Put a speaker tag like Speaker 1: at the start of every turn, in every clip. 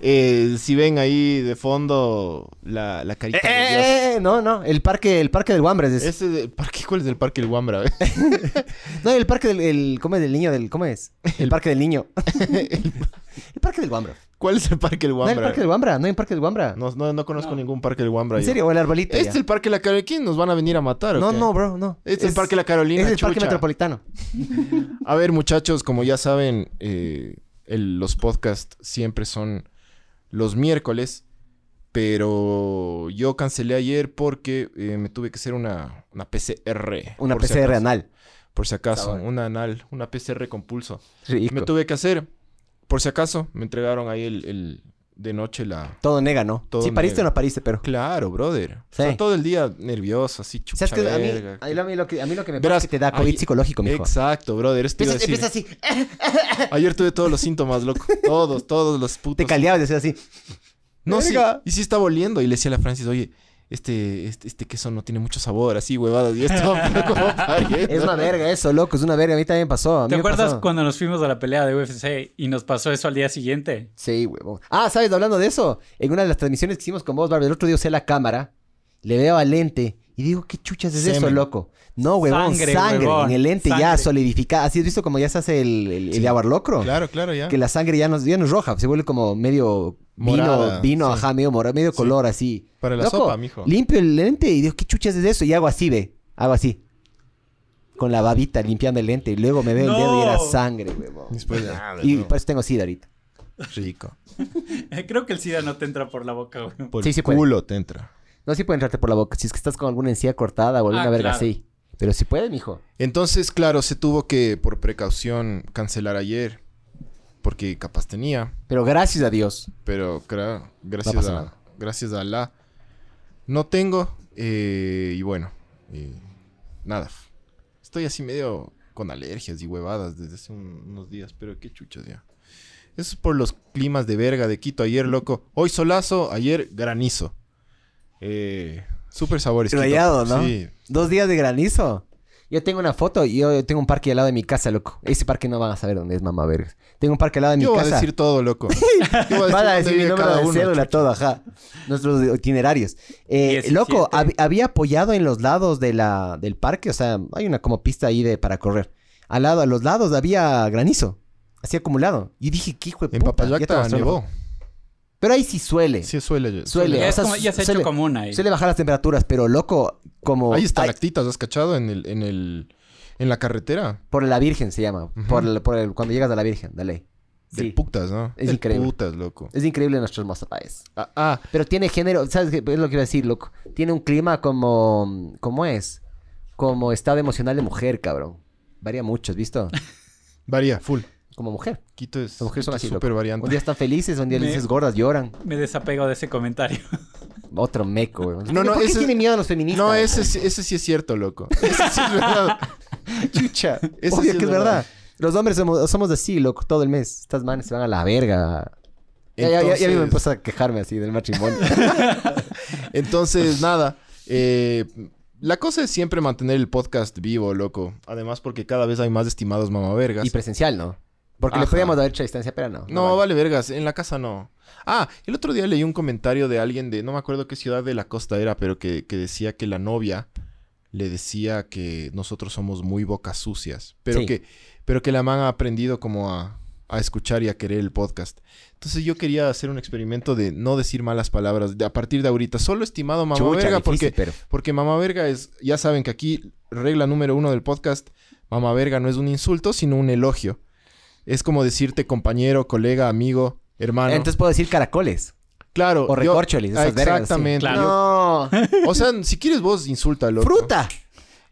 Speaker 1: Eh, si ven ahí de fondo la, la carita de Dios.
Speaker 2: Eh, eh, no, no, el parque, el parque del Guambres. es-
Speaker 1: Ese de- parque, ¿cuál es el parque El Guambra? ve?
Speaker 2: No, el parque del, el, ¿cómo es? Del niño, del, ¿cómo es? El parque del niño. el parque del Guambra.
Speaker 1: ¿Cuál es el parque El
Speaker 2: No hay el
Speaker 1: Guambra?
Speaker 2: parque del Guambra, no hay el parque del Guambra.
Speaker 1: No, no, no conozco ningún parque El Guambra.
Speaker 2: ¿En
Speaker 1: yo.
Speaker 2: serio? ¿O el arbolito?
Speaker 1: Este
Speaker 2: ya.
Speaker 1: es el parque La Carolina, nos van a venir a matar. ¿o
Speaker 2: No,
Speaker 1: qué?
Speaker 2: no, bro, no.
Speaker 1: Este es el parque La Carolina,
Speaker 2: Es el parque
Speaker 1: chucha.
Speaker 2: metropolitano.
Speaker 1: A ver, muchachos, como ya saben, eh, el- los podcasts siempre son los miércoles. Pero yo cancelé ayer porque eh, me tuve que hacer una, una PCR.
Speaker 2: Una
Speaker 1: por si
Speaker 2: PCR
Speaker 1: acaso.
Speaker 2: anal.
Speaker 1: Por si acaso,
Speaker 2: Sabor.
Speaker 1: una anal, una PCR con pulso.
Speaker 2: Rico.
Speaker 1: Me tuve que hacer, por si acaso, me entregaron ahí el, el- de noche la...
Speaker 2: Todo nega, ¿no?
Speaker 1: Todo
Speaker 2: sí, pariste
Speaker 1: nega.
Speaker 2: o no pariste, pero...
Speaker 1: Claro, brother. O sea,
Speaker 2: Sí.
Speaker 1: todo el día nervioso, así chucha
Speaker 2: ¿Sabes qué? A mí,
Speaker 1: verga.
Speaker 2: a, mí, lo- a mí lo que, a mí lo que me
Speaker 1: Verás,
Speaker 2: pasa es que te da COVID
Speaker 1: ahí-
Speaker 2: psicológico, mijo.
Speaker 1: Exacto, brother. Esto te iba a
Speaker 2: Empiezas, empiezas
Speaker 1: decir.
Speaker 2: así,
Speaker 1: Ayer tuve todos los síntomas, loco. Todos, todos los putos.
Speaker 2: te caldeabas y hacías así.
Speaker 1: No, sí.
Speaker 2: Verga.
Speaker 1: Y sí estaba oliendo. Y le decía a la Francis, oye, este, este, este queso no tiene mucho sabor, así, huevadas. Y esto, como pariendo.
Speaker 2: Es una verga eso, loco, es una verga. A mí también pasó. a mí
Speaker 3: ¿Te
Speaker 2: me
Speaker 3: acuerdas
Speaker 2: pasó.
Speaker 3: cuando nos fuimos a la pelea de UFC y nos pasó eso al día siguiente?
Speaker 2: Sí, huevón. Ah, ¿sabes? Hablando de eso, en una de las transmisiones que hicimos con vos, Barber, el otro día usé la cámara, le veo al lente y digo, ¿qué chuchas es eso,
Speaker 1: Semen.
Speaker 2: loco? No, huevón, sangre,
Speaker 3: Sangre, huevón,
Speaker 2: en el lente ya
Speaker 3: sangre.
Speaker 2: solidificada. Así has visto como ya se hace el, el, el aguarlocro?
Speaker 1: Claro, claro, ya.
Speaker 2: Que la sangre ya no, ya no es roja, se vuelve como medio vino,
Speaker 1: Morada,
Speaker 2: vino,
Speaker 1: sí.
Speaker 2: ajá, medio morado, medio color así.
Speaker 1: Para la
Speaker 2: Loco,
Speaker 1: sopa, mijo.
Speaker 2: Limpio el lente y digo, ¿qué chuchas es eso? Y hago así, ve. Hago así. Con la babita limpiando el lente. Y luego me veo el dedo y era
Speaker 3: No.
Speaker 2: sangre, huevón.
Speaker 1: Después de- Ah,
Speaker 2: Y
Speaker 1: no.
Speaker 2: por eso tengo sida ahorita.
Speaker 1: Rico.
Speaker 3: Creo que el SIDA no te entra por la boca, güey.
Speaker 1: Por
Speaker 2: Sí,
Speaker 1: el
Speaker 2: sí puede.
Speaker 1: culo te entra.
Speaker 2: No, sí puede entrarte por la boca. Si es que estás con alguna encía cortada o alguna
Speaker 3: Ah,
Speaker 2: verga
Speaker 3: claro.
Speaker 2: así. Pero sí puede, mijo.
Speaker 1: Entonces, claro, se tuvo que, por precaución, cancelar ayer. Porque capaz tenía.
Speaker 2: Pero gracias a Dios.
Speaker 1: Pero cra-
Speaker 2: No
Speaker 1: gracias
Speaker 2: pasa
Speaker 1: a
Speaker 2: nada.
Speaker 1: gracias a la no tengo eh, y bueno eh, nada estoy así medio con alergias y huevadas desde hace un- unos días pero qué chuchas ya eso es por los climas de verga de Quito ayer loco hoy solazo ayer granizo eh, súper sabores Quito.
Speaker 2: Rayado, ¿no?
Speaker 1: sí
Speaker 2: Dos días de granizo. Yo tengo una foto y yo tengo un parque al lado de mi casa, loco. Ese parque no van a saber dónde es, mamá vergas. Tengo un parque al lado de mi
Speaker 1: yo voy a
Speaker 2: casa.
Speaker 1: decir todo loco yo voy
Speaker 2: Van a
Speaker 1: dónde
Speaker 2: decir mi
Speaker 1: vive
Speaker 2: número
Speaker 1: cada
Speaker 2: de
Speaker 1: uno,
Speaker 2: cédula,
Speaker 1: chucha.
Speaker 2: todo, ajá. Nuestros itinerarios. Eh,
Speaker 3: 17.
Speaker 2: loco, hab- había apoyado en los lados de la, del parque, o sea, hay una como pista ahí de para correr. Al lado, a los lados había granizo, así acumulado. Y dije, ¿qué hijo de
Speaker 1: en
Speaker 2: puta? Ya te
Speaker 1: Papayacta
Speaker 2: mostré una
Speaker 1: nevó
Speaker 2: foto. Pero ahí sí suele.
Speaker 1: sí suele
Speaker 2: Suele,
Speaker 3: Ya,
Speaker 2: o
Speaker 3: es
Speaker 2: sea,
Speaker 3: como- ya se ha
Speaker 2: suele-
Speaker 3: hecho común ahí.
Speaker 2: Suele bajar las temperaturas, pero loco, como.
Speaker 1: Hay
Speaker 2: Oh. Ay,
Speaker 1: estalactitas, ¿has cachado? En el, en el, en la carretera.
Speaker 2: por la Virgen se llama.
Speaker 1: Ujú.
Speaker 2: por, el- por el- cuando llegas a la Virgen, dale.
Speaker 1: De
Speaker 2: Sí.
Speaker 1: putas, ¿no?
Speaker 2: Es
Speaker 1: Del
Speaker 2: increíble.
Speaker 1: putas, loco.
Speaker 2: Es increíble nuestro hermoso país.
Speaker 1: Ah, ah,
Speaker 2: Pero tiene género, ¿sabes qué? Es lo que iba a decir, loco. Tiene un clima como. ¿Cómo es? Como estado emocional de mujer, cabrón. Varía mucho, ¿has visto?
Speaker 1: varía, full.
Speaker 2: Como mujer.
Speaker 1: Quito es
Speaker 2: Las mujeres son así,
Speaker 1: súper
Speaker 2: loco.
Speaker 1: variante.
Speaker 2: Un día están felices, un día
Speaker 3: Me-
Speaker 2: les dices gordas, lloran.
Speaker 3: Me desapego de ese comentario.
Speaker 2: Otro meco, güey.
Speaker 1: No, no,
Speaker 2: ¿Por qué
Speaker 1: ese-
Speaker 2: tiene miedo a los feministas?
Speaker 1: No, ese, sí- ese sí es cierto, loco. Ese sí es verdad.
Speaker 2: Chucha.
Speaker 1: Eso
Speaker 2: Obvio
Speaker 1: sí
Speaker 2: que
Speaker 1: es
Speaker 2: es
Speaker 1: verdad.
Speaker 2: verdad. Los hombres somos, somos así, loco, todo el mes. Estas manes se van a la verga. Ya, ya, ya, ya me
Speaker 1: Entonces-
Speaker 2: empiezo a quejarme así del matrimonio.
Speaker 1: Entonces, nada. eh, la cosa es siempre mantener el podcast vivo, loco. Además, porque cada vez hay más estimados mamavergas.
Speaker 2: y presencial, ¿no? Porque le
Speaker 1: Ajá.
Speaker 2: podíamos dar hecho a distancia, pero no.
Speaker 1: No, vale. vergas, en la casa no. Ah, el otro día leí un comentario de alguien de, no me acuerdo qué ciudad de la costa era, pero que, que decía que la novia le decía que nosotros somos muy bocas sucias, pero,
Speaker 2: Sí.
Speaker 1: que, pero que la man ha aprendido como a, a escuchar y a querer el podcast. Entonces yo quería hacer un experimento de no decir malas palabras de- a partir de ahorita, solo estimado mamá
Speaker 2: Chucha,
Speaker 1: verga,
Speaker 2: difícil,
Speaker 1: porque
Speaker 2: pero...
Speaker 1: porque mamá verga es, ya saben que aquí regla número uno del podcast, mamá verga no es un insulto, sino un elogio. Es como decirte compañero, colega, amigo, hermano.
Speaker 2: Entonces puedo decir caracoles.
Speaker 1: claro.
Speaker 2: o
Speaker 1: Ah, yo-
Speaker 2: recorcholis, esas
Speaker 1: Ah,
Speaker 2: vergas, sí.
Speaker 1: Exactamente.
Speaker 3: Claro.
Speaker 2: No.
Speaker 1: Yo- o sea, si quieres vos, insultalo.
Speaker 2: ¡Fruta!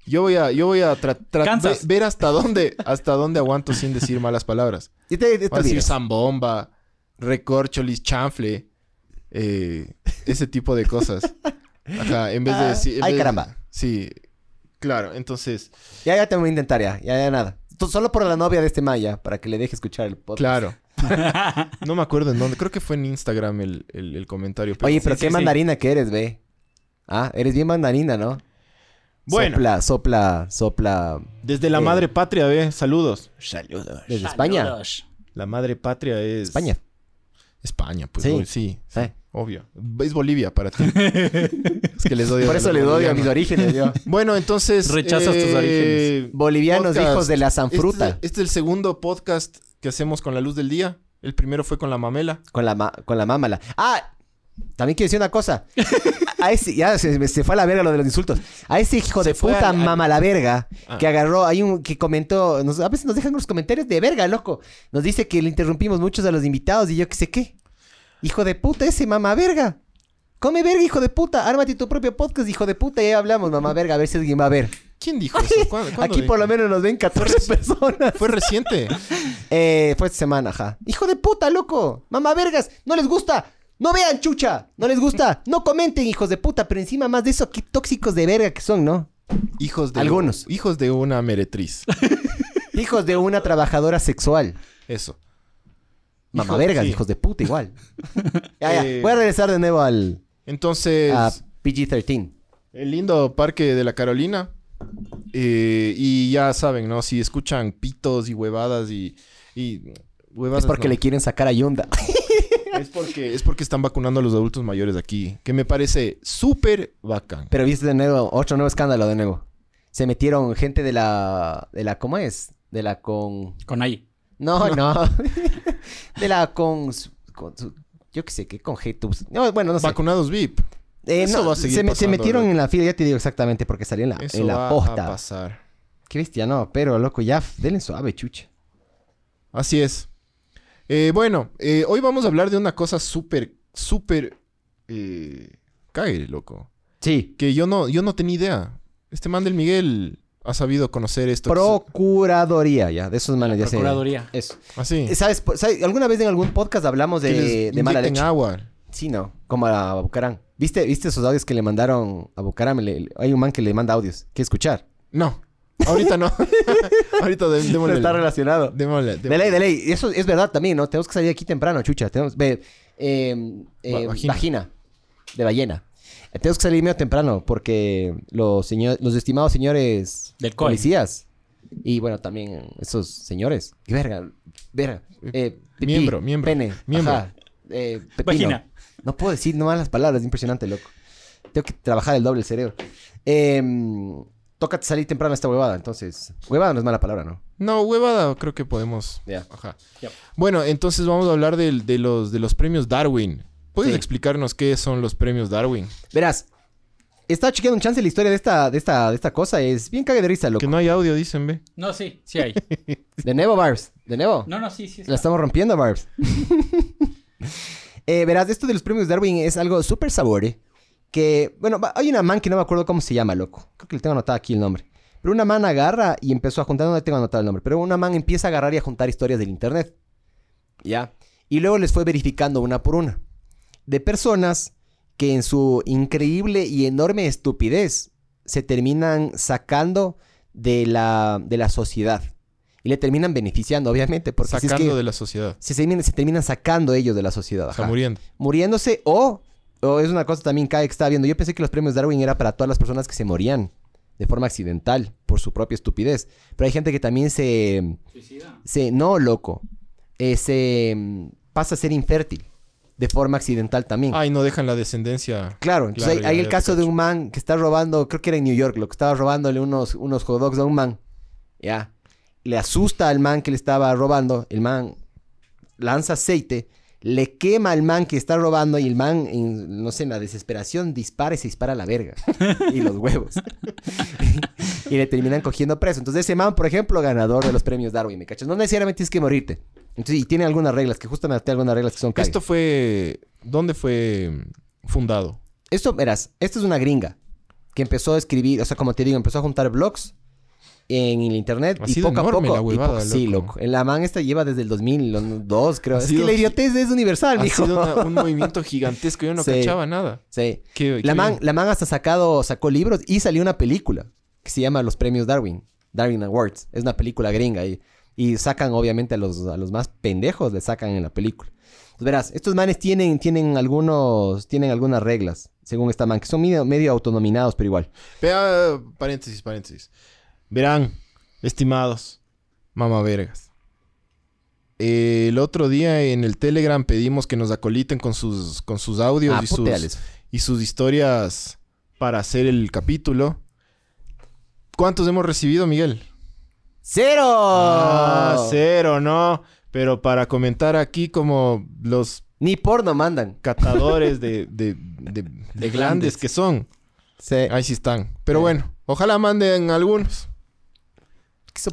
Speaker 1: Yo voy a, yo voy a tra- tra-
Speaker 3: Kansas.
Speaker 1: ve- ver hasta dónde, hasta dónde aguanto sin decir malas palabras.
Speaker 2: Y te, te
Speaker 1: Voy a decir
Speaker 2: olvidas.
Speaker 1: zambomba, recorcholis, chanfle, eh, ese tipo de cosas. Ajá, en vez de
Speaker 2: Ah,
Speaker 1: decir... en
Speaker 2: ay,
Speaker 1: vez de-
Speaker 2: caramba.
Speaker 1: sí, claro, entonces,
Speaker 2: Ya, ya te voy a intentar, ya. Ya, ya, nada. Tú- solo por la novia de este Maya, para que le deje escuchar el podcast.
Speaker 1: claro. No me acuerdo en dónde, creo que fue en Instagram el, el- el comentario. pero-
Speaker 2: Oye, pero
Speaker 3: Sí,
Speaker 2: qué
Speaker 3: sí, sí.
Speaker 2: mandarina que eres, ve. Ah, eres bien mandarina, ¿no?
Speaker 1: Bueno.
Speaker 2: Sopla, sopla, sopla.
Speaker 1: desde la
Speaker 2: eh,
Speaker 1: madre patria, ve, saludos.
Speaker 2: Desde España.
Speaker 3: Saludos.
Speaker 1: La madre patria es...
Speaker 2: España.
Speaker 1: España, pues
Speaker 2: Sí.
Speaker 1: sí, sí,
Speaker 2: Eh.
Speaker 1: obvio. Es Bolivia para ti. es que les odio.
Speaker 2: Por eso le doy a mis orígenes, yo.
Speaker 1: Bueno, entonces. eh,
Speaker 3: Rechazas tus orígenes.
Speaker 2: Bolivianos,
Speaker 1: podcast.
Speaker 2: hijos de la sanfruta.
Speaker 1: Este, este es el segundo podcast que hacemos con la luz del día. El primero fue con la mamela.
Speaker 2: Con la, ma- con la mámala. Ah, también quiero decir una cosa. A ese, ya se, me- se fue a la verga lo de los insultos. A ese hijo
Speaker 1: Se
Speaker 2: de
Speaker 1: fue
Speaker 2: puta
Speaker 1: al- al-
Speaker 2: mama la verga
Speaker 1: Ah.
Speaker 2: que agarró, hay un que comentó, nos- a veces nos dejan los comentarios de verga, loco. Nos dice que le interrumpimos muchos a los invitados y yo qué sé qué. Hijo de puta ese mamá verga. Come verga, hijo de puta. Ármate tu propio podcast, hijo de puta. Y ahí hablamos, mamá verga, a ver si alguien va a ver.
Speaker 1: ¿Quién dijo eso? Pues, ¿Cuándo- cuándo
Speaker 2: Aquí por lo
Speaker 1: dijo?
Speaker 2: menos nos ven 14 personas.
Speaker 1: Fue reciente.
Speaker 2: Eh, fue esta semana, ajá. Hijo de puta, loco. Mamá vergas, no les gusta. No vean, chucha. No les gusta. No comenten, hijos de puta. Pero encima más de eso, qué tóxicos de verga que son, ¿no?
Speaker 1: Hijos de.
Speaker 2: Algunos.
Speaker 1: Hijos de una meretriz.
Speaker 2: Hijos de una trabajadora sexual.
Speaker 1: Eso.
Speaker 2: Mamá
Speaker 1: Hijo-
Speaker 2: vergas,
Speaker 1: sí.
Speaker 2: hijos de puta, igual. ya, ya.
Speaker 1: Eh,
Speaker 2: Voy a regresar de nuevo al
Speaker 1: Entonces.
Speaker 2: a PG-13.
Speaker 1: El lindo parque de la Carolina. Eh, y ya saben, ¿no? Si escuchan pitos y huevadas y. y huevadas,
Speaker 2: Es porque
Speaker 1: no.
Speaker 2: le quieren sacar a Yonda.
Speaker 1: Es porque, es porque están vacunando a los adultos mayores de aquí. Que me parece súper bacán.
Speaker 2: pero viste de nuevo, otro nuevo escándalo de nuevo. Se metieron gente de la... de la ¿Cómo es? De la con...
Speaker 3: Con ahí.
Speaker 2: No, no. de la cons... con- su- yo qué sé, qué conjetus. No, bueno, no sé.
Speaker 1: Vacunados VIP.
Speaker 2: Eh,
Speaker 1: eso
Speaker 2: no,
Speaker 1: va a seguir
Speaker 2: se, me- se
Speaker 1: pasando,
Speaker 2: metieron
Speaker 1: bro.
Speaker 2: en la fila, ya te digo exactamente porque salió en la,
Speaker 1: Eso
Speaker 2: Ah, en la
Speaker 1: va a
Speaker 2: posta.
Speaker 1: pasar.
Speaker 2: Qué bestia, no, pero loco, ya f- denle suave, chucha.
Speaker 1: Así es. Eh, bueno, eh, hoy vamos a hablar de una cosa súper, súper... Eh, cague, loco.
Speaker 2: Sí.
Speaker 1: Que yo no, yo no tenía idea. Este man del Miguel ha sabido conocer esto.
Speaker 2: Procuraduría, ya, de esos manos, ya sé.
Speaker 3: Procuraduría.
Speaker 2: Eso.
Speaker 1: Así.
Speaker 2: Eh, ¿Sabes, por- sabes, ¿Alguna vez en algún podcast hablamos
Speaker 1: Que les
Speaker 2: de, de mala
Speaker 1: inyecten
Speaker 2: leche?
Speaker 1: agua.
Speaker 2: Sí, no, como a Bucaram. ¿Viste, ¿Viste esos audios que le mandaron a Bucaram? Le- le- hay un man que le manda audios. ¿Qué escuchar?
Speaker 1: No. Ahorita no. Ahorita de-
Speaker 2: No
Speaker 1: démosle.
Speaker 2: está relacionado.
Speaker 1: démosle-
Speaker 2: De ley,
Speaker 1: démosle.
Speaker 2: de ley. Eso es verdad también, ¿no? Tenemos que salir aquí temprano, chucha. Tenemos... Ve, eh, eh,
Speaker 1: Va-
Speaker 2: vagina.
Speaker 1: vagina.
Speaker 2: De ballena. Eh, Tenemos que salir medio temprano porque los, señor- los estimados señores
Speaker 3: Del COI.
Speaker 2: policías y bueno, también esos señores. Y verga, verga. Eh, pipí,
Speaker 1: Miembro, miembro,
Speaker 2: Pene,
Speaker 1: miembro.
Speaker 2: ajá, eh, pepino.
Speaker 3: Vagina.
Speaker 2: No puedo decir nomás las palabras, impresionante, loco. Tengo que trabajar el doble el cerebro. Eh, toca salir temprano a esta huevada, entonces. Huevada no es mala palabra, ¿no?
Speaker 1: No, huevada, creo que podemos.
Speaker 2: Ya.
Speaker 1: Ajá.
Speaker 3: Yep.
Speaker 1: Bueno, entonces vamos a hablar del- de, los, de los premios Darwin. ¿Puedes
Speaker 2: Sí.
Speaker 1: explicarnos qué son los premios Darwin?
Speaker 2: Verás, estaba chequeando un chance la historia de esta, de esta, de esta cosa. Es bien cague de risa,
Speaker 1: Que
Speaker 2: loco.
Speaker 1: no hay audio, dicen, ve.
Speaker 3: No, sí, sí hay.
Speaker 2: De nuevo, Barbs. De nuevo.
Speaker 3: No, no, sí, sí.
Speaker 2: La
Speaker 3: está.
Speaker 2: estamos rompiendo, Barbs. Eh, verás, esto de los premios Darwin es algo súper sabore. Que, bueno, va- hay una man que no me acuerdo cómo se llama, loco. Creo que le tengo anotado aquí el nombre. Pero una man agarra y empezó a juntar, no le tengo anotado el nombre, pero una man empieza a agarrar y a juntar historias del internet. ¿Ya? Y luego les fue verificando una por una. De personas que en su increíble y enorme estupidez se terminan sacando de la, de la sociedad. Y le terminan beneficiando, obviamente, porque si
Speaker 1: Sacando
Speaker 2: es que-
Speaker 1: de la sociedad.
Speaker 2: se, terminan- se terminan sacando ellos de la sociedad.
Speaker 1: O sea,
Speaker 2: ajá.
Speaker 1: muriendo.
Speaker 2: Muriéndose o, o es una cosa también cae que estaba viendo. Yo pensé que los premios Darwin era para todas las personas que se morían de forma accidental por su propia estupidez. Pero hay gente que también se...
Speaker 3: Suicida.
Speaker 2: se no, loco. eh, se mm, pasa a ser infértil de forma accidental también.
Speaker 1: Ay, no dejan la descendencia.
Speaker 2: Claro, entonces
Speaker 1: Claro,
Speaker 2: hay,
Speaker 1: ya,
Speaker 2: hay el
Speaker 1: ya te
Speaker 2: caso de
Speaker 1: cacho.
Speaker 2: un man que está robando, creo que era en New York, lo que estaba robándole unos, unos hot dogs a un man. Ya. Le asusta al man que le estaba robando, el man lanza aceite, le quema al man que está robando y el man, en- no sé, en la desesperación dispara y se dispara a la verga. y los huevos. y le terminan cogiendo preso. Entonces ese man, por ejemplo, ganador de los premios Darwin, ¿me cachas? No necesariamente tienes que morirte. Entonces, y tiene algunas reglas, que justamente hay algunas reglas que son cague.
Speaker 1: Esto fue... ¿Dónde fue fundado?
Speaker 2: Esto, verás, esta es una gringa que empezó a escribir, o sea, como te digo, empezó a juntar blogs en el internet
Speaker 1: Ha
Speaker 2: y
Speaker 1: sido
Speaker 2: poco a
Speaker 1: enorme
Speaker 2: poco.
Speaker 1: la
Speaker 2: y
Speaker 1: huevada,
Speaker 2: poco- sí,
Speaker 1: loco.
Speaker 2: loco. En la man esta lleva desde el 2002, creo.
Speaker 1: Ha
Speaker 2: es
Speaker 1: sido
Speaker 2: que la
Speaker 1: gi-
Speaker 2: idiotez es universal,
Speaker 1: Ha
Speaker 2: mijo.
Speaker 1: sido una- un movimiento gigantesco. Yo no
Speaker 2: Sí.
Speaker 1: cachaba nada.
Speaker 2: Sí.
Speaker 1: Qué-
Speaker 2: La
Speaker 1: qué
Speaker 2: man,
Speaker 1: bien.
Speaker 2: la man hasta sacado, sacó libros y salió una película que se llama Los Premios Darwin. Darwin Awards. Es una película gringa y, y sacan obviamente a los, a los más pendejos, le sacan en la película. Pues verás, estos manes tienen, tienen, algunos, tienen algunas reglas, según esta man, que son medio, medio autonominados, pero igual.
Speaker 1: Vea, paréntesis, paréntesis. Verán, estimados, mamá vergas. El otro día en el Telegram pedimos que nos acoliten con sus, con sus audios
Speaker 2: Ah,
Speaker 1: y, sus,
Speaker 2: puteales.
Speaker 1: y sus historias para hacer el capítulo. ¿Cuántos hemos recibido, Miguel?
Speaker 2: ¡Cero!
Speaker 1: Ah, cero, no. Pero para comentar aquí como los
Speaker 2: Ni porno mandan.
Speaker 1: catadores de, de, de- de glandes que son.
Speaker 2: Sí.
Speaker 1: Ahí sí están. Pero
Speaker 2: Eh.
Speaker 1: bueno, ojalá manden algunos.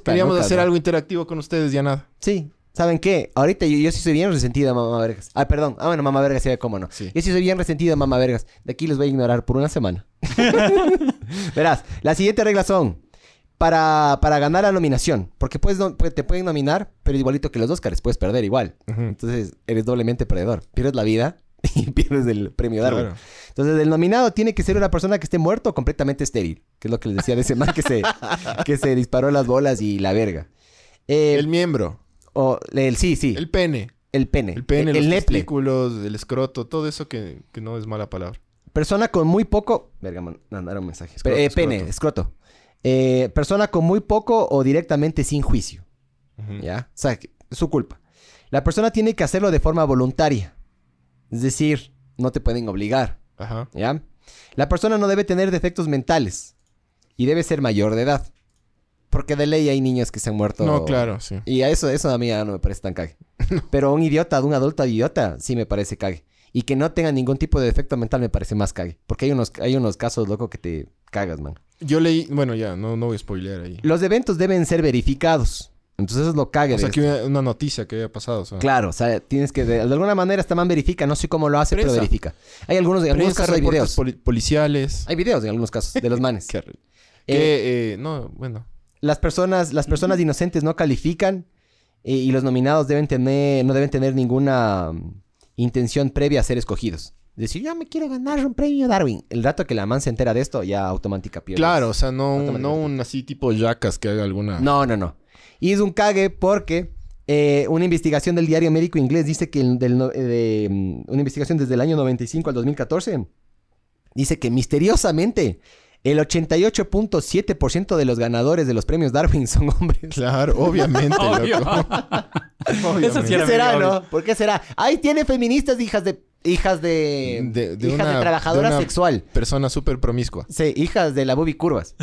Speaker 1: Queríamos hacer algo interactivo con ustedes, ya nada.
Speaker 2: Sí. ¿Saben qué? Ahorita yo, yo sí soy bien resentido, mamá vergas. Ah, perdón. Ah, bueno, mamá vergas, sí, cómo no.
Speaker 1: Sí.
Speaker 2: Yo sí soy bien resentido, mamá vergas. De aquí los voy a ignorar por una semana. Verás, las siguientes reglas son para, para ganar la nominación. Porque puedes, no- pu- te pueden nominar, pero igualito que los Oscars, puedes perder igual. Entonces, eres doblemente perdedor. Pierdes la vida y pierdes el premio Darwin.
Speaker 1: Claro.
Speaker 2: Entonces, el nominado tiene que ser una persona que esté muerto o completamente estéril. Que es lo que les decía de ese man que se, que se disparó las bolas y la verga. Eh,
Speaker 1: El miembro,
Speaker 2: o el sí, sí. El,
Speaker 1: el pene,
Speaker 2: pene.
Speaker 1: el pene,
Speaker 2: El,
Speaker 1: los
Speaker 2: el neple.
Speaker 1: testículos, el escroto, todo eso que, que no es mala palabra.
Speaker 2: Persona con muy poco. Verga, man- mandaron mensajes.
Speaker 1: Escroto,
Speaker 2: Eh, pene,
Speaker 1: escroto.
Speaker 2: escroto. Eh, persona con muy poco o directamente sin juicio.
Speaker 1: Mm.
Speaker 2: ¿Ya? O sea, que- su culpa. La persona tiene que hacerlo de forma voluntaria. Es decir, no te pueden obligar.
Speaker 1: Ajá.
Speaker 2: ¿Ya? La persona no debe tener defectos mentales. Y debe ser mayor de edad. Porque de ley hay niños que se han muerto.
Speaker 1: No, claro, sí.
Speaker 2: Y a eso, eso a mí ya no me parece tan cague. Pero un idiota, un adulto idiota, sí me parece cague. Y que no tenga ningún tipo de defecto mental me parece más cague. Porque hay unos, hay unos casos, loco, que te cagas, man.
Speaker 1: Yo leí, bueno, ya, no, no voy a spoilear ahí.
Speaker 2: Los eventos deben ser verificados. Entonces eso es lo cague.
Speaker 1: O
Speaker 2: de
Speaker 1: sea,
Speaker 2: esto.
Speaker 1: que una, una noticia que había pasado. o sea.
Speaker 2: Claro, o sea, tienes que... De, de alguna manera esta man verifica. No sé cómo lo hace, pero
Speaker 1: Prensa.
Speaker 2: verifica. Hay algunos... En algunos
Speaker 1: Prensa,
Speaker 2: casos hay videos.
Speaker 1: reportes poli- policiales.
Speaker 2: Hay videos en algunos casos de los manes.
Speaker 1: Qué horrible.
Speaker 2: Eh,
Speaker 1: Que, eh, no, bueno.
Speaker 2: las personas, las personas inocentes no califican eh, y los nominados deben tener, no deben tener ninguna mm, intención previa a ser escogidos. Decir, yo me quiero ganar un premio Darwin. El rato que la man se entera de esto, ya automática pierde.
Speaker 1: Claro, o sea, no,
Speaker 2: no te
Speaker 1: un, no
Speaker 2: manejas.
Speaker 1: un así tipo yacas que haga alguna.
Speaker 2: No, no, no. Y es un cague porque eh, una investigación del diario médico inglés dice que el- del no- eh, de, mm, una investigación desde el año 95 al 2014 dice que misteriosamente el 88.7% de los ganadores de los premios Darwin son hombres.
Speaker 1: Claro, obviamente,
Speaker 3: Obvio.
Speaker 1: loco.
Speaker 3: Eso
Speaker 2: ¿Por
Speaker 3: sí era
Speaker 2: qué será,
Speaker 3: medio obvio.
Speaker 2: no? ¿Por qué será? Ahí tiene feministas hijas de... Hijas de...
Speaker 1: De- de
Speaker 2: hijas
Speaker 1: una-
Speaker 2: de trabajadora
Speaker 1: de una-
Speaker 2: sexual.
Speaker 1: Persona súper promiscua.
Speaker 2: Sí, hijas de la boobie curvas.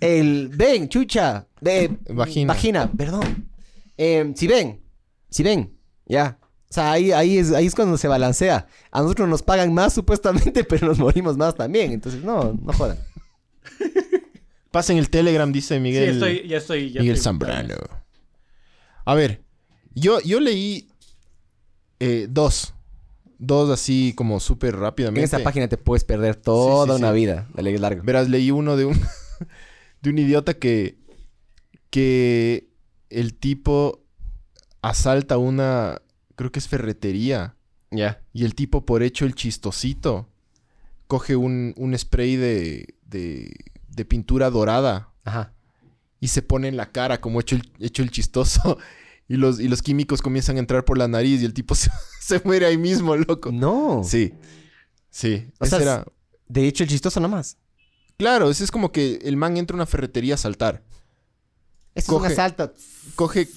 Speaker 2: El... Ven, chucha. De...
Speaker 1: Vagina.
Speaker 2: Vagina, perdón. Eh, si ven. Si ven. Ya. O sea, ahí, ahí, es, ahí es cuando se balancea. A nosotros nos pagan más supuestamente, pero nos morimos más también. Entonces, no, no jodan.
Speaker 1: Pasen el Telegram, dice
Speaker 3: Sí,
Speaker 1: Miguel.
Speaker 3: estoy, ya estoy. Ya
Speaker 1: Miguel
Speaker 3: estoy-
Speaker 1: Zambrano. A ver, yo, yo leí eh, dos. Dos así como súper
Speaker 2: En
Speaker 1: rápidamente.
Speaker 2: esta página te puedes perder toda
Speaker 1: Sí, sí,
Speaker 2: una
Speaker 1: sí.
Speaker 2: vida. Dale largo.
Speaker 1: Verás, leí uno de un, de un idiota que, que el tipo asalta una, creo que es ferretería.
Speaker 2: Ya.
Speaker 1: Y el tipo, por hecho el chistosito, coge un, un spray de, de, de pintura dorada
Speaker 2: Ajá.
Speaker 1: y se pone en la cara como hecho el, hecho el chistoso. Y los, y los químicos comienzan a entrar por la nariz y el tipo se, se muere ahí mismo, loco.
Speaker 2: No.
Speaker 1: Sí. Sí.
Speaker 2: O
Speaker 1: Ese
Speaker 2: sea,
Speaker 1: era-
Speaker 2: De hecho, el chistoso nomás.
Speaker 1: Claro, ese es como que el man entra a una ferretería a saltar.
Speaker 2: Eso
Speaker 1: Coge-
Speaker 2: es un asalto.
Speaker 1: Coge...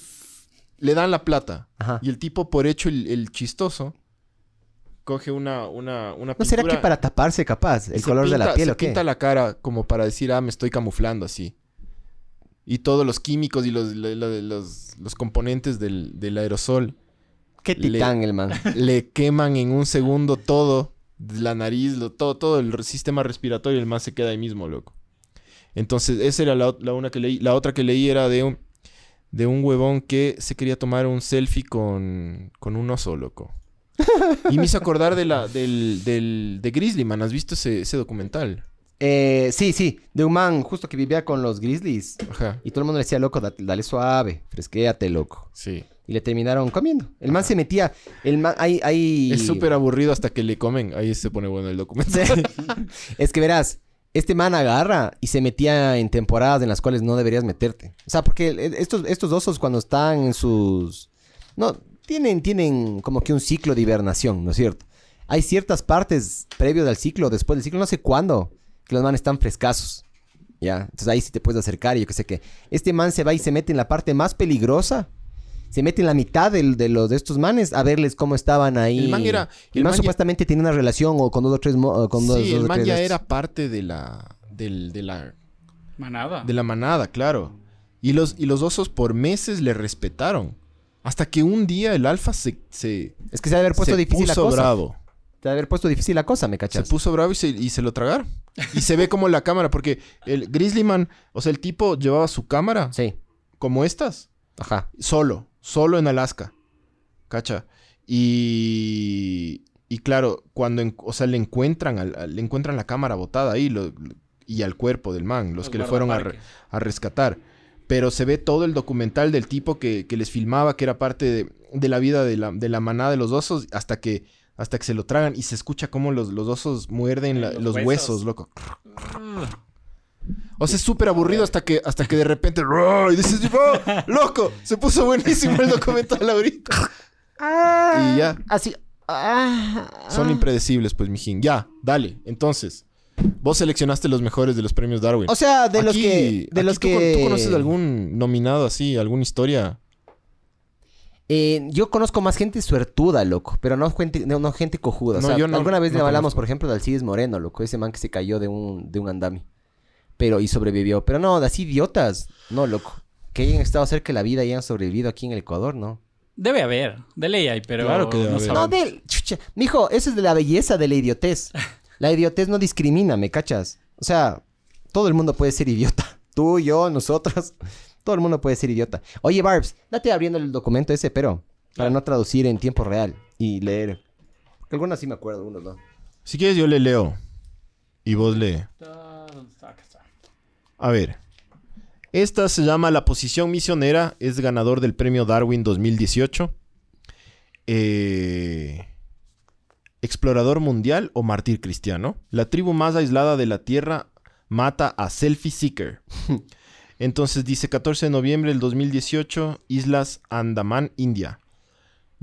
Speaker 1: Le dan la plata.
Speaker 2: Ajá.
Speaker 1: Y el tipo, por hecho el, el chistoso, coge una, una, una
Speaker 2: ¿No será que
Speaker 1: pintura-
Speaker 2: para taparse capaz el
Speaker 1: se
Speaker 2: color de la
Speaker 1: pinta-
Speaker 2: piel
Speaker 1: se
Speaker 2: o qué?
Speaker 1: pinta la cara como para decir, ah, me estoy camuflando así. Y todos los químicos y los, lo- lo- los- los componentes del, del aerosol
Speaker 2: Qué
Speaker 1: le-
Speaker 2: titán el man.
Speaker 1: le queman en un segundo todo, la nariz, lo- todo, todo el re- sistema respiratorio, el más se queda ahí mismo, loco. Entonces, esa era la, ot- la una que leí. La otra que leí era de un, de un huevón que se quería tomar un selfie con, con un oso, loco. Y me hizo acordar de la, del, del, de Grizzly Man. ¿Has visto ese, ese documental?
Speaker 2: Eh, sí, sí, de un man justo que vivía con los Grizzlies.
Speaker 1: Ajá.
Speaker 2: Y todo el mundo le decía, loco, date- dale, suave, fresquéate, loco.
Speaker 1: Sí.
Speaker 2: Y le terminaron comiendo. El man se metía. El man, hay, hay...
Speaker 1: Es súper aburrido hasta que le comen. Ahí se pone bueno el documento.
Speaker 2: es que verás, este man agarra y se metía en temporadas en las cuales no deberías meterte. O sea, porque el- el- estos, estos osos cuando están en sus... No, tienen, tienen como que un ciclo de hibernación, ¿no es cierto? Hay ciertas partes previos al ciclo, después del ciclo, no sé cuándo, que los manes están frescasos. Ya, entonces ahí sí te puedes acercar y yo qué sé qué. Este man se va y se mete en la parte más peligrosa. Se mete en la mitad del- de los de estos manes a verles cómo estaban ahí.
Speaker 1: El man era-
Speaker 2: El,
Speaker 1: el
Speaker 2: man,
Speaker 1: man ya-
Speaker 2: supuestamente tenía una relación o con dos o tres... mo- o con dos,
Speaker 1: sí,
Speaker 2: dos
Speaker 1: el
Speaker 2: o
Speaker 1: man
Speaker 2: tres
Speaker 1: ya
Speaker 2: de estos.
Speaker 1: era parte de la, del, de la
Speaker 3: Manada.
Speaker 1: De la manada, claro. Y los, y los osos por meses le respetaron. Hasta que un día el alfa se, se,
Speaker 2: Es que se ha de haber puesto
Speaker 1: se
Speaker 2: difícil la
Speaker 1: puso
Speaker 2: cosa.
Speaker 1: bravo.
Speaker 2: Se ha de haber puesto difícil la cosa, ¿me
Speaker 1: Se
Speaker 2: cachas?
Speaker 1: puso bravo y se, y se lo tragaron. Y se ve como la cámara, porque el Grizzly Man, o sea, el tipo llevaba su cámara
Speaker 2: Sí.
Speaker 1: como estas,
Speaker 2: Ajá.
Speaker 1: solo, solo en Alaska. ¿Cacha? Y, y claro, cuando, en- o sea, le encuentran, al- al- le encuentran la cámara botada ahí lo- y al cuerpo del man, los, que le fueron a, re-
Speaker 3: guardaparques.
Speaker 1: a rescatar. Pero se ve todo el documental del tipo que, que les filmaba, que era parte de, de la vida de la, de la manada de los osos, hasta que, hasta que se lo tragan y se escucha cómo los, los osos muerden la-
Speaker 3: Los
Speaker 1: los, huesos.
Speaker 3: huesos.
Speaker 1: loco. O sea, es súper aburrido hasta que, hasta que de repente... ¡roar! Y dices, "Oh, ¡Loco! Se puso buenísimo el documental ahorita. Y ya.
Speaker 2: Así. Ah,
Speaker 1: Son impredecibles, pues, mijín. Ya, dale. Entonces, vos seleccionaste los mejores de los premios Darwin.
Speaker 2: O sea, de los
Speaker 1: Aquí-
Speaker 2: que. De
Speaker 1: aquí
Speaker 2: los
Speaker 1: tú
Speaker 2: que.
Speaker 1: con- ¿Tú conoces algún nominado así, alguna historia?
Speaker 2: Eh, yo conozco más gente suertuda, loco. Pero no gente, no, no gente cojuda. O
Speaker 1: No,
Speaker 2: sea,
Speaker 1: yo no-
Speaker 2: alguna vez
Speaker 1: no
Speaker 2: le hablamos,
Speaker 1: conozco.
Speaker 2: por ejemplo, de Alcides Moreno, loco. Ese man que se cayó de un, de un andami. Pero, y sobrevivió. Pero no, de así idiotas. No, loco. Que hayan estado cerca de la vida y hayan sobrevivido aquí en el Ecuador, ¿no?
Speaker 3: Debe haber, de ley hay, pero
Speaker 1: Claro que debe
Speaker 3: no
Speaker 1: haber.
Speaker 3: sabemos.
Speaker 2: No, del. Chucha. Mijo, eso es de la belleza de la idiotez. La idiotez no discrimina, ¿me cachas? O sea, todo el mundo puede ser idiota. Tú, yo, nosotros. Todo el mundo puede ser idiota. Oye, Barbs, date abriendo el documento ese, pero para no traducir en tiempo real y leer. Porque algunos sí me acuerdo, algunos no.
Speaker 1: Si quieres, yo le leo. Y vos lee.
Speaker 3: Está- ¿dónde está? Acá está.
Speaker 1: A ver. Esta se llama La posición misionera. Es ganador del premio Darwin 2018. Eh, Explorador mundial o mártir cristiano. La tribu más aislada de la Tierra mata a Selfie Seeker. Entonces dice 14 de noviembre del 2018, Islas Andaman, India.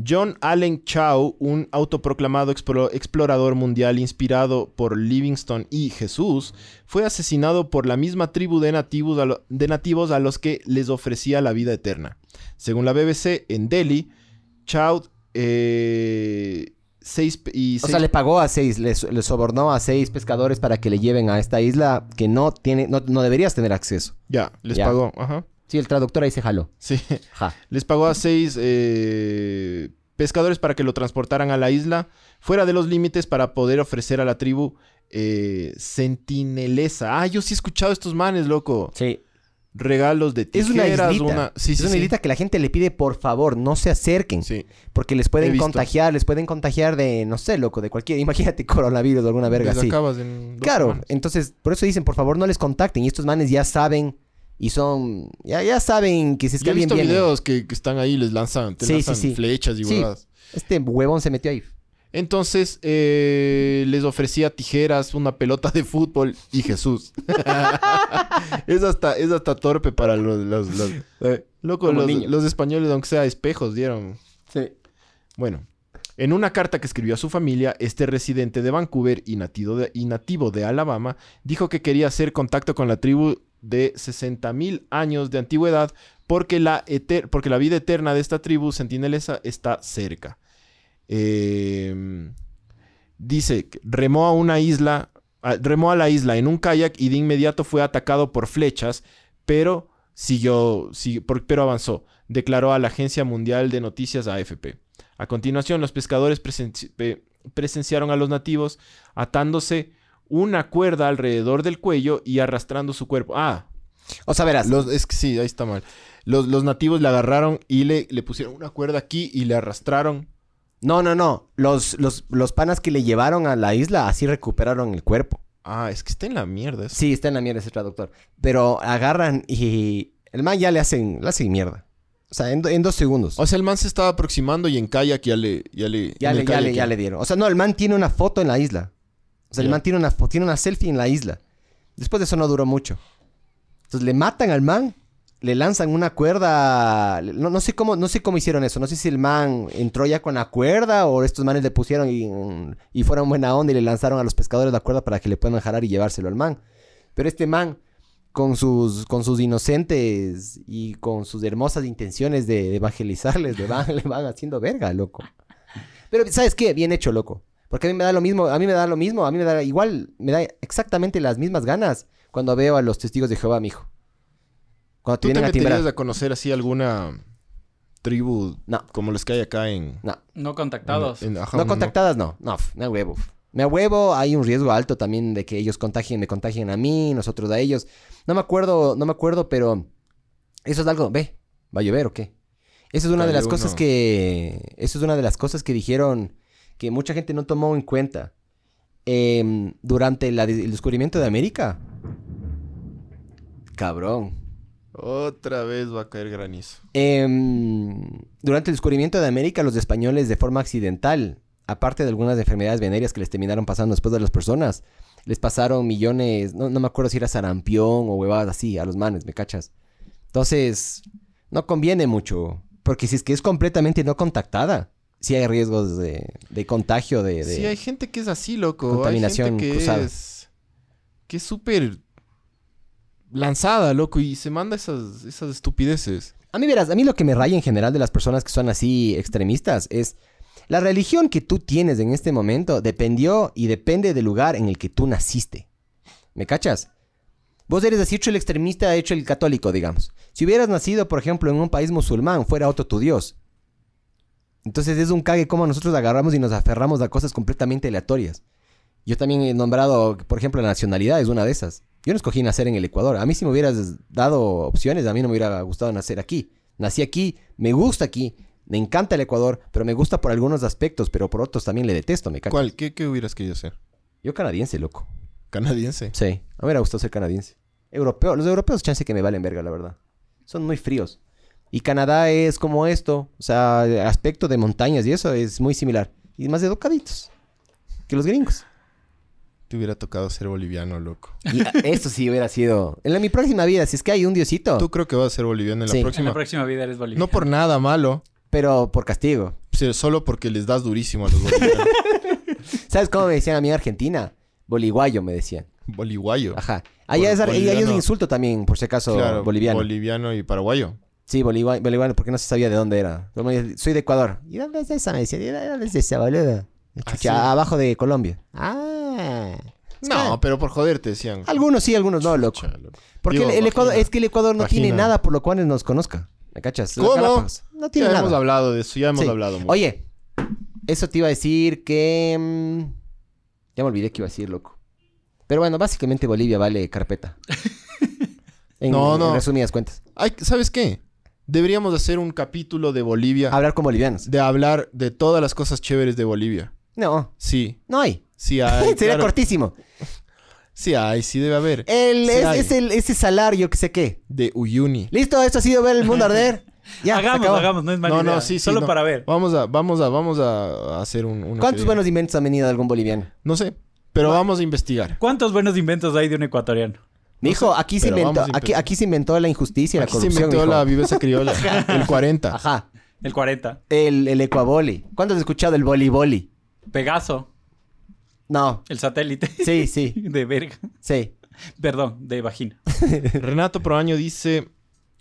Speaker 1: John Allen Chow, un autoproclamado explo- explorador mundial inspirado por Livingstone y Jesús, fue asesinado por la misma tribu de nativos, a lo- de nativos a los que les ofrecía la vida eterna. Según la BBC, en Delhi, Chow eh, seis pe- y
Speaker 2: O
Speaker 1: seis
Speaker 2: sea, le pagó a seis, le, so- le sobornó a seis pescadores para que le lleven a esta isla que no tiene, no, no deberías tener acceso.
Speaker 1: Ya, les
Speaker 2: Ya.
Speaker 1: pagó, ajá.
Speaker 2: Sí, el traductor ahí se jaló.
Speaker 1: Sí,
Speaker 2: Ja.
Speaker 1: les pagó a seis eh, pescadores para que lo transportaran a la isla, fuera de los límites para poder ofrecer a la tribu eh, sentinelesa. Ah, yo sí he escuchado a estos manes, loco.
Speaker 2: Sí,
Speaker 1: Regalos de
Speaker 2: Es
Speaker 1: tijeras,
Speaker 2: una islita.
Speaker 1: una- Sí,
Speaker 2: es
Speaker 1: sí,
Speaker 2: una
Speaker 1: sí.
Speaker 2: islita que la gente le pide por favor no se acerquen.
Speaker 1: Sí.
Speaker 2: Porque les
Speaker 1: He
Speaker 2: pueden
Speaker 1: visto.
Speaker 2: contagiar, les pueden contagiar de, no sé, loco, de cualquier. Imagínate coronavirus o alguna verga
Speaker 1: Les
Speaker 2: así.
Speaker 1: acabas en dos
Speaker 2: Claro,
Speaker 1: semanas.
Speaker 2: entonces por eso dicen, por favor no les contacten. Y estos manes ya saben y son. Ya, ya saben que si es que
Speaker 1: Yo he
Speaker 2: alguien
Speaker 1: visto
Speaker 2: viene.
Speaker 1: videos que, que están ahí, les lanzan, te
Speaker 2: Sí, sí,
Speaker 1: lanzan
Speaker 2: sí.
Speaker 1: flechas y
Speaker 2: Sí.
Speaker 1: huevadas.
Speaker 2: Este huevón se metió ahí.
Speaker 1: Entonces, eh, les ofrecía tijeras, una pelota de fútbol y Jesús. es, hasta, es hasta torpe para los... los- los- Loco,
Speaker 2: Como
Speaker 1: los,
Speaker 2: niño.
Speaker 1: los españoles, aunque sea espejos, dieron...
Speaker 2: Sí.
Speaker 1: Bueno, en una carta que escribió a su familia, este residente de Vancouver y, natido de- y nativo de Alabama dijo que quería hacer contacto con la tribu de 60.000 años de antigüedad porque la, eter- porque la vida eterna de esta tribu sentinelesa está cerca. Eh, dice, que remó a una isla, a- remó a la isla en un kayak y de inmediato fue atacado por flechas, pero siguió, sigui- por- pero avanzó, declaró a la Agencia Mundial de Noticias AFP. A continuación, los pescadores presenci- pe- presenciaron a los nativos atándose una cuerda alrededor del cuello y arrastrando su cuerpo. Ah,
Speaker 2: O sea, verás.
Speaker 1: los, es que sí, ahí está mal. Los, los nativos le agarraron y le, le pusieron una cuerda aquí y le arrastraron.
Speaker 2: No, no, no. Los, los, los panas que le llevaron a la isla así recuperaron el cuerpo.
Speaker 1: Ah, es que está en la mierda. eso.
Speaker 2: Sí, está en la mierda ese traductor. Pero agarran y el man ya le hacen, le hacen mierda. O sea, en, do- en dos segundos.
Speaker 1: O sea, el man se estaba aproximando y en kayak ya le... Ya le,
Speaker 2: ya,
Speaker 1: en
Speaker 2: le,
Speaker 1: el
Speaker 2: ya,
Speaker 1: kayak
Speaker 2: le, ya le dieron. O sea, no, el man tiene una foto en la isla. O sea, el
Speaker 1: Ya.
Speaker 2: man tiene una, fo- tiene una selfie en la isla. Después de eso no duró mucho. Entonces le matan al man, le lanzan una cuerda. le- No, no, sé cómo, no sé cómo hicieron eso. No sé si el man entró ya con la cuerda o estos manes le pusieron y, y fueron buena onda y le lanzaron a los pescadores la cuerda para que le puedan jalar y llevárselo al man. Pero este man, con sus, con sus inocentes y con sus hermosas intenciones de evangelizarles, le van, le van haciendo verga, loco. Pero ¿sabes qué? Bien hecho, loco. Porque a mí me da lo mismo, a mí me da lo mismo, a mí me da igual, me da exactamente las mismas ganas cuando veo a los testigos de Jehová, mijo. Cuando te
Speaker 1: ¿Tú te
Speaker 2: vienen a timbrar.
Speaker 1: meterías a conocer así alguna tribu
Speaker 2: No.
Speaker 1: como los que hay acá en...
Speaker 2: No,
Speaker 3: No contactados.
Speaker 1: en- ajá,
Speaker 2: no contactadas no, no, f- me huevo. Me huevo, hay un riesgo alto también de que ellos contagien, me contagien a mí, nosotros a ellos. No me acuerdo, no me acuerdo, pero eso es algo, ve, ¿va a llover o qué? Eso es una de
Speaker 1: Cayó
Speaker 2: las cosas
Speaker 1: uno.
Speaker 2: que, eso es una de las cosas que dijeron que mucha gente no tomó en cuenta. Em, durante la de- el descubrimiento de América. Cabrón.
Speaker 1: Otra vez va a caer granizo.
Speaker 2: Em, durante el descubrimiento de América, los españoles de forma accidental, aparte de algunas enfermedades venéreas que les terminaron pasando después de las personas, les pasaron millones, no, no me acuerdo si era sarampión o huevadas así, a los manes, ¿me cachas? Entonces, no conviene mucho, porque si es que es completamente no contactada, sí hay riesgos de, de contagio, de... de-
Speaker 1: Sí, hay gente que es así, loco.
Speaker 2: Contaminación
Speaker 1: hay gente que
Speaker 2: cruzada.
Speaker 1: es... Que es súper... Lanzada, loco. Y se manda esas, esas estupideces.
Speaker 2: A mí verás, a mí lo que me raya en general de las personas que son así extremistas es la religión que tú tienes en este momento dependió y depende del lugar en el que tú naciste. ¿Me cachas? Vos eres así hecho el extremista, hecho el católico, digamos. Si hubieras nacido, por ejemplo, en un país musulmán, fuera otro tu Dios. Entonces es un cague como nosotros agarramos y nos aferramos a cosas completamente aleatorias. Yo también he nombrado, por ejemplo, la nacionalidad es una de esas. Yo no escogí nacer en el Ecuador. A mí si me hubieras dado opciones, a mí no me hubiera gustado nacer aquí. Nací aquí, me gusta aquí, me encanta el Ecuador, pero me gusta por algunos aspectos, pero por otros también le detesto, me cago.
Speaker 1: ¿Cuál? ¿Qué, qué hubieras querido ser?
Speaker 2: Yo canadiense, loco.
Speaker 1: ¿Canadiense?
Speaker 2: Sí, a mí me hubiera gustado ser canadiense. Europeo, los europeos chance que me valen verga, la verdad. Son muy fríos. Y Canadá es como esto, o sea, el aspecto de montañas y eso es muy similar. Y más educaditos que los gringos.
Speaker 1: Te hubiera tocado ser boliviano, loco.
Speaker 2: Y a- esto sí hubiera sido... En la, mi próxima vida, si es que hay un diosito,
Speaker 1: Tú creo que vas a ser boliviano en
Speaker 2: Oh. Sí.
Speaker 1: la
Speaker 3: En
Speaker 1: próxima.
Speaker 3: la próxima vida eres boliviano.
Speaker 1: No por nada malo,
Speaker 2: pero por castigo.
Speaker 1: se- solo porque les das durísimo a los bolivianos.
Speaker 2: ¿Sabes cómo me decían a mí en Argentina? Boliguayo me decían.
Speaker 1: Boliguayo.
Speaker 2: Ajá. Allá, es,
Speaker 1: Bol-
Speaker 2: ahí- ahí es un
Speaker 1: boliviano.
Speaker 2: insulto también, por si acaso,
Speaker 1: Claro,
Speaker 2: boliviano.
Speaker 1: Boliviano y paraguayo.
Speaker 2: Sí, bolivia- boliviano, porque no se sabía de dónde era. Yo me- Soy de Ecuador. ¿Y dónde es esa? Me decía, ¿y dónde es esa, boludo?
Speaker 1: ¿Ah,
Speaker 2: Chucha,
Speaker 1: sí?
Speaker 2: abajo de Colombia. Ah.
Speaker 1: No, pero por joder te decían.
Speaker 2: Algunos sí, algunos no, loco.
Speaker 1: Chucha, loco.
Speaker 2: Porque
Speaker 1: Digo,
Speaker 2: el, el Ecuador,
Speaker 1: vagina.
Speaker 2: es que el Ecuador no tiene
Speaker 1: Vagina.
Speaker 2: nada por lo cual nos conozca. ¿Me cachas? Las
Speaker 1: ¿Cómo?
Speaker 2: Galápagos. No tiene
Speaker 1: ya
Speaker 2: nada.
Speaker 1: hemos hablado de eso, ya hemos
Speaker 2: Sí.
Speaker 1: hablado mucho.
Speaker 2: Oye, eso te iba a decir que... mm, Ya me olvidé que iba a decir, loco. Pero bueno, básicamente Bolivia vale carpeta. En-
Speaker 1: No, no.
Speaker 2: En resumidas cuentas.
Speaker 1: Ay, ¿Sabes qué? Deberíamos hacer un capítulo de Bolivia,
Speaker 2: Hablar con bolivianos.
Speaker 1: de hablar de todas las cosas chéveres de Bolivia.
Speaker 2: No,
Speaker 1: Sí,
Speaker 2: no hay.
Speaker 1: sí hay.
Speaker 2: Sería Eh.
Speaker 1: claro.
Speaker 2: cortísimo.
Speaker 1: Sí hay, sí debe haber.
Speaker 2: El,
Speaker 1: Sí
Speaker 2: es,
Speaker 1: hay.
Speaker 2: es el, ese salario que sé qué.
Speaker 1: De Uyuni.
Speaker 2: Listo, esto ha sido ver el mundo arder. Ya, se
Speaker 3: hagamos,
Speaker 2: acabó.
Speaker 3: hagamos, no es mala
Speaker 1: No, no,
Speaker 3: idea.
Speaker 1: sí, sí,
Speaker 3: Solo
Speaker 1: no.
Speaker 3: para ver.
Speaker 1: Vamos a, vamos a, vamos a hacer un... uno que
Speaker 2: ¿Cuántos
Speaker 1: diga-
Speaker 2: buenos inventos han venido de algún boliviano?
Speaker 1: No sé, pero vamos a investigar.
Speaker 3: ¿Cuántos buenos inventos hay de un ecuatoriano?
Speaker 2: Mijo, aquí se
Speaker 1: pero
Speaker 2: inventó,
Speaker 1: vamos a
Speaker 2: aquí,
Speaker 1: empezar.
Speaker 2: aquí se inventó la injusticia,
Speaker 1: Aquí
Speaker 2: la
Speaker 1: se
Speaker 2: corrupción.
Speaker 1: inventó
Speaker 2: mijo.
Speaker 1: la viveza criolla, el 40.
Speaker 2: Ajá.
Speaker 3: El 40.
Speaker 2: El, el ecuaboli. ¿Cuándo has escuchado el boliboli?
Speaker 3: Pegaso,
Speaker 2: No.
Speaker 3: el satélite.
Speaker 2: Sí, sí,
Speaker 3: De verga.
Speaker 2: sí.
Speaker 3: Perdón, de vagina.
Speaker 1: Renato Proaño dice: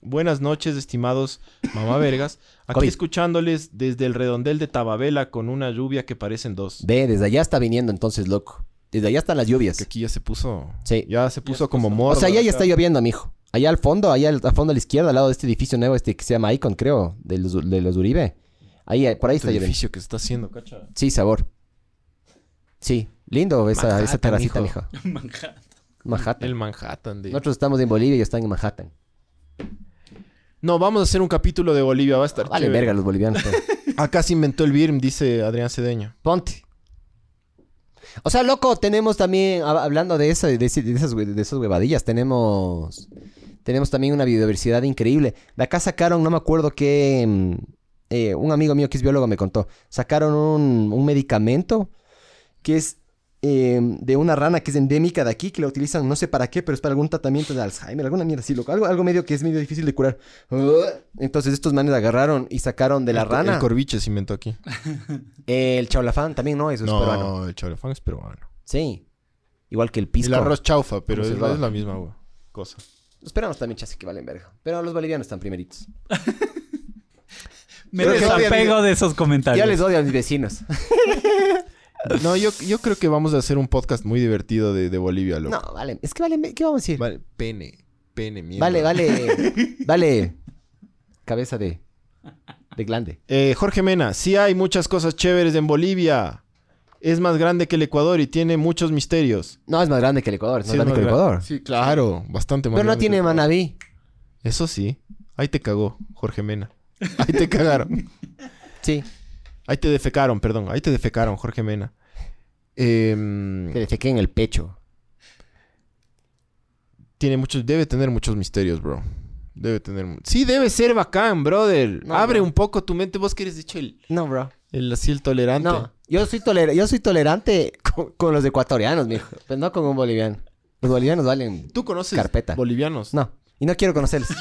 Speaker 1: Buenas noches, estimados mamá vergas. Aquí
Speaker 2: Covid.
Speaker 1: escuchándoles desde el redondel de Tababela con una lluvia que parecen dos.
Speaker 2: Ve, desde allá está viniendo entonces, loco. Desde allá están las lluvias.
Speaker 1: Que aquí ya se puso.
Speaker 2: Sí.
Speaker 1: Ya se puso
Speaker 3: se
Speaker 1: como
Speaker 3: puso.
Speaker 1: morro.
Speaker 2: O sea, allá ya
Speaker 1: acá.
Speaker 2: está lloviendo, mijo. Allá al fondo, allá al, al fondo a la izquierda, al lado de este edificio nuevo, este que se llama Icon, creo, de los, de los Uribe. Ahí, eh, por ahí está
Speaker 1: Este
Speaker 2: lloviendo.
Speaker 1: edificio que se está haciendo, cacha.
Speaker 2: Sí, sabor. Sí, lindo esa,
Speaker 1: Manhattan,
Speaker 2: esa terracita,
Speaker 1: mijo.
Speaker 2: mijo.
Speaker 3: Manhattan.
Speaker 2: Manhattan.
Speaker 1: El Manhattan de.
Speaker 2: Nosotros estamos en Bolivia y están en Manhattan.
Speaker 1: No, vamos a hacer un capítulo de Bolivia, va a estar.
Speaker 2: Vale,
Speaker 1: chévere.
Speaker 2: verga los bolivianos. pues.
Speaker 1: Acá se inventó el BIRM, dice Adrián Cedeño.
Speaker 2: Ponte. O sea, loco, tenemos también, hab- hablando de eso, de, ese- de esas, hue- de esas huevadillas, tenemos, tenemos también una biodiversidad increíble. De acá sacaron, no me acuerdo qué, mm, eh, un amigo mío que es biólogo me contó, sacaron un, un medicamento que es eh, de una rana que es endémica de aquí, que la utilizan no sé para qué, pero es para algún tratamiento de Alzheimer, alguna mierda así, loco. Algo, algo medio que es medio difícil de curar. Entonces estos manes agarraron y sacaron de la
Speaker 1: El-
Speaker 2: rana
Speaker 1: El corviche se inventó aquí.
Speaker 2: el chaulafán, también no, eso es
Speaker 1: no,
Speaker 2: peruano.
Speaker 1: el chaulafán es peruano.
Speaker 2: Sí. Igual que el pisco.
Speaker 1: El arroz chaufa, pero
Speaker 2: ¿Cómo
Speaker 1: es,
Speaker 2: se llama?
Speaker 1: es la misma agua. Cosa.
Speaker 2: Los peruanos también chase que valen verga. Pero los bolivianos están primeritos.
Speaker 3: Me
Speaker 1: Creo que
Speaker 3: desapego de esos comentarios.
Speaker 2: Ya les odio a mis vecinos.
Speaker 1: No, yo, yo creo que vamos a hacer un podcast muy divertido de, de Bolivia, loco.
Speaker 2: No, vale. Es que valen... ver- ¿Qué vamos a decir?
Speaker 1: Vale, pene. Pene, mierda.
Speaker 2: Vale, vale. vale. Cabeza de... De glande.
Speaker 1: Eh, Jorge Mena, sí hay muchas cosas chéveres en Bolivia. Es más grande que el Ecuador y tiene muchos misterios.
Speaker 2: No, es más grande que el Ecuador. Es más
Speaker 1: Sí, es
Speaker 2: grande
Speaker 1: más
Speaker 2: que el
Speaker 1: gran-
Speaker 2: Ecuador.
Speaker 1: Sí, claro, bastante más
Speaker 2: Pero no
Speaker 1: grande que el
Speaker 2: tiene
Speaker 1: Ecuador.
Speaker 2: Manaví.
Speaker 1: Eso sí. Ahí te cagó, Jorge Mena. Ahí te cagaron.
Speaker 2: Sí.
Speaker 1: Ahí te defecaron, perdón. Ahí te defecaron, Jorge Mena. Em,
Speaker 2: Te defequé en el pecho.
Speaker 1: tiene muchos, debe tener muchos misterios, bro. Debe tener. mu- Sí, debe ser bacán, brother.
Speaker 2: No,
Speaker 1: Abre
Speaker 2: bro.
Speaker 1: un poco tu mente. Vos que eres, de hecho, el,
Speaker 2: No, bro.
Speaker 1: el así el tolerante.
Speaker 2: No. Yo soy, toler- yo soy tolerante con, con los ecuatorianos, mijo. Pero no con un boliviano. Los bolivianos valen...
Speaker 1: ¿Tú conoces
Speaker 2: Carpeta.
Speaker 1: bolivianos?
Speaker 2: No, y no quiero conocerlos.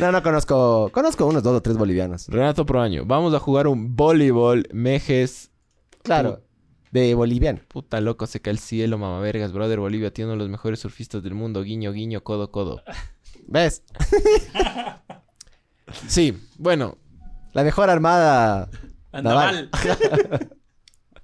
Speaker 2: no, no conozco. Conozco unos dos o tres bolivianos.
Speaker 1: Renato Proaño, vamos a jugar un voleibol, mejes.
Speaker 2: Claro. De boliviano.
Speaker 1: Puta loco, se cae el cielo, mamá vergas, brother. Bolivia tiene uno de los mejores surfistas del mundo. Guiño, guiño, codo, codo.
Speaker 2: ¿Ves?
Speaker 1: Sí, bueno,
Speaker 2: La mejor armada.
Speaker 3: Anda
Speaker 2: Naval.
Speaker 3: mal.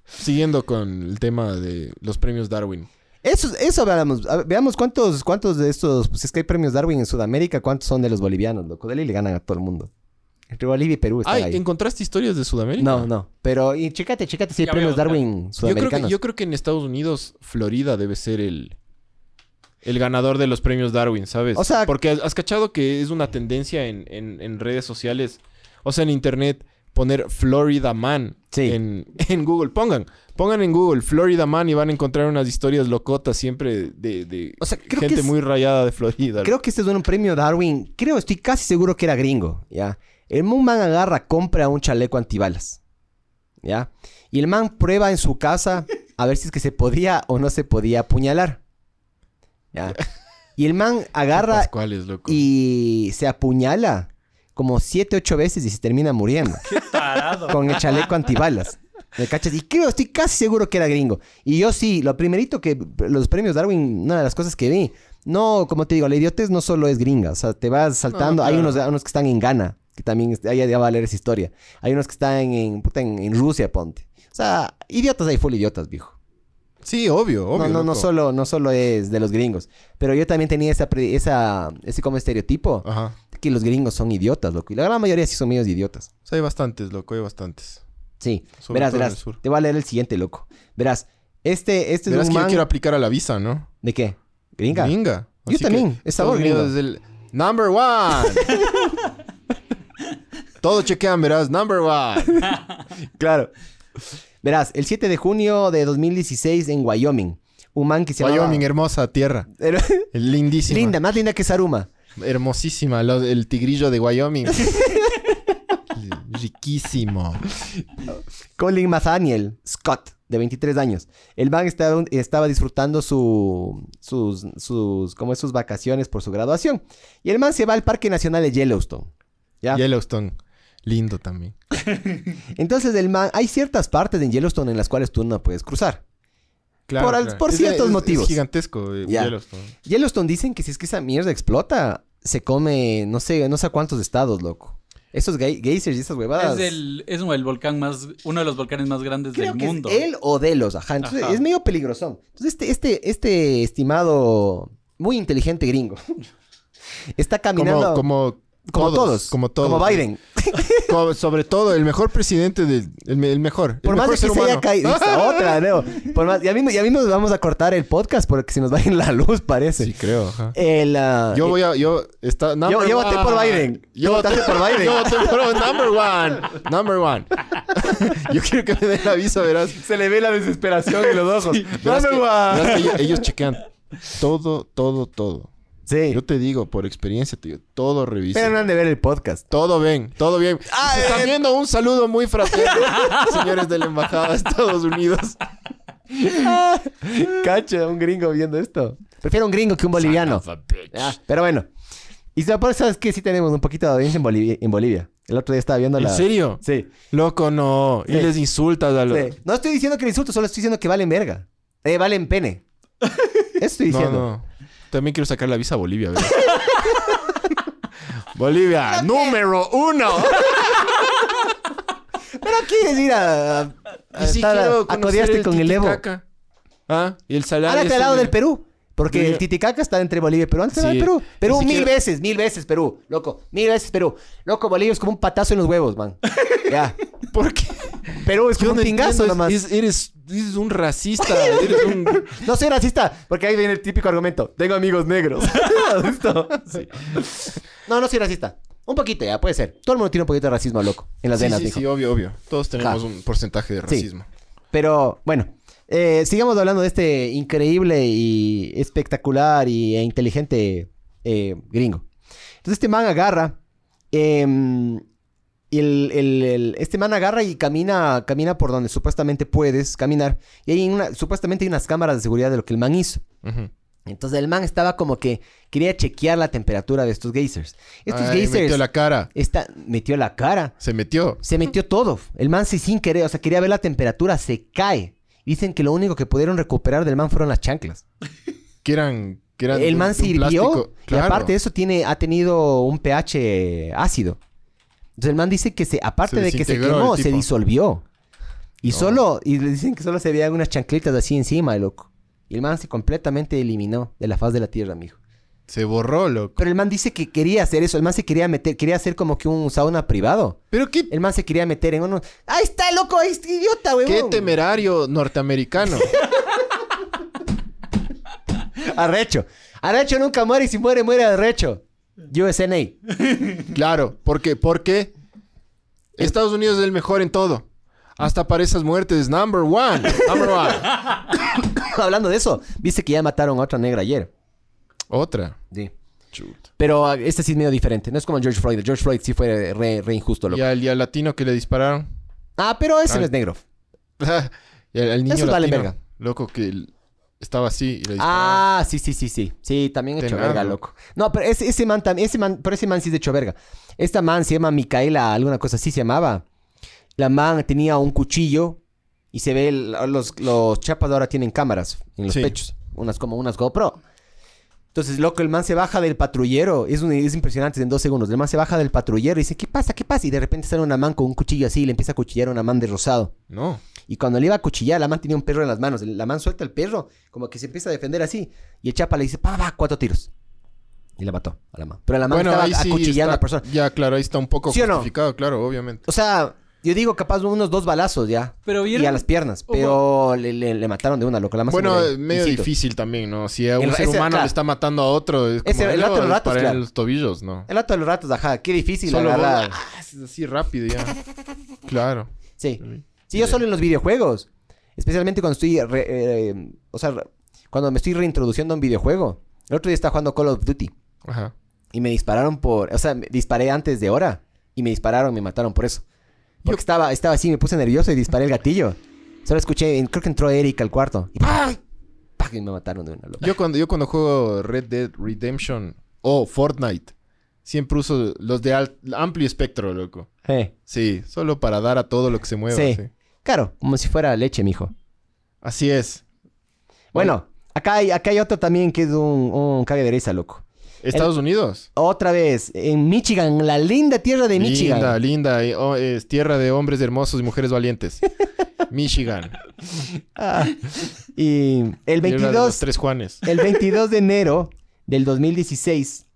Speaker 1: siguiendo con el tema de los premios Darwin.
Speaker 2: Eso, eso veamos. A ver, Veamos cuántos, cuántos de estos. pues, si es que hay premios Darwin en Sudamérica, cuántos son de los bolivianos, loco. De ley le ganan a todo el mundo. Entre Bolivia y Perú están
Speaker 1: Ay,
Speaker 2: Pues ahí.
Speaker 1: ¿encontraste historias de Sudamérica?
Speaker 2: No, no. Pero, y chécate, chécate si hay
Speaker 3: Ya voy a
Speaker 2: premios
Speaker 3: buscar.
Speaker 2: Darwin
Speaker 1: Yo creo,
Speaker 2: sudamericanos.
Speaker 1: que, yo creo que en Estados Unidos, Florida debe ser el, el ganador de los premios Darwin, ¿sabes?
Speaker 2: O sea-
Speaker 1: Porque has, has cachado que es una tendencia en, en- en redes sociales, o sea, en internet, poner Florida Man
Speaker 2: Sí.
Speaker 1: en, en Google. Pongan, pongan en Google Florida Man y van a encontrar unas historias locotas siempre de, de
Speaker 2: O sea, creo que
Speaker 1: gente
Speaker 2: es-
Speaker 1: muy rayada de Florida.
Speaker 2: Creo que este es un premio Darwin. Creo, estoy casi seguro que era gringo, ¿ya? El Moon Man agarra, compra un chaleco antibalas, ¿ya? Y el man prueba en su casa a ver si es que se podía o no se podía apuñalar, ¿ya? Y el man agarra
Speaker 1: Pascual es loco.
Speaker 2: y se apuñala como siete, ocho veces y se termina muriendo
Speaker 3: Parado.
Speaker 2: con el chaleco antibalas. ¿Me cachas? Y creo, estoy casi seguro que era gringo. Y yo sí, lo primerito que los premios Darwin, una de las cosas que vi, no, como te digo, la idiotez no solo es gringa, o sea, te vas saltando,
Speaker 1: No,
Speaker 2: hay
Speaker 1: claro.
Speaker 2: unos, unos que están en Ghana, que también, es- ahí ya va a leer esa historia, hay unos que están en, puta, en, en Rusia, ponte. O sea, idiotas hay full idiotas, viejo.
Speaker 1: Sí, obvio,
Speaker 2: no,
Speaker 1: obvio.
Speaker 2: no, no
Speaker 1: loco.
Speaker 2: solo, no solo es de los gringos. Pero yo también tenía esa, pre- esa, ese como estereotipo
Speaker 1: Ajá.
Speaker 2: que los gringos son idiotas, loco. Y la gran mayoría sí son medios idiotas.
Speaker 1: O sea, hay bastantes, loco, hay bastantes.
Speaker 2: Sí,
Speaker 1: Sobre
Speaker 2: verás,
Speaker 1: todo en el
Speaker 2: verás.
Speaker 1: sur.
Speaker 2: Te voy a leer el siguiente, loco. Verás, este, este
Speaker 1: Verás
Speaker 2: es
Speaker 1: que
Speaker 2: un
Speaker 1: yo
Speaker 2: man...
Speaker 1: quiero aplicar a la visa, ¿no?
Speaker 2: ¿De qué? ¿Gringa?
Speaker 1: Gringa.
Speaker 2: Yo también,
Speaker 1: que
Speaker 2: es sabor
Speaker 1: Estados Unidos es el number one. Todo chequean, verás, number one.
Speaker 2: Claro. Verás, el 7 de junio de 2016 en Wyoming. Un man que se llamaba-
Speaker 1: Wyoming, eh, hermosa tierra.
Speaker 2: Era-
Speaker 1: Lindísima.
Speaker 2: linda, más linda que Saruma.
Speaker 1: Hermosísima. lo- el tigrillo de Wyoming. Riquísimo.
Speaker 2: Colin Nathaniel Scott, de 23 años. El man estaba, estaba disfrutando su, sus, sus, como es, sus vacaciones por su graduación. Y el man se va al Parque Nacional de Yellowstone. ¿Ya?
Speaker 1: Yellowstone. Lindo también.
Speaker 2: Entonces, el man, hay ciertas partes en Yellowstone en las cuales tú no puedes cruzar. Por al- por
Speaker 1: Es-
Speaker 2: ciertos
Speaker 1: es-
Speaker 2: motivos.
Speaker 1: Es gigantesco eh,
Speaker 2: Ya.
Speaker 1: Yellowstone.
Speaker 2: Yellowstone dicen que si es que esa mierda explota, se come, no sé, no sé a cuántos estados, loco. Esos ge- geysers y esas huevadas.
Speaker 3: Es, el, es un- el volcán más, uno de los volcanes más grandes
Speaker 2: creo
Speaker 3: del
Speaker 2: que
Speaker 3: mundo.
Speaker 2: es él o de los, ajá. Entonces,
Speaker 3: Ajá.
Speaker 2: es medio peligrosón. Entonces, este, este, este estimado, muy inteligente gringo, está
Speaker 1: Como,
Speaker 2: caminando como,
Speaker 1: como,
Speaker 2: todos,
Speaker 1: Como todos.
Speaker 2: Como Biden.
Speaker 1: Co- sobre todo, el mejor presidente del... El, me- el mejor. el
Speaker 2: Por más
Speaker 1: mejor
Speaker 2: de que
Speaker 1: ser
Speaker 2: se haya
Speaker 1: humano. Ah,
Speaker 2: caído. Otra, Leo. Por más, ya, mismo, ya mismo vamos a cortar el podcast porque se nos va a ir la luz, parece.
Speaker 1: Sí, creo. Ajá.
Speaker 2: El, ah,
Speaker 1: Yo voy a. Yo, está, number
Speaker 2: yo voté por
Speaker 1: one.
Speaker 2: Biden.
Speaker 1: Yo
Speaker 2: Tú votaste por Biden.
Speaker 1: Yo voté por number one. Number one. Yo quiero que me den la visa, verás.
Speaker 2: Se le ve la desesperación en los ojos.
Speaker 1: Verás
Speaker 2: ¡Dame,
Speaker 1: que-
Speaker 2: guau!
Speaker 1: verás que ellos, ellos chequean todo, todo, todo.
Speaker 2: Sí.
Speaker 1: Yo te digo, por experiencia, te digo, todo
Speaker 2: Pero
Speaker 1: revisan.
Speaker 2: no han de ver el podcast.
Speaker 1: Todo bien, todo bien. Y
Speaker 2: Ah,
Speaker 1: se
Speaker 2: eh,
Speaker 1: están viendo un saludo muy fraterno, señores de la Embajada de Estados Unidos.
Speaker 2: Cacha, un gringo viendo esto.
Speaker 4: Prefiero un gringo que un boliviano.
Speaker 2: Ah, pero bueno. Y se por eso es que sí tenemos un poquito de audiencia en, Bolivia, en Bolivia. El otro día estaba viendo
Speaker 1: ¿En
Speaker 2: la...
Speaker 1: serio?
Speaker 2: Sí.
Speaker 1: Loco, no. Y
Speaker 2: Sí.
Speaker 1: les insultas a los...
Speaker 2: sí. No estoy diciendo que le insulto, solo estoy diciendo que valen verga. Eh, valen pene. Eso estoy
Speaker 1: No,
Speaker 2: diciendo.
Speaker 1: no. También quiero sacar la visa a Bolivia, ¿verdad? Bolivia, número uno.
Speaker 2: Pero quieres ir a... a- a
Speaker 1: Y si
Speaker 2: estar a-
Speaker 1: quiero
Speaker 2: a
Speaker 1: conocer
Speaker 2: codearte
Speaker 1: el
Speaker 2: Ah, con el Evo.
Speaker 1: Titicaca. Ah, y el salario.
Speaker 2: Hágate
Speaker 1: es
Speaker 2: al lado
Speaker 1: el-
Speaker 2: del Perú. Porque
Speaker 1: Yo-
Speaker 2: el Titicaca está entre Bolivia y Perú. Antes estaba
Speaker 1: Sí.
Speaker 2: el Perú. Perú
Speaker 1: Ni
Speaker 2: mil
Speaker 1: siquiera-
Speaker 2: veces, mil veces Perú. Loco, mil veces Perú. Loco, Bolivia es como un patazo en los huevos, man. Ya.
Speaker 1: ¿Por qué?
Speaker 2: Perú es como
Speaker 1: Yo
Speaker 2: un
Speaker 1: no
Speaker 2: pingazo
Speaker 1: entiendo,
Speaker 2: nomás.
Speaker 1: es- eres, eres un racista. Eres un...
Speaker 2: No soy racista, porque ahí viene el típico argumento. Tengo amigos negros. ¿Listo? No, no soy racista. Un poquito, ya, puede ser. Todo el mundo tiene un poquito de racismo, loco. En las
Speaker 1: Sí,
Speaker 2: venas,
Speaker 1: sí,
Speaker 2: mijo.
Speaker 1: sí, obvio, obvio. Todos tenemos
Speaker 2: Ja.
Speaker 1: un porcentaje de
Speaker 2: Sí.
Speaker 1: racismo.
Speaker 2: Pero bueno, eh, sigamos hablando de este increíble y espectacular y, e inteligente eh, gringo. Entonces este man agarra. eh, y el, el- el- este man agarra y camina, camina por donde supuestamente puedes caminar. Y hay una, supuestamente hay unas cámaras de seguridad de lo que el man hizo.
Speaker 1: Ujú.
Speaker 2: Entonces el man estaba como que quería chequear la temperatura de estos geysers. Estos
Speaker 1: Ay,
Speaker 2: geysers
Speaker 1: metió la cara.
Speaker 2: está- metió la cara.
Speaker 1: Se metió.
Speaker 2: Se metió todo. El man sí sin querer, o sea, quería ver la temperatura, se cae. Dicen que lo único que pudieron recuperar del man fueron las chanclas.
Speaker 1: Que eran... Que eran
Speaker 2: El man
Speaker 1: un- un
Speaker 2: sirvió
Speaker 1: plástico. Claro.
Speaker 2: y aparte de eso tiene, ha tenido un pH ácido. Entonces el man dice que se, aparte
Speaker 1: Se
Speaker 2: de que se
Speaker 1: desintegró el
Speaker 2: quemó, se
Speaker 1: tipo.
Speaker 2: disolvió. Y
Speaker 1: No.
Speaker 2: solo, y le dicen que solo se veían unas chanclitas así encima, loco. Y el man se completamente eliminó de la faz de la tierra, mijo.
Speaker 1: Se borró, loco.
Speaker 2: Pero el man dice que quería hacer eso. El man se quería meter, quería hacer como que un sauna privado.
Speaker 1: Pero qué,
Speaker 2: El man se quería meter en uno. ¡Ahí está, loco! ¡Ahí está, idiota, weón!
Speaker 1: qué temerario norteamericano.
Speaker 2: Arrecho. Arrecho nunca muere y si muere, muere arrecho. USNA.
Speaker 1: Claro, porque, porque Estados Unidos es el mejor en todo. Hasta para esas muertes, number one. Number one.
Speaker 2: Hablando de eso, viste que ya mataron a otra negra ayer.
Speaker 1: Otra.
Speaker 2: Sí. Pero ah, este sí es medio diferente. No es como George Floyd. El George Floyd sí fue re, re injusto,
Speaker 1: Y
Speaker 2: loco.
Speaker 1: al, y al latino que le dispararon.
Speaker 2: Ah, pero ese
Speaker 1: Ah.
Speaker 2: no es negro.
Speaker 1: y al, al niño
Speaker 2: Esos
Speaker 1: latino.
Speaker 2: valen verga.
Speaker 1: Loco que l- estaba así y le dispararon.
Speaker 2: Ah, sí, sí, sí, sí. Sí, también hecho
Speaker 1: Tenaz,
Speaker 2: verga,
Speaker 1: ¿no?
Speaker 2: loco. No, pero ese, ese man también, ese man, pero ese man sí es hecho verga. Esta man se llama Micaela, alguna cosa así se llamaba. La man tenía un cuchillo y se ve, el- los, los chapas de ahora tienen cámaras en los
Speaker 1: Sí.
Speaker 2: pechos. Unas como unas GoPro. Entonces, loco, el man se baja del patrullero. Es, un- es impresionante, en dos segundos. El man se baja del patrullero y dice, ¿qué pasa? ¿Qué pasa? Y de repente sale una man con un cuchillo así y le empieza a cuchillar a una man de rosado.
Speaker 1: No.
Speaker 2: Y cuando le iba a cuchillar, la man tenía un perro en las manos. La man suelta el perro, como que se empieza a defender así. Y el chapa le dice, pa, pa, cuatro tiros. Y la mató a la man. Pero la man
Speaker 1: Bueno,
Speaker 2: estaba
Speaker 1: ahí sí
Speaker 2: acuchillando
Speaker 1: está-
Speaker 2: a la persona.
Speaker 1: Ya, claro, ahí está un poco
Speaker 2: ¿Sí o no?
Speaker 1: justificado, claro, obviamente.
Speaker 2: O sea, yo digo capaz unos dos balazos ya.
Speaker 3: Pero
Speaker 2: Y
Speaker 3: vieron.
Speaker 2: a las piernas. Pero le, le- le mataron de una, loco. La man se
Speaker 1: Bueno,
Speaker 2: murió
Speaker 1: eh,
Speaker 2: ahí,
Speaker 1: medio
Speaker 2: insisto.
Speaker 1: difícil también, ¿no? Si a un
Speaker 2: El-
Speaker 1: ser
Speaker 2: ese-
Speaker 1: humano
Speaker 2: claro.
Speaker 1: le está matando a otro, es como,
Speaker 2: Ese- el
Speaker 1: le
Speaker 2: otro
Speaker 1: voy a
Speaker 2: rato,
Speaker 1: disparar en
Speaker 2: claro.
Speaker 1: los tobillos, ¿no?
Speaker 2: El otro de los ratos, ajá. Qué difícil
Speaker 1: Solo
Speaker 2: agarrar.
Speaker 1: vos- ah, es así rápido ya. Claro.
Speaker 2: Sí. Sí, yo solo en los videojuegos. Especialmente cuando estoy... re- eh, o sea, re- cuando me estoy reintroduciendo a un videojuego. El otro día estaba jugando Call of Duty.
Speaker 1: Ajá.
Speaker 2: Y me dispararon por... O sea, me disparé antes de hora. Y me dispararon, me mataron por eso. Porque estaba, estaba así, me puse nervioso y disparé el gatillo. Solo escuché, en- creo que entró Eric al cuarto. Y ¡pah! ¡pah! Y me mataron de una loca.
Speaker 1: Yo cuando, yo cuando juego Red Dead Redemption o Fortnite, siempre uso los de al- amplio espectro, loco.
Speaker 2: Eh,
Speaker 1: Sí, solo para dar a todo lo que se mueva.
Speaker 2: Sí.
Speaker 1: sí.
Speaker 2: claro, como si fuera leche, mijo.
Speaker 1: Así es.
Speaker 2: Bueno, acá hay, acá hay otro también que es un, un cague de risa, loco.
Speaker 1: Oh, Estados Unidos.
Speaker 2: Otra vez, en Michigan, la linda tierra de Michigan.
Speaker 1: Linda, linda. eh, oh, es tierra de hombres hermosos y mujeres valientes. Michigan.
Speaker 2: Ah, y el
Speaker 1: Tierra de los
Speaker 2: 22
Speaker 1: tres Juanes.
Speaker 2: el 22 de enero del 2016,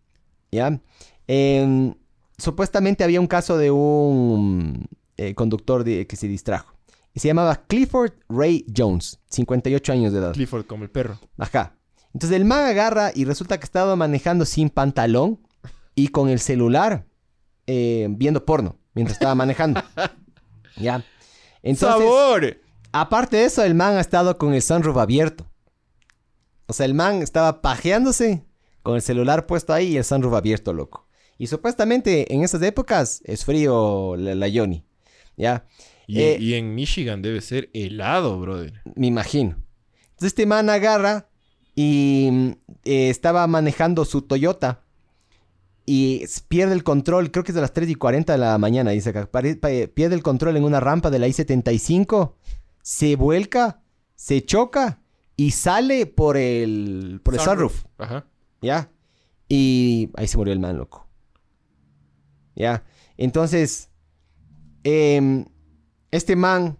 Speaker 2: ¿ya? Em, supuestamente había un caso de un eh, conductor de- que se distrajo. Se llamaba Clifford Ray Jones, 58 años de edad.
Speaker 1: Clifford como el perro.
Speaker 2: Ajá. Entonces el man agarra y resulta que estaba manejando sin pantalón y con el celular eh, viendo porno mientras estaba manejando. ya. Entonces,
Speaker 1: ¡Sabor!
Speaker 2: aparte de eso, el man ha estado con el sunroof abierto. O sea, el man estaba pajeándose con el celular puesto ahí y el sunroof abierto, loco. Y supuestamente en esas épocas es frío la, la Johnny. ¿Ya?
Speaker 1: Y,
Speaker 2: Eh,
Speaker 1: y en Michigan debe ser helado, brother.
Speaker 2: Me imagino. Entonces este man agarra y mm, eh, estaba manejando su Toyota y s- pierde el control, creo que es de las 3 y 40 de la mañana, dice acá. Pare- pa- eh, Pierde el control en una rampa de la I-75, se vuelca, se choca y sale por el, por el
Speaker 1: Sunroof.
Speaker 2: sunroof.
Speaker 1: Ajá.
Speaker 2: ¿Ya? Y ahí se murió el man, loco. ¿Ya? Entonces, em, este man...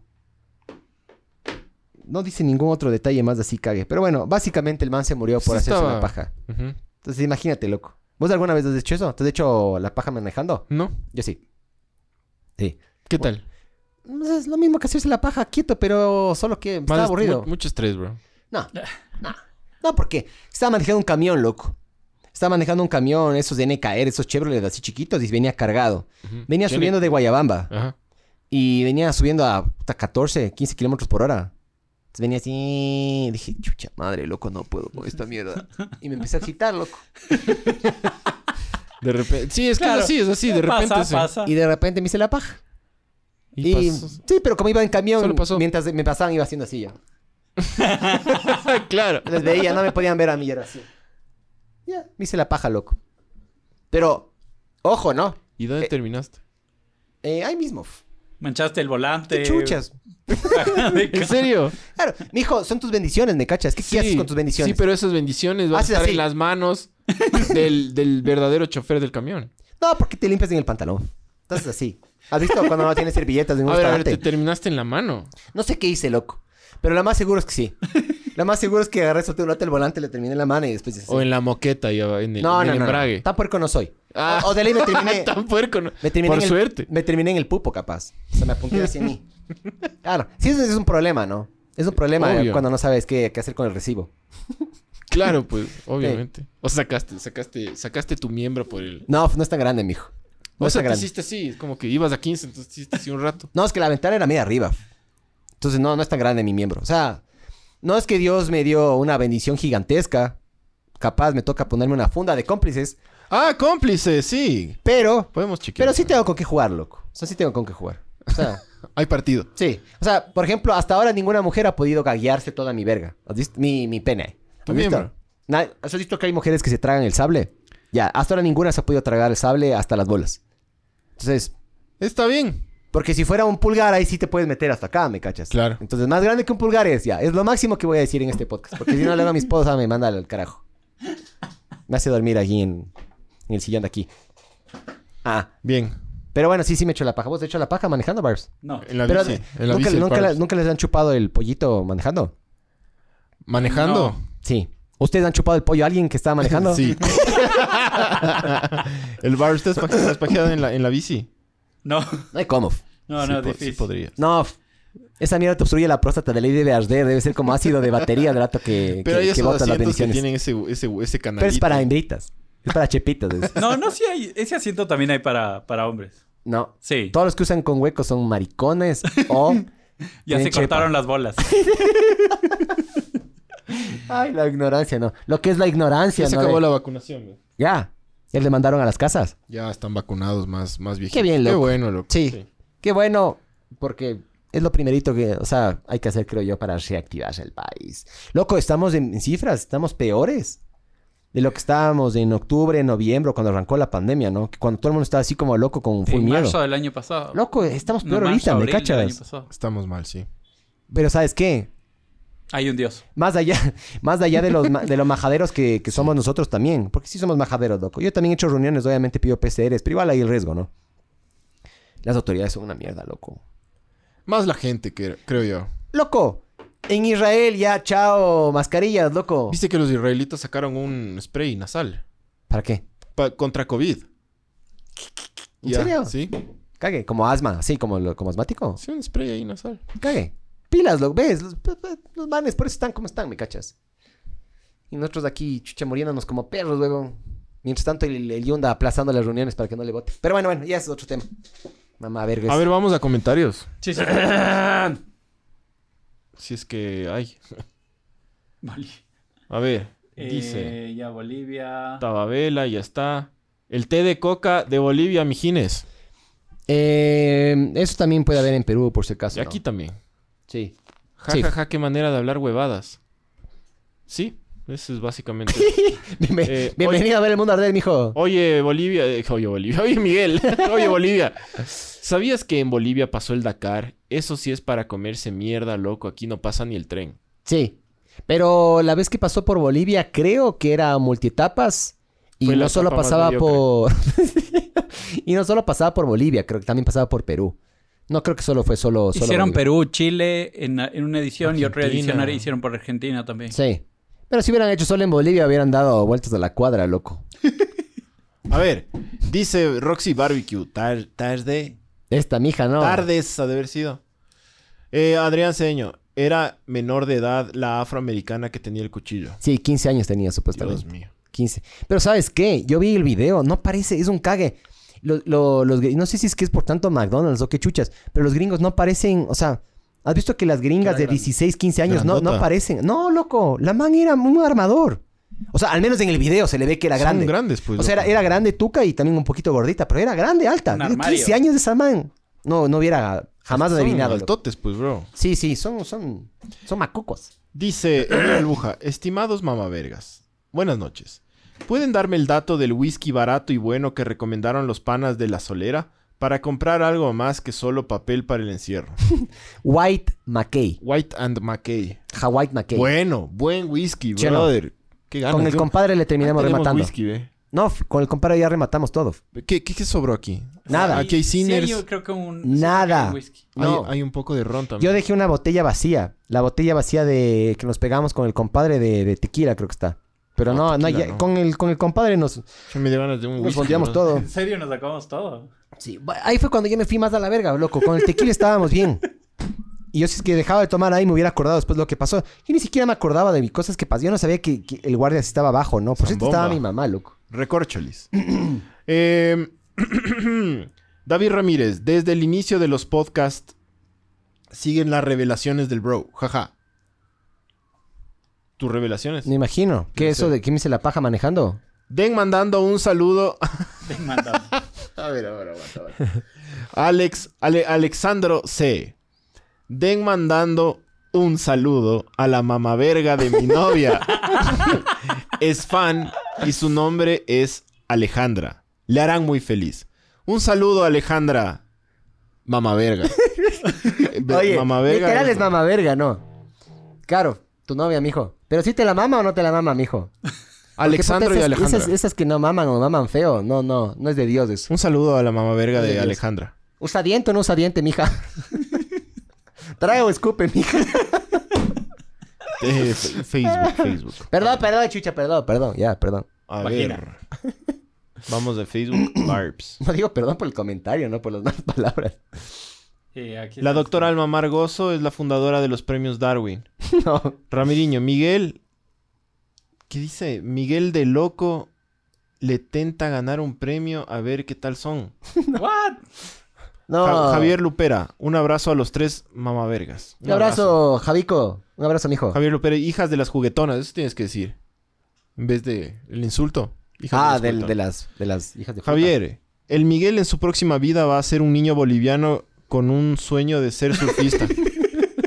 Speaker 2: No dice ningún otro detalle más de así cague. Pero bueno, básicamente el man se murió por
Speaker 1: Sí
Speaker 2: hacerse
Speaker 1: estaba-
Speaker 2: una paja.
Speaker 1: Ujú.
Speaker 2: Entonces imagínate, loco. ¿Vos alguna vez has hecho eso? ¿Te has hecho la paja manejando?
Speaker 1: ¿No?
Speaker 2: Yo sí. Sí.
Speaker 1: ¿Qué tal?
Speaker 2: Pues Es lo mismo que hacerse la paja quieto, pero solo que
Speaker 1: Más
Speaker 2: está
Speaker 1: est-
Speaker 2: aburrido.
Speaker 1: mu- mucho estrés, bro.
Speaker 2: No, no, no, porque estaba manejando un camión, loco. Estaba manejando un camión, esos de NKR, esos Chevrolet así chiquitos, y venía cargado.
Speaker 1: Ujú.
Speaker 2: Venía
Speaker 1: Tiene- Ah.
Speaker 2: subiendo de Guayabamba
Speaker 1: Ajá.
Speaker 2: y venía subiendo a puta, 14, 15 kilómetros por hora. Entonces venía así, dije, chucha madre, loco, no puedo con esta mierda. Y me empecé a agitar, loco.
Speaker 1: De repente. Sí, es que
Speaker 3: Claro.
Speaker 1: es así, es así. De repente.
Speaker 3: pasa,
Speaker 1: se-
Speaker 3: pasa.
Speaker 2: Y de repente me hice la paja.
Speaker 1: Y
Speaker 2: Y-
Speaker 1: pasas-
Speaker 2: sí, pero como iba en camión,
Speaker 1: Solo pasó.
Speaker 2: mientras me pasaban iba haciendo así yo.
Speaker 1: Ah, claro.
Speaker 2: Les veía, no me podían ver a mí, era así. Ya, me hice la paja, loco. Pero, ojo, ¿no?
Speaker 1: ¿Y dónde
Speaker 2: Eh,
Speaker 1: terminaste?
Speaker 2: Eh, ahí mismo. f-
Speaker 3: Manchaste el volante.
Speaker 2: Te chuchas.
Speaker 3: caja
Speaker 1: ¿En
Speaker 3: de ca-
Speaker 1: serio?
Speaker 2: Claro, mijo, son tus bendiciones, ¿me cachas? ¿Qué, qué haces con tus bendiciones?
Speaker 1: Sí, pero esas bendiciones van a
Speaker 2: Haces
Speaker 1: estar
Speaker 2: así.
Speaker 1: en las manos del, del verdadero chofer del camión.
Speaker 2: No, porque te limpias en el pantalón. Entonces así. ¿Has visto cuando no tienes servilletas en un
Speaker 1: A ver, a ver,
Speaker 2: restaurante?
Speaker 1: te terminaste en la mano.
Speaker 2: No sé qué hice, loco. Pero lo más seguro es que sí. Lo más seguro es que agarré solté un late el volante, le terminé en la mano y después hice así.
Speaker 1: O en la moqueta, y en el,
Speaker 2: No,
Speaker 1: en
Speaker 2: no,
Speaker 1: el
Speaker 2: no,
Speaker 1: embrague.
Speaker 2: no. Tan puerco no soy.
Speaker 1: Ah.
Speaker 2: O, o de ley me terminé.
Speaker 1: Tan puerco. no.
Speaker 2: me terminé
Speaker 1: Por
Speaker 2: en el-
Speaker 1: suerte.
Speaker 2: Me terminé en el pupo, capaz. Se me apuntó hacia mí. Claro. Sí, eso es un problema, ¿no? Es un problema eh,
Speaker 1: Obvio.
Speaker 2: cuando no sabes qué, qué hacer con el recibo.
Speaker 1: Claro, pues, obviamente. O sacaste, sacaste, sacaste tu miembro por el.
Speaker 2: No, no es tan grande, mijo. No
Speaker 1: o
Speaker 2: es tan
Speaker 1: sea, te
Speaker 2: grande.
Speaker 1: hiciste así, es como que ibas a 15, entonces te hiciste así un rato.
Speaker 2: No, es que la ventana era media arriba. Entonces, no, no es tan grande mi miembro. O sea, no es que Dios me dio una bendición gigantesca. Capaz me toca ponerme una funda de cómplices.
Speaker 1: Ah, cómplice, sí.
Speaker 2: Pero,
Speaker 1: Podemos chequear.
Speaker 2: pero sí tengo con qué jugar, loco. O sea, sí tengo con qué jugar. O sea,
Speaker 1: Hay partido.
Speaker 2: sí. O sea, por ejemplo, hasta ahora ninguna mujer ha podido gaguearse toda mi verga. ¿Has visto? Mi, mi pene.
Speaker 1: Tu
Speaker 2: ¿Has visto?
Speaker 1: miembro.
Speaker 2: Na- ¿Has visto que hay mujeres que se tragan el sable? Ya, hasta ahora ninguna se ha podido tragar el sable hasta las bolas. Entonces,
Speaker 1: Está bien.
Speaker 2: Porque si fuera un pulgar, ahí sí te puedes meter hasta acá, ¿me cachas?
Speaker 1: Claro.
Speaker 2: Entonces, más grande que un pulgar es ya. Es lo máximo que voy a decir en este podcast. Porque si no, luego mi esposa me manda al carajo. Me hace dormir aquí en, en el sillón de aquí. Ah,
Speaker 1: Bien.
Speaker 2: pero bueno, sí, sí me echo la paja. ¿Vos te echo la paja manejando, Barbs?
Speaker 3: No.
Speaker 1: En la
Speaker 2: Pero
Speaker 1: bici. En la
Speaker 2: ¿nunca,
Speaker 1: bici,
Speaker 2: nunca,
Speaker 1: Pablo.
Speaker 2: la- nunca les han chupado el pollito manejando?
Speaker 1: ¿Manejando?
Speaker 3: No.
Speaker 2: Sí. ¿Ustedes han chupado el pollo a alguien que estaba manejando?
Speaker 1: Sí. ¿El bar usted has pajeado en la, en la bici?
Speaker 3: No,
Speaker 2: No hay cómo.
Speaker 3: no,
Speaker 1: Sí
Speaker 3: no,
Speaker 1: po-
Speaker 3: difícil.
Speaker 1: Sí podría.
Speaker 2: No. f- Esa mierda te obstruye la próstata de ley debe arder. Debe ser como ácido de batería del rato que,
Speaker 1: Pero
Speaker 2: que,
Speaker 1: hay
Speaker 2: que
Speaker 1: esos
Speaker 2: bota las
Speaker 1: asientos que
Speaker 2: bendiciones.
Speaker 1: tienen ese, ese, ese canalito.
Speaker 2: Pero es para hembritas. Es para chepitas. es.
Speaker 3: No, no, sí hay. Ese asiento también hay para, para hombres.
Speaker 2: No.
Speaker 3: Sí.
Speaker 2: Todos los que usan con huecos son maricones o...
Speaker 3: Ya se
Speaker 2: tienen chepa.
Speaker 3: cortaron las bolas.
Speaker 2: Ay, la ignorancia, no. Lo que es la ignorancia,
Speaker 1: Ya se
Speaker 2: ¿no?
Speaker 1: acabó
Speaker 2: De-
Speaker 1: la vacunación, güey.
Speaker 2: Ya. Ya le mandaron a las casas.
Speaker 1: Ya están vacunados más, más viejitos.
Speaker 2: Qué bien, loco.
Speaker 1: Qué bueno, loco.
Speaker 2: Sí. Qué bueno, porque es lo primerito que, o sea, hay que hacer, creo yo, para reactivar el país. Loco, estamos en, en cifras, estamos peores de lo que estábamos en octubre, noviembre, cuando arrancó la pandemia, ¿no? Que cuando todo el mundo estaba así como loco con full
Speaker 3: en
Speaker 2: miedo.
Speaker 3: marzo del año pasado.
Speaker 2: Loco, estamos
Speaker 3: No,
Speaker 2: peor
Speaker 3: marzo,
Speaker 2: ahorita, ¿me
Speaker 3: abril del año
Speaker 2: cachas?
Speaker 3: pasado.
Speaker 1: Estamos mal, sí.
Speaker 2: Pero ¿sabes qué?
Speaker 3: Hay un dios.
Speaker 2: Más allá, más allá de los, ma- de los majaderos que, que somos nosotros también. Porque sí somos majaderos, loco. Yo también he hecho reuniones, obviamente pido PCRs, pero igual hay el riesgo, ¿no? Las autoridades son una mierda, loco.
Speaker 1: Más la gente, que, creo yo.
Speaker 2: ¡Loco! En Israel ya, chao, mascarillas, loco.
Speaker 1: Viste que los israelitas sacaron un spray nasal
Speaker 2: ¿Para qué?
Speaker 1: pa- contra COVID.
Speaker 2: ¿En
Speaker 1: Ya,
Speaker 2: serio?
Speaker 1: Sí.
Speaker 2: Cague, como asma, así como, lo- como asmático.
Speaker 1: Sí, un spray ahí nasal.
Speaker 2: Cague. Pilas, lo ves, los, los manes, por eso están como están, ¿me cachas? Y nosotros aquí, chucha, muriéndonos como perros, luego. Mientras tanto, el, el Yunda aplazando las reuniones para que no le vote. Pero bueno, bueno, ya es otro tema. Mamá verga.
Speaker 1: A ver, vamos a comentarios.
Speaker 3: Sí, sí.
Speaker 1: Si es que hay.
Speaker 3: Bolivia.
Speaker 1: A ver, dice.
Speaker 3: Eh, ya Bolivia.
Speaker 1: Tababela, ya está. El té de coca de Bolivia, mijines.
Speaker 2: Eh, eso también puede haber en Perú, por si acaso.
Speaker 1: Y aquí también.
Speaker 2: Sí.
Speaker 1: Ja,
Speaker 2: Sí.
Speaker 1: ja, ja, qué manera de hablar huevadas. Sí, eso es básicamente.
Speaker 2: Bienve-
Speaker 1: Eh,
Speaker 2: Bienvenido a ver el mundo arder, mijo.
Speaker 1: Oye, Bolivia. eh, Oye, Bolivia. Oye, Miguel. Oye, Bolivia. ¿Sabías que en Bolivia pasó el Dakar? Eso sí es para comerse mierda, loco. Aquí no pasa ni el tren.
Speaker 2: Sí. Pero la vez que pasó por Bolivia, creo que era multietapas. Y
Speaker 1: Fue la
Speaker 2: no solo
Speaker 1: etapa más
Speaker 2: pasaba
Speaker 1: mediocre.
Speaker 2: por. y no solo pasaba por Bolivia, creo que también pasaba por Perú. No creo que solo fue solo. solo
Speaker 3: Hicieron
Speaker 2: Bolivia.
Speaker 3: Perú, Chile en, en una edición y otra edición
Speaker 1: Argentina.
Speaker 3: ahora hicieron por Argentina también.
Speaker 2: Sí. Pero si hubieran hecho solo en Bolivia, hubieran dado vueltas a la cuadra, loco.
Speaker 1: A ver, dice Roxy Barbecue. Tar- tarde.
Speaker 2: Esta mija, ¿no?
Speaker 1: Tardes ha de haber sido. Eh, Adrián Cedeño. Era menor de edad la afroamericana que tenía el cuchillo.
Speaker 2: Sí, 15 años tenía,
Speaker 1: Dios
Speaker 2: supuestamente.
Speaker 1: mío.
Speaker 2: 15. Pero ¿sabes qué? Yo vi el video, no parece, es un cague. Lo- lo- los, gr- no sé si es que es por tanto McDonald's o qué chuchas, pero los gringos no parecen, o sea, ¿has visto que las gringas de 16, 15 años no, no
Speaker 1: Grandota.
Speaker 2: parecen? No, loco, la man era un armador. O sea, al menos en el video se le ve que era
Speaker 1: Son
Speaker 2: grande.
Speaker 1: grandes, pues.
Speaker 2: o sea, era,
Speaker 1: loco.
Speaker 2: era grande tuca y también un poquito gordita, pero era grande, alta.
Speaker 3: Un
Speaker 2: Tenía
Speaker 3: armario.
Speaker 2: 15 años de esa man. No, no hubiera jamás
Speaker 1: Son
Speaker 2: adivinado. loco.
Speaker 1: altotes, pues, bro.
Speaker 2: Sí, sí, son, son, son macucos.
Speaker 1: Dice Emilio Albuja, estimados mamavergas, buenas noches. ¿Pueden darme el dato del whisky barato y bueno que recomendaron los panas de la solera para comprar algo más que solo papel para el encierro?
Speaker 2: White McKay.
Speaker 1: White and McKay.
Speaker 2: Hawaii McKay.
Speaker 1: Bueno, buen whisky,
Speaker 2: ¿Sí o no?
Speaker 1: brother. Qué ganas.
Speaker 2: Con el
Speaker 1: Yo-
Speaker 2: compadre le terminamos
Speaker 1: Ah, tenemos
Speaker 2: rematando.
Speaker 1: whisky, ve.
Speaker 2: No, f- con el compadre ya rematamos todo.
Speaker 1: ¿Qué, qué, qué sobró aquí?
Speaker 2: Nada.
Speaker 1: Aquí hay Sinners.
Speaker 3: Serio, creo que un, sí,
Speaker 2: Nada.
Speaker 3: creo que un whisky.
Speaker 1: Hay,
Speaker 2: No.
Speaker 1: hay un poco de ron
Speaker 2: Yo
Speaker 1: también.
Speaker 2: dejé una botella vacía. La botella vacía de que nos pegamos con el compadre de, de tequila, creo que está. Pero
Speaker 1: No,
Speaker 2: no, no,
Speaker 1: tequila
Speaker 2: ya-
Speaker 1: no.
Speaker 2: Con, el, con el compadre nos,
Speaker 1: Yo me dio ganas de un
Speaker 2: nos
Speaker 1: whisky.
Speaker 2: volteamos
Speaker 1: bro.
Speaker 2: todo.
Speaker 3: En serio, nos acabamos todo.
Speaker 2: Sí, ba- ahí fue cuando yo me fui más a la verga, loco. Con el tequila estábamos bien. Y yo si es que dejaba de tomar ahí me hubiera acordado después lo que pasó. Yo ni siquiera me acordaba de mis cosas que pasó. Yo no sabía que, que el guardia sí estaba abajo, ¿no? Por cierto,
Speaker 1: Zambomba.
Speaker 2: estaba mi mamá, loco.
Speaker 1: Recorcholis. Eh, David Ramírez, desde el inicio de los podcasts siguen las revelaciones del bro. Jaja. ¿Tus revelaciones?
Speaker 2: Me imagino. ¿Qué
Speaker 1: No
Speaker 2: eso
Speaker 1: sé.
Speaker 2: de que me hice la paja manejando?
Speaker 1: Den mandando un saludo
Speaker 3: Te mandan.
Speaker 1: a ver, a ver, aguanta, aguanta. Alex, Ale- Alexandro C. Den mandando un saludo a la mamaverga de mi novia. es fan y su nombre es Alejandra. Le harán muy feliz. Un saludo, Alejandra. Mamaverga.
Speaker 2: Oye,
Speaker 1: mamaverga,
Speaker 2: literal
Speaker 1: ¿no?
Speaker 2: es mamá verga, ¿no? Claro, tu novia, mijo. Pero si te la mama o no te la mama, mijo. Porque, puta,
Speaker 1: Alexandro y
Speaker 2: esas-
Speaker 1: Alejandra.
Speaker 2: Esas, esas que no maman o maman feo. No, no, no es de Dios eso.
Speaker 1: Un saludo a la mamaverga
Speaker 2: Ay,
Speaker 1: de
Speaker 2: Dios.
Speaker 1: Alejandra.
Speaker 2: ¿Usa diente o no usa diente, mija? Trae o escupe, mija.
Speaker 1: Eh, fe- Facebook, Facebook.
Speaker 2: Perdón, perdón, chucha, perdón, perdón. Ya, perdón.
Speaker 1: A
Speaker 3: Vagina.
Speaker 1: ver. Vamos de Facebook. Barbs.
Speaker 2: No digo perdón por el comentario, no por las malas palabras.
Speaker 3: Sí, Eh, aquí
Speaker 1: La
Speaker 3: está.
Speaker 1: doctora Alma Margoso es la fundadora de los premios Darwin.
Speaker 2: No.
Speaker 1: Ramiriño, Miguel. ¿Qué dice? Miguel de Loco le tenta ganar un premio a ver qué tal son.
Speaker 3: What?
Speaker 2: No.
Speaker 1: Ja- Javier Lupera, un abrazo a los tres mamavergas.
Speaker 2: Un abrazo, Javico. Un abrazo, mijo.
Speaker 1: Javier Lupera, hijas de las juguetonas, eso tienes que decir. En vez de el insulto. hijas
Speaker 2: ah,
Speaker 1: las
Speaker 2: del- de,
Speaker 1: juguetonas.
Speaker 2: las, de las hijas de puta.
Speaker 1: Javier, el Miguel en su próxima vida va a ser un niño boliviano con un sueño de ser surfista.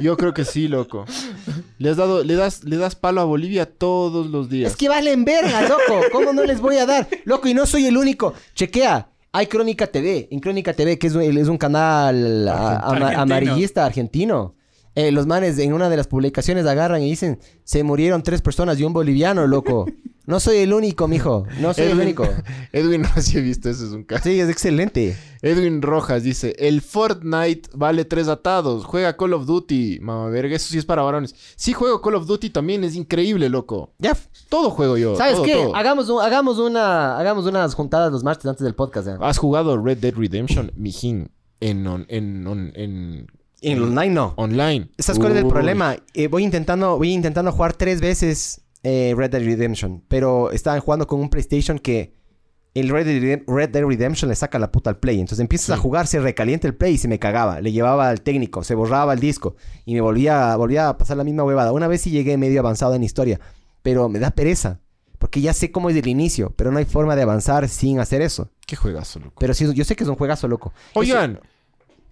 Speaker 1: Yo creo que sí, loco. Le has dado, le das, le das palo a Bolivia todos los días.
Speaker 2: Es que valen verga, loco. ¿Cómo no les voy a dar? Loco, y no soy el único. Chequea. Hay Crónica TV. En Crónica TV, que es un, es un canal a- ama-
Speaker 3: Argentino.
Speaker 2: amarillista argentino. Eh, los manes en una de las publicaciones agarran y dicen, se murieron tres personas y un boliviano, loco. No soy el único, mijo. No soy el
Speaker 1: Edwin-
Speaker 2: único.
Speaker 1: Edwin no sí he visto, eso es un caso.
Speaker 2: Sí, es excelente.
Speaker 1: Edwin Rojas dice, el Fortnite vale tres atados, juega Call of Duty, mamá verga, eso sí es para varones. Sí juego Call of Duty también, es increíble, loco.
Speaker 2: Ya.
Speaker 1: Todo juego yo.
Speaker 2: ¿Sabes
Speaker 1: todo,
Speaker 2: qué?
Speaker 1: todo.
Speaker 2: Hagamos, un- hagamos, una, hagamos unas juntadas los martes antes del podcast. ¿eh?
Speaker 1: ¿Has jugado Red Dead Redemption, mijín, en, on- en, on- en
Speaker 2: En online no.
Speaker 1: online?
Speaker 2: ¿Sabes cuál es el
Speaker 1: Uy.
Speaker 2: problema? Eh, voy, intentando, voy intentando jugar tres veces eh, Red Dead Redemption, pero estaban jugando con un PlayStation que el Red Dead, Redem- Red Dead Redemption le saca la puta al Play. Entonces empiezas a jugar, se recalienta el Play y se me cagaba. Le llevaba al técnico, se borraba el disco y me volvía, volvía a pasar la misma huevada. Una vez sí llegué medio avanzado en historia, pero me da pereza. Porque ya sé cómo es el inicio, pero no hay forma de avanzar sin hacer eso.
Speaker 1: Qué juegazo, loco.
Speaker 2: Pero sí, yo sé que es un juegazo, loco.
Speaker 1: Oigan,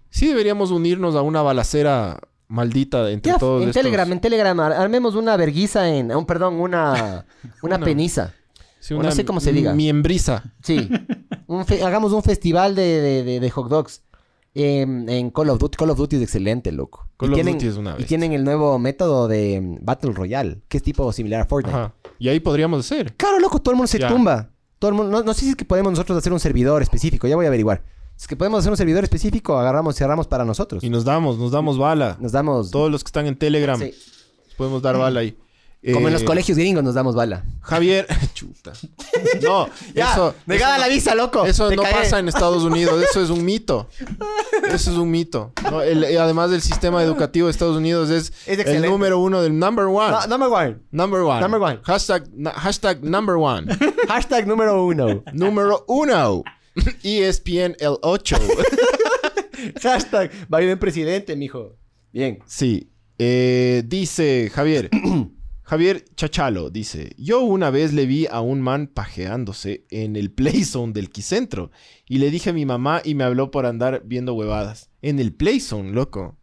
Speaker 1: sí deberíamos unirnos a una balacera maldita entre
Speaker 2: Ya,
Speaker 1: todos
Speaker 2: en
Speaker 1: estos.
Speaker 2: Telegram, en Telegram, ar- armemos una verguiza en... ah, un perdón, una, una
Speaker 1: Una-
Speaker 2: peniza.
Speaker 1: Sí,
Speaker 2: o no sé cómo se diga.
Speaker 1: Miembrisa.
Speaker 2: Sí. Un fe- hagamos un festival de, de- de- de hot dogs. em, en Call of Duty. Call of Duty es excelente, loco.
Speaker 1: Call
Speaker 2: y
Speaker 1: of
Speaker 2: tienen,
Speaker 1: Duty es una
Speaker 2: Y
Speaker 1: bestia.
Speaker 2: tienen el nuevo método de em, Battle Royale, que es tipo similar a Fortnite.
Speaker 1: Ajá. Y ahí podríamos hacer.
Speaker 2: Claro, loco, todo el mundo se
Speaker 1: Ya.
Speaker 2: tumba. Todo el mundo, no, no sé si es que podemos nosotros hacer un servidor específico, ya voy a averiguar. Si es que podemos hacer un servidor específico, agarramos, cerramos para nosotros.
Speaker 1: Y nos damos, nos damos bala.
Speaker 2: Nos damos...
Speaker 1: Todos los que están en Telegram
Speaker 2: Sí.
Speaker 1: podemos dar bala ahí.
Speaker 2: Como en
Speaker 1: Eh,
Speaker 2: los colegios gringos nos damos bala.
Speaker 1: Javier, chuta. No,
Speaker 2: Ya,
Speaker 1: eso,
Speaker 2: negada
Speaker 1: eso
Speaker 2: la
Speaker 1: no-
Speaker 2: visa, loco.
Speaker 1: Eso
Speaker 2: Te
Speaker 1: no
Speaker 2: cagué.
Speaker 1: pasa en Estados Unidos, eso es un mito. Eso es un mito. No, el- eh, además del sistema educativo de Estados Unidos es, el
Speaker 2: excelente.
Speaker 1: número uno del number one.
Speaker 2: No, number one.
Speaker 1: Number one.
Speaker 2: Number one.
Speaker 1: Hashtag, na- hashtag number one.
Speaker 2: Hashtag número uno.
Speaker 1: número uno. E ESPN el 8.
Speaker 2: Hashtag Biden presidente, mijo. Bien.
Speaker 1: Sí. Eh, dice Javier. Javier Chachalo dice: Yo una vez le vi a un man pajeándose en el Playzone del Quicentro. Y le dije a mi mamá y me habló por andar viendo huevadas. En el Playzone, loco.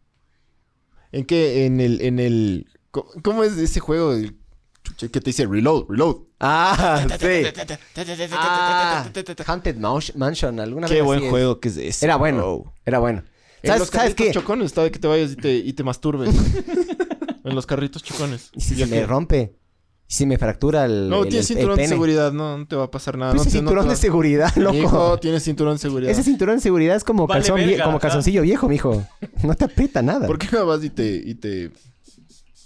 Speaker 1: ¿En qué? En el. En el co- ¿Cómo es ese juego? del- chucha, que te dice reload, reload.
Speaker 2: Ah, sí. Ah, Haunted Mansion- Mansion, alguna
Speaker 1: Qué
Speaker 2: vez
Speaker 1: buen
Speaker 2: así es.
Speaker 1: juego que Ah, es ese.
Speaker 2: Era bueno,
Speaker 1: bro.
Speaker 2: era bueno.
Speaker 1: En
Speaker 2: ¿Sabes,
Speaker 1: los
Speaker 2: sabes
Speaker 1: carritos
Speaker 2: qué?
Speaker 1: chocones, estaba de que te vayas y te, y te masturbes. en los carritos chocones.
Speaker 2: Y si
Speaker 1: Ya
Speaker 2: se me
Speaker 1: que-
Speaker 2: rompe, y si me fractura el.
Speaker 1: No,
Speaker 2: el-
Speaker 1: tienes
Speaker 2: el- el
Speaker 1: cinturón de
Speaker 2: pene?
Speaker 1: seguridad, no, no te va a pasar nada.
Speaker 2: Pero
Speaker 1: no
Speaker 2: ese
Speaker 1: te- no te
Speaker 2: cinturón de
Speaker 1: va-
Speaker 2: seguridad,
Speaker 1: Mijo,
Speaker 2: loco.
Speaker 1: tienes cinturón de seguridad.
Speaker 2: Ese cinturón de seguridad es como,
Speaker 3: Vale
Speaker 2: calzón vie-
Speaker 3: verga,
Speaker 2: como
Speaker 3: ajá.
Speaker 2: calzoncillo viejo, mijo. No te aprieta nada.
Speaker 1: ¿Por qué no vas y te, y te,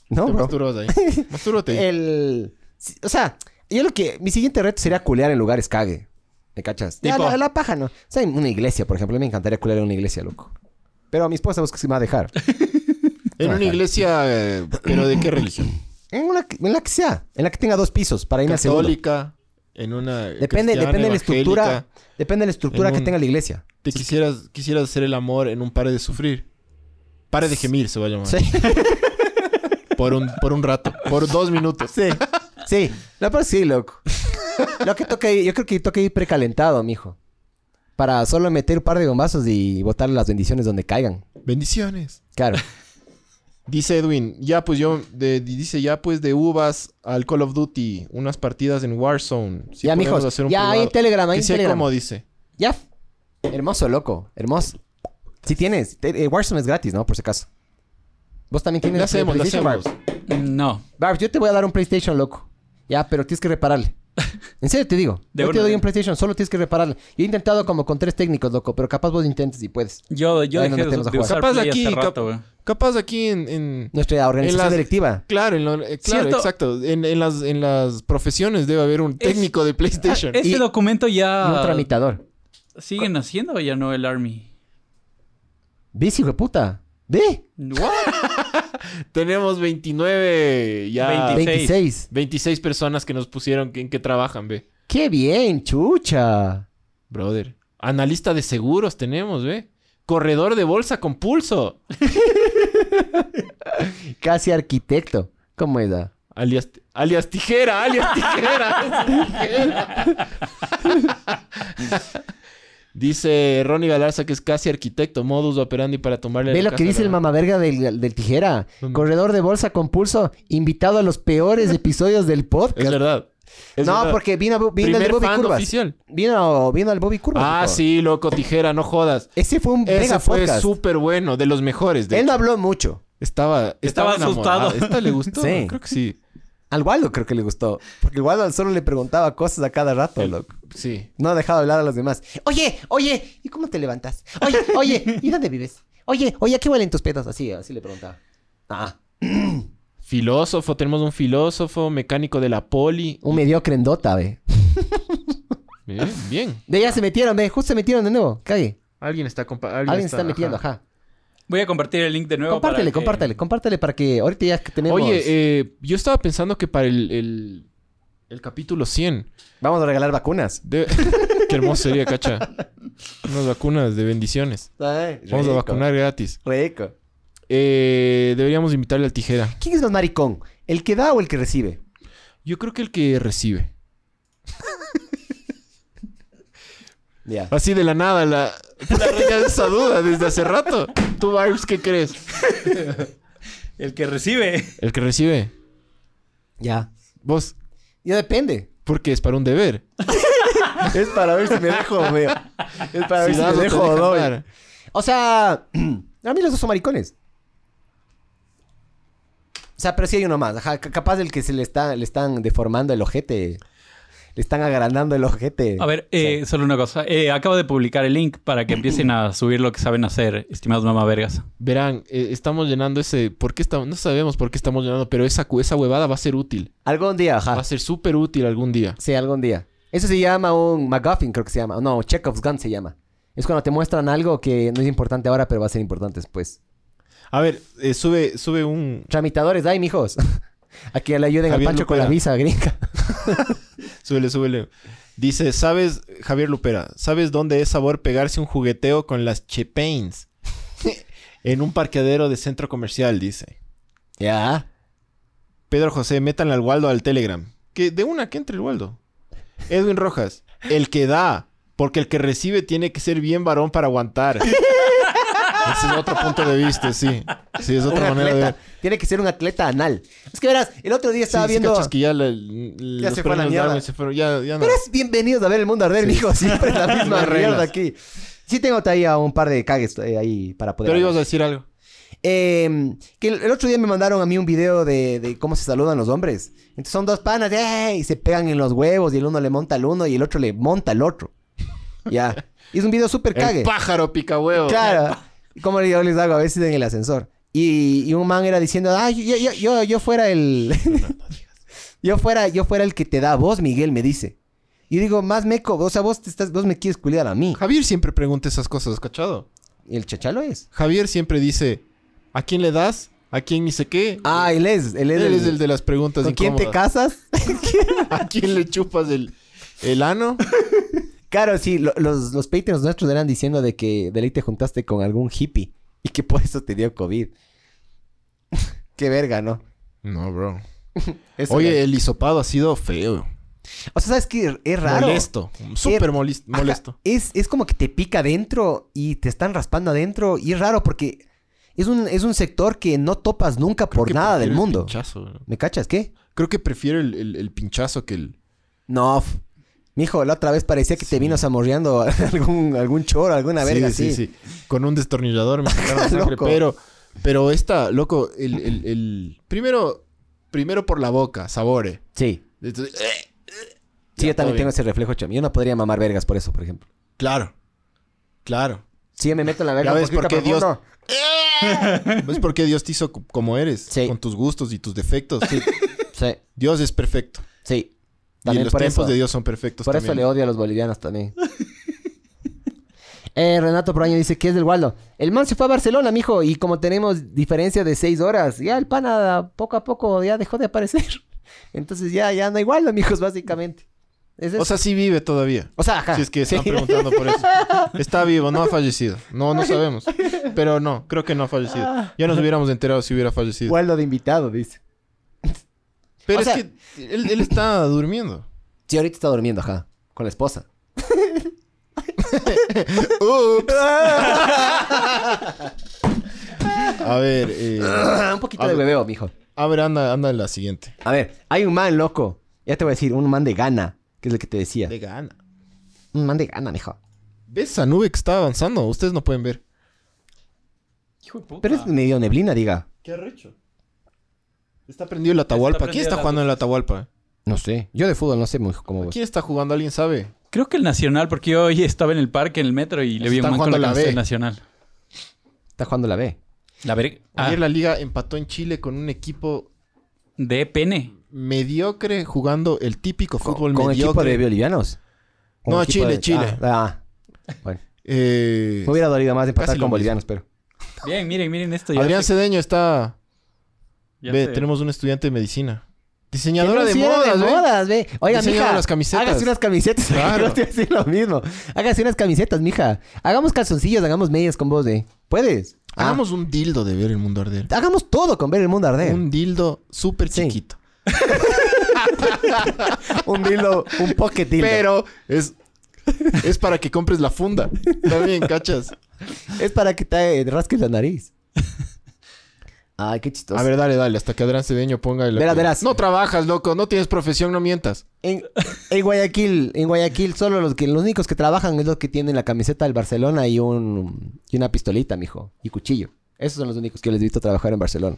Speaker 2: No, bro.
Speaker 1: te
Speaker 2: Eh,
Speaker 1: masturbas ahí? Mastúrbate. ahí.
Speaker 2: El... sí, O sea, yo lo que... Mi siguiente reto sería culear en lugares cague. ¿Me cachas? Ya,
Speaker 3: Tipo.
Speaker 2: la, la paja no. O sea, en una iglesia, por ejemplo. a mí Me encantaría culear en una iglesia, loco. Pero a mi esposa busca si me va a dejar.
Speaker 1: en una
Speaker 2: ajá.
Speaker 1: iglesia, eh, pero ¿de qué religión?
Speaker 2: En, una, que- en la que sea. En la que tenga dos pisos para irme al segundo.
Speaker 1: Católica, en una.
Speaker 2: Depende,
Speaker 1: cristiana,
Speaker 2: depende de la estructura.
Speaker 1: evangélica.
Speaker 2: Depende de la estructura
Speaker 1: en
Speaker 2: que
Speaker 1: un-
Speaker 2: tenga la iglesia.
Speaker 1: Te quisieras, quisieras hacer el amor en un pare de sufrir. Pare de gemir se va a llamar.
Speaker 2: Sí.
Speaker 1: Por un, por un rato, por dos minutos.
Speaker 2: Sí. Sí. No, pero sí, loco. Lo que toca ir- yo creo que toca ir precalentado, mijo. Para solo meter un par de bombazos y botarle las bendiciones donde caigan.
Speaker 1: Bendiciones.
Speaker 2: Claro.
Speaker 1: Dice Edwin, ya pues yo, de- dice ya pues de uvas al Call of Duty, unas partidas en Warzone. Sí
Speaker 2: ya,
Speaker 1: podemos
Speaker 2: mijos.
Speaker 1: hacer un
Speaker 2: ya, hay
Speaker 1: privado.
Speaker 2: en Telegram, hay
Speaker 1: Que
Speaker 2: en
Speaker 1: sea
Speaker 2: Telegram.
Speaker 1: como dice.
Speaker 2: Ya. Hermoso, loco. Hermoso. Si tienes. te- eh, Warzone es gratis, ¿no? Por si acaso. Vos también tienes
Speaker 1: Le hacemos, le
Speaker 2: PlayStation,
Speaker 1: hacemos.
Speaker 2: Barb.
Speaker 3: No.
Speaker 2: Barb, yo te voy a dar un PlayStation, loco. Ya, pero tienes que repararle. En serio te digo.
Speaker 3: De
Speaker 2: yo te
Speaker 3: una.
Speaker 2: doy un PlayStation, solo tienes que repararle. Yo he intentado como con tres técnicos, loco, pero capaz vos intentes y puedes.
Speaker 3: Yo, yo
Speaker 2: Ahí nos
Speaker 3: dejé de,
Speaker 2: metemos a
Speaker 3: de
Speaker 2: jugar.
Speaker 3: usar
Speaker 1: Capaz
Speaker 3: Play
Speaker 1: aquí,
Speaker 3: hace
Speaker 1: cap-
Speaker 3: rato, güey.
Speaker 1: Capaz aquí en... en-
Speaker 2: Nuestra organización
Speaker 1: las-
Speaker 2: directiva.
Speaker 1: Claro, en lo- eh, claro,
Speaker 3: ¿Cierto?
Speaker 1: exacto. En, en las, en las profesiones debe haber un técnico de PlayStation.
Speaker 3: Este
Speaker 2: Y-
Speaker 3: documento
Speaker 2: Y
Speaker 1: Ah.
Speaker 2: un
Speaker 3: ya...
Speaker 2: tramitador.
Speaker 3: ¿Siguen haciendo o ya no el Army?
Speaker 2: ¿Ves, hijo de puta? ¿Ve?
Speaker 3: ¿What?
Speaker 1: Tenemos 29 ya...
Speaker 3: 20.
Speaker 2: 26.
Speaker 1: 26 personas que nos pusieron que- en qué trabajan, ve.
Speaker 2: ¡Qué bien, chucha!
Speaker 1: Brother. Analista de seguros tenemos, ve. Corredor de bolsa con pulso.
Speaker 2: Casi arquitecto. ¿Cómo ah? era?
Speaker 1: Alias, alias tijera, alias tijera. alias tijera. dice Ronnie Galarza que es casi arquitecto, modus operandi para tomarle
Speaker 2: Ve
Speaker 1: la
Speaker 2: lo que
Speaker 1: casa a
Speaker 2: dice
Speaker 1: la-
Speaker 2: el mamaverga del, del tijera.
Speaker 1: ¿Dónde?
Speaker 2: Corredor de bolsa con pulso, invitado a los peores episodios del podcast.
Speaker 1: Es verdad. Es
Speaker 2: no,
Speaker 1: verdad.
Speaker 2: porque vino, vino el
Speaker 1: Primer
Speaker 2: de Bobby
Speaker 1: fan
Speaker 2: Curvas.
Speaker 1: oficial.
Speaker 2: Vino, vino el Bobby Curvas.
Speaker 1: Ah,
Speaker 2: loco.
Speaker 1: sí, loco, tijera, no jodas.
Speaker 2: Ese fue un
Speaker 1: Ese
Speaker 2: mega
Speaker 1: fue
Speaker 2: podcast.
Speaker 1: súper bueno, de los mejores. de
Speaker 2: Él
Speaker 1: hecho.
Speaker 2: no habló mucho.
Speaker 1: Estaba, estaba,
Speaker 3: Estaba asustado.
Speaker 1: asustado. Esta le gustó.
Speaker 2: Sí.
Speaker 1: Creo que sí.
Speaker 2: Al Waldo creo que le gustó. Porque el Waldo solo le preguntaba cosas a cada rato, loco.
Speaker 1: Sí.
Speaker 2: No ha dejado hablar a los demás. Oye, oye, ¿y cómo te levantas? Oye, oye, ¿y dónde vives? Oye, oye, ¿a qué huelen tus pedos? Así, así le preguntaba. Ah,
Speaker 1: Filósofo, tenemos un filósofo, mecánico de la poli.
Speaker 2: un mediocre endota, ve.
Speaker 1: Bien, bien.
Speaker 2: De ya se metieron, ve. Justo se metieron de nuevo. Cague.
Speaker 1: Alguien está compa-
Speaker 2: Alguien se está metiendo,
Speaker 1: ajá.
Speaker 2: ajá.
Speaker 3: Voy a compartir el link de nuevo para
Speaker 2: Compártele,
Speaker 3: que-
Speaker 1: eh,
Speaker 2: compártele, compártele para que ahorita ya que tenemos...
Speaker 1: Oye, eh, yo estaba pensando que para el, el- El capítulo 100.
Speaker 2: Vamos a regalar vacunas.
Speaker 1: De- Qué hermoso sería, cacha. Unas vacunas de bendiciones.
Speaker 2: Ay,
Speaker 1: Vamos a
Speaker 2: rico,
Speaker 1: vacunar gratis.
Speaker 2: Rico.
Speaker 1: Eh, deberíamos invitarle al tijera.
Speaker 2: ¿Quién es más maricón? ¿El que da o el que recibe?
Speaker 1: Yo creo que el que recibe.
Speaker 2: Ya.
Speaker 1: Así de la nada, la, la reina de esa duda desde hace rato. ¿Tú, Vibes, qué crees?
Speaker 3: El que recibe.
Speaker 1: El que recibe.
Speaker 2: Ya.
Speaker 1: Vos,
Speaker 2: Ya depende.
Speaker 1: porque es para un deber.
Speaker 2: Es para ver si me dejo o veo. Es para ver
Speaker 1: Si
Speaker 2: si
Speaker 1: das, no
Speaker 2: me
Speaker 1: te
Speaker 2: dejo o
Speaker 1: dejan
Speaker 2: doy.
Speaker 1: dar.
Speaker 2: O sea, a mí los dos son maricones. O sea, pero sí hay uno más. Ajá, ca- capaz del que se le, está, le están deformando el ojete. Le están agrandando el ojete.
Speaker 3: A ver, eh, solo una cosa. Eh, acabo de publicar el link para que empiecen a subir lo que saben hacer, estimados mamavergas.
Speaker 1: Verán, eh, estamos llenando ese... ¿Por qué estamos? No sabemos por qué estamos llenando, pero esa, cu- esa huevada va a ser útil.
Speaker 2: Algún día,
Speaker 1: Va
Speaker 2: ajá.
Speaker 1: a ser súper útil algún día.
Speaker 2: Sí, algún día. Eso se llama un MacGuffin, creo que se llama. No, Chekhov's Gun se llama. Es cuando te muestran algo que no es importante ahora, pero va a ser importante después.
Speaker 1: A ver, eh, sube, sube un...
Speaker 2: Tramitadores, ay, mijos. A que le ayuden
Speaker 1: Javier
Speaker 2: al Pancho con la
Speaker 1: Lupera.
Speaker 2: visa gringa.
Speaker 1: Súbele, súbele. Dice, ¿sabes, Javier Lupera, ¿sabes dónde es sabor pegarse un jugueteo con las chepains? en un parqueadero de centro comercial, dice.
Speaker 2: Ya.
Speaker 1: Pedro José, métanle al Waldo al Telegram. Que de una que entre el Waldo. Edwin Rojas, el que da, porque el que recibe tiene que ser bien varón para aguantar. Ese es otro punto de vista, sí. Sí, es otra
Speaker 2: Un
Speaker 1: manera de
Speaker 2: atleta.
Speaker 1: ver.
Speaker 2: Tiene que ser un atleta anal. Es que verás, el otro día estaba
Speaker 1: Sí, sí,
Speaker 2: viendo.
Speaker 1: cachas que ya, la- l-
Speaker 2: Ya
Speaker 1: los
Speaker 2: se fue a la
Speaker 1: premios
Speaker 2: mierda.
Speaker 1: Darwin se fueron, ya- ya no.
Speaker 2: Pero es bienvenidos a ver el mundo arder, mijo. Siempre es la misma
Speaker 1: Las reglas.
Speaker 2: mierda aquí. Sí tengo ahí a un par de cagues eh, ahí para poder.
Speaker 1: Pero
Speaker 2: hablar.
Speaker 1: ibas a decir algo.
Speaker 2: Eh, que el, el otro día me mandaron a mí un video de, de cómo se saludan los hombres. Entonces son dos panas, ¡eh! y se pegan en los huevos y el uno le monta al uno y el otro le monta al otro. Ya. Y es un video súper cague.
Speaker 1: El pájaro pica huevo.
Speaker 2: Claro. Como yo les hago a veces en el ascensor. Y, y un man era diciendo, ah, yo, yo, yo, yo fuera el... yo, fuera, yo fuera el que te da a vos, Miguel, me dice. Y yo digo, más meco, o sea, vos, te estás, vos me quieres culiar a mí.
Speaker 1: Javier siempre pregunta esas cosas, ¿cachado?
Speaker 2: Y el chachalo es.
Speaker 1: Javier siempre dice, ¿a quién le das? ¿A quién ni sé qué?
Speaker 2: Ah, él es, él es
Speaker 1: Él
Speaker 2: el-
Speaker 1: es el de las preguntas
Speaker 2: ¿Con quién te
Speaker 1: incómodas.
Speaker 2: casas?
Speaker 1: ¿A quién le chupas el, el ano?
Speaker 2: claro, sí, lo- los, los Patreons nuestros eran diciendo de que de ley te juntaste con algún hippie y que por eso te dio COVID. Qué verga, ¿no?
Speaker 1: No, bro.
Speaker 2: Eso
Speaker 1: Oye,
Speaker 2: era-
Speaker 1: el hisopado ha sido feo.
Speaker 2: o sea, ¿sabes qué? Es raro.
Speaker 1: Molesto. Súper molis-
Speaker 2: Ajá,
Speaker 1: molesto.
Speaker 2: Es, es como que te pica adentro y te están raspando adentro y es raro porque es un, es un sector que no topas nunca
Speaker 1: Creo
Speaker 2: por
Speaker 1: que
Speaker 2: nada del
Speaker 1: prefiero el
Speaker 2: mundo.
Speaker 1: pinchazo, bro.
Speaker 2: ¿Me cachas? ¿Qué?
Speaker 1: Creo que prefiero el, el- el pinchazo que el...
Speaker 2: No. f- Mijo, la otra vez parecía que te vino zamorreando algún, algún choro, alguna
Speaker 1: Sí,
Speaker 2: verga
Speaker 1: sí,
Speaker 2: así.
Speaker 1: sí. Con un destornillador me sacaron la sangre.
Speaker 2: Loco.
Speaker 1: Pero, pero esta, loco, el, el- el- Primero, primero por la boca, sabore.
Speaker 2: Sí.
Speaker 1: Entonces, eh,
Speaker 2: Sí,
Speaker 1: Ya,
Speaker 2: yo también
Speaker 1: todo
Speaker 2: tengo
Speaker 1: bien.
Speaker 2: ese reflejo, chamo. Yo no podría mamar vergas por eso, por ejemplo.
Speaker 1: Claro. Claro.
Speaker 2: Sí, me meto en la verga.
Speaker 1: ¿Ya
Speaker 2: un
Speaker 1: ves por
Speaker 2: poquito
Speaker 1: qué Dios-
Speaker 2: profundo.
Speaker 1: ¿Ves por qué Dios te hizo co- como eres?
Speaker 2: Sí.
Speaker 1: Con tus gustos y tus defectos.
Speaker 2: Sí,
Speaker 1: Dios es perfecto.
Speaker 2: sí.
Speaker 1: y
Speaker 2: También
Speaker 1: los
Speaker 2: por
Speaker 1: tiempos
Speaker 2: eso.
Speaker 1: de Dios son perfectos
Speaker 2: Por eso
Speaker 1: también.
Speaker 2: le odio a los bolivianos también. Eh, Renato Proaño dice que es del Waldo. El man se fue a Barcelona, mijo, y como tenemos diferencia de seis horas, ya el pana poco a poco ya dejó de aparecer. Entonces ya, ya no hay Waldo, mijos, básicamente. Es eso.
Speaker 1: O sea, sí vive todavía.
Speaker 2: O sea, ajá.
Speaker 1: Si es que están
Speaker 2: Ah, Sí.
Speaker 1: preguntando por eso. Está vivo, no ha fallecido. No, no sabemos. Pero no, creo que no ha fallecido.
Speaker 2: Ah.
Speaker 1: Ya nos hubiéramos enterado si hubiera fallecido.
Speaker 2: Waldo de invitado, dice.
Speaker 1: Pero
Speaker 2: o
Speaker 1: es
Speaker 2: sea-
Speaker 1: que él, él está durmiendo.
Speaker 2: Sí, ahorita está durmiendo, ajá. Con la esposa.
Speaker 1: Ups. A ver, eh,
Speaker 2: Un poquito de
Speaker 1: Habla-
Speaker 2: bebeo, mijo.
Speaker 1: a ver, anda, anda la siguiente.
Speaker 2: A ver, hay un man loco. Ya te voy a decir, un man de gana, que es el que te decía.
Speaker 1: gana.
Speaker 2: Un man de gana, mijo.
Speaker 1: ¿Ves esa nube que está avanzando? Ustedes no pueden ver.
Speaker 3: Hijo de puta.
Speaker 2: Pero es medio neblina, diga.
Speaker 1: ¿Qué arrecho? Está prendido el Atahualpa.
Speaker 3: Está
Speaker 1: ¿Quién está
Speaker 3: prendida la
Speaker 1: jugando en el Atahualpa?
Speaker 2: No sé. Yo de fútbol no sé muy como vos.
Speaker 1: ¿Quién está jugando? ¿Alguien sabe?
Speaker 3: Creo que el Nacional, porque yo hoy estaba en el parque, en el metro, y le vi a
Speaker 1: Están
Speaker 3: un man con
Speaker 1: jugando
Speaker 3: la
Speaker 1: la B.
Speaker 3: camiseta del Nacional.
Speaker 2: Está jugando la B.
Speaker 3: La ver... Ah,
Speaker 1: Ayer la liga empató en Chile con un equipo
Speaker 3: de pene.
Speaker 1: mediocre jugando el típico fútbol
Speaker 2: con equipo
Speaker 1: mediocre.
Speaker 2: de bolivianos. Con
Speaker 1: No,
Speaker 2: equipo
Speaker 1: Chile, Chile.
Speaker 2: Ah, ah. Bueno,
Speaker 1: Eh,
Speaker 2: me hubiera dolido más empatar
Speaker 1: Casi lo
Speaker 2: con
Speaker 1: mismo.
Speaker 2: bolivianos, pero.
Speaker 3: Bien, miren, miren esto. Ya
Speaker 1: Adrián
Speaker 3: se-
Speaker 1: Cedeño está...
Speaker 3: ya
Speaker 1: Ve,
Speaker 3: se-
Speaker 1: tenemos un estudiante de medicina. Diseñadora de
Speaker 2: Sí, era
Speaker 1: modas, ¿eh?
Speaker 2: ve. Oiga,
Speaker 1: Diseñaba
Speaker 2: mija,
Speaker 1: las camisetas.
Speaker 2: hágase unas camisetas.
Speaker 1: Claro.
Speaker 2: Yo te iba a decir lo mismo. Hágase unas camisetas, mija. Hagamos calzoncillos, hagamos medias con vos, eh. ¿Puedes? Ah,
Speaker 1: Hagamos un dildo de ver el mundo arder.
Speaker 2: hagamos todo con ver el mundo arder.
Speaker 1: Un dildo súper
Speaker 2: Sí.
Speaker 1: chiquito.
Speaker 2: un dildo, un pocket dildo.
Speaker 1: Pero es, es para que compres la funda. También, ¿cachas?
Speaker 2: Es para que te rasques la nariz. Ay, qué chistoso.
Speaker 1: A ver, dale, dale. Hasta que Adrián Cedeño ponga el...
Speaker 2: Verás, verás.
Speaker 1: No trabajas, loco. No tienes profesión, no mientas.
Speaker 2: En, en Guayaquil, en Guayaquil solo los que los únicos que trabajan es los que tienen la camiseta del Barcelona y un y una pistolita, mijo, y cuchillo. Esos son los únicos que les he visto trabajar en Barcelona.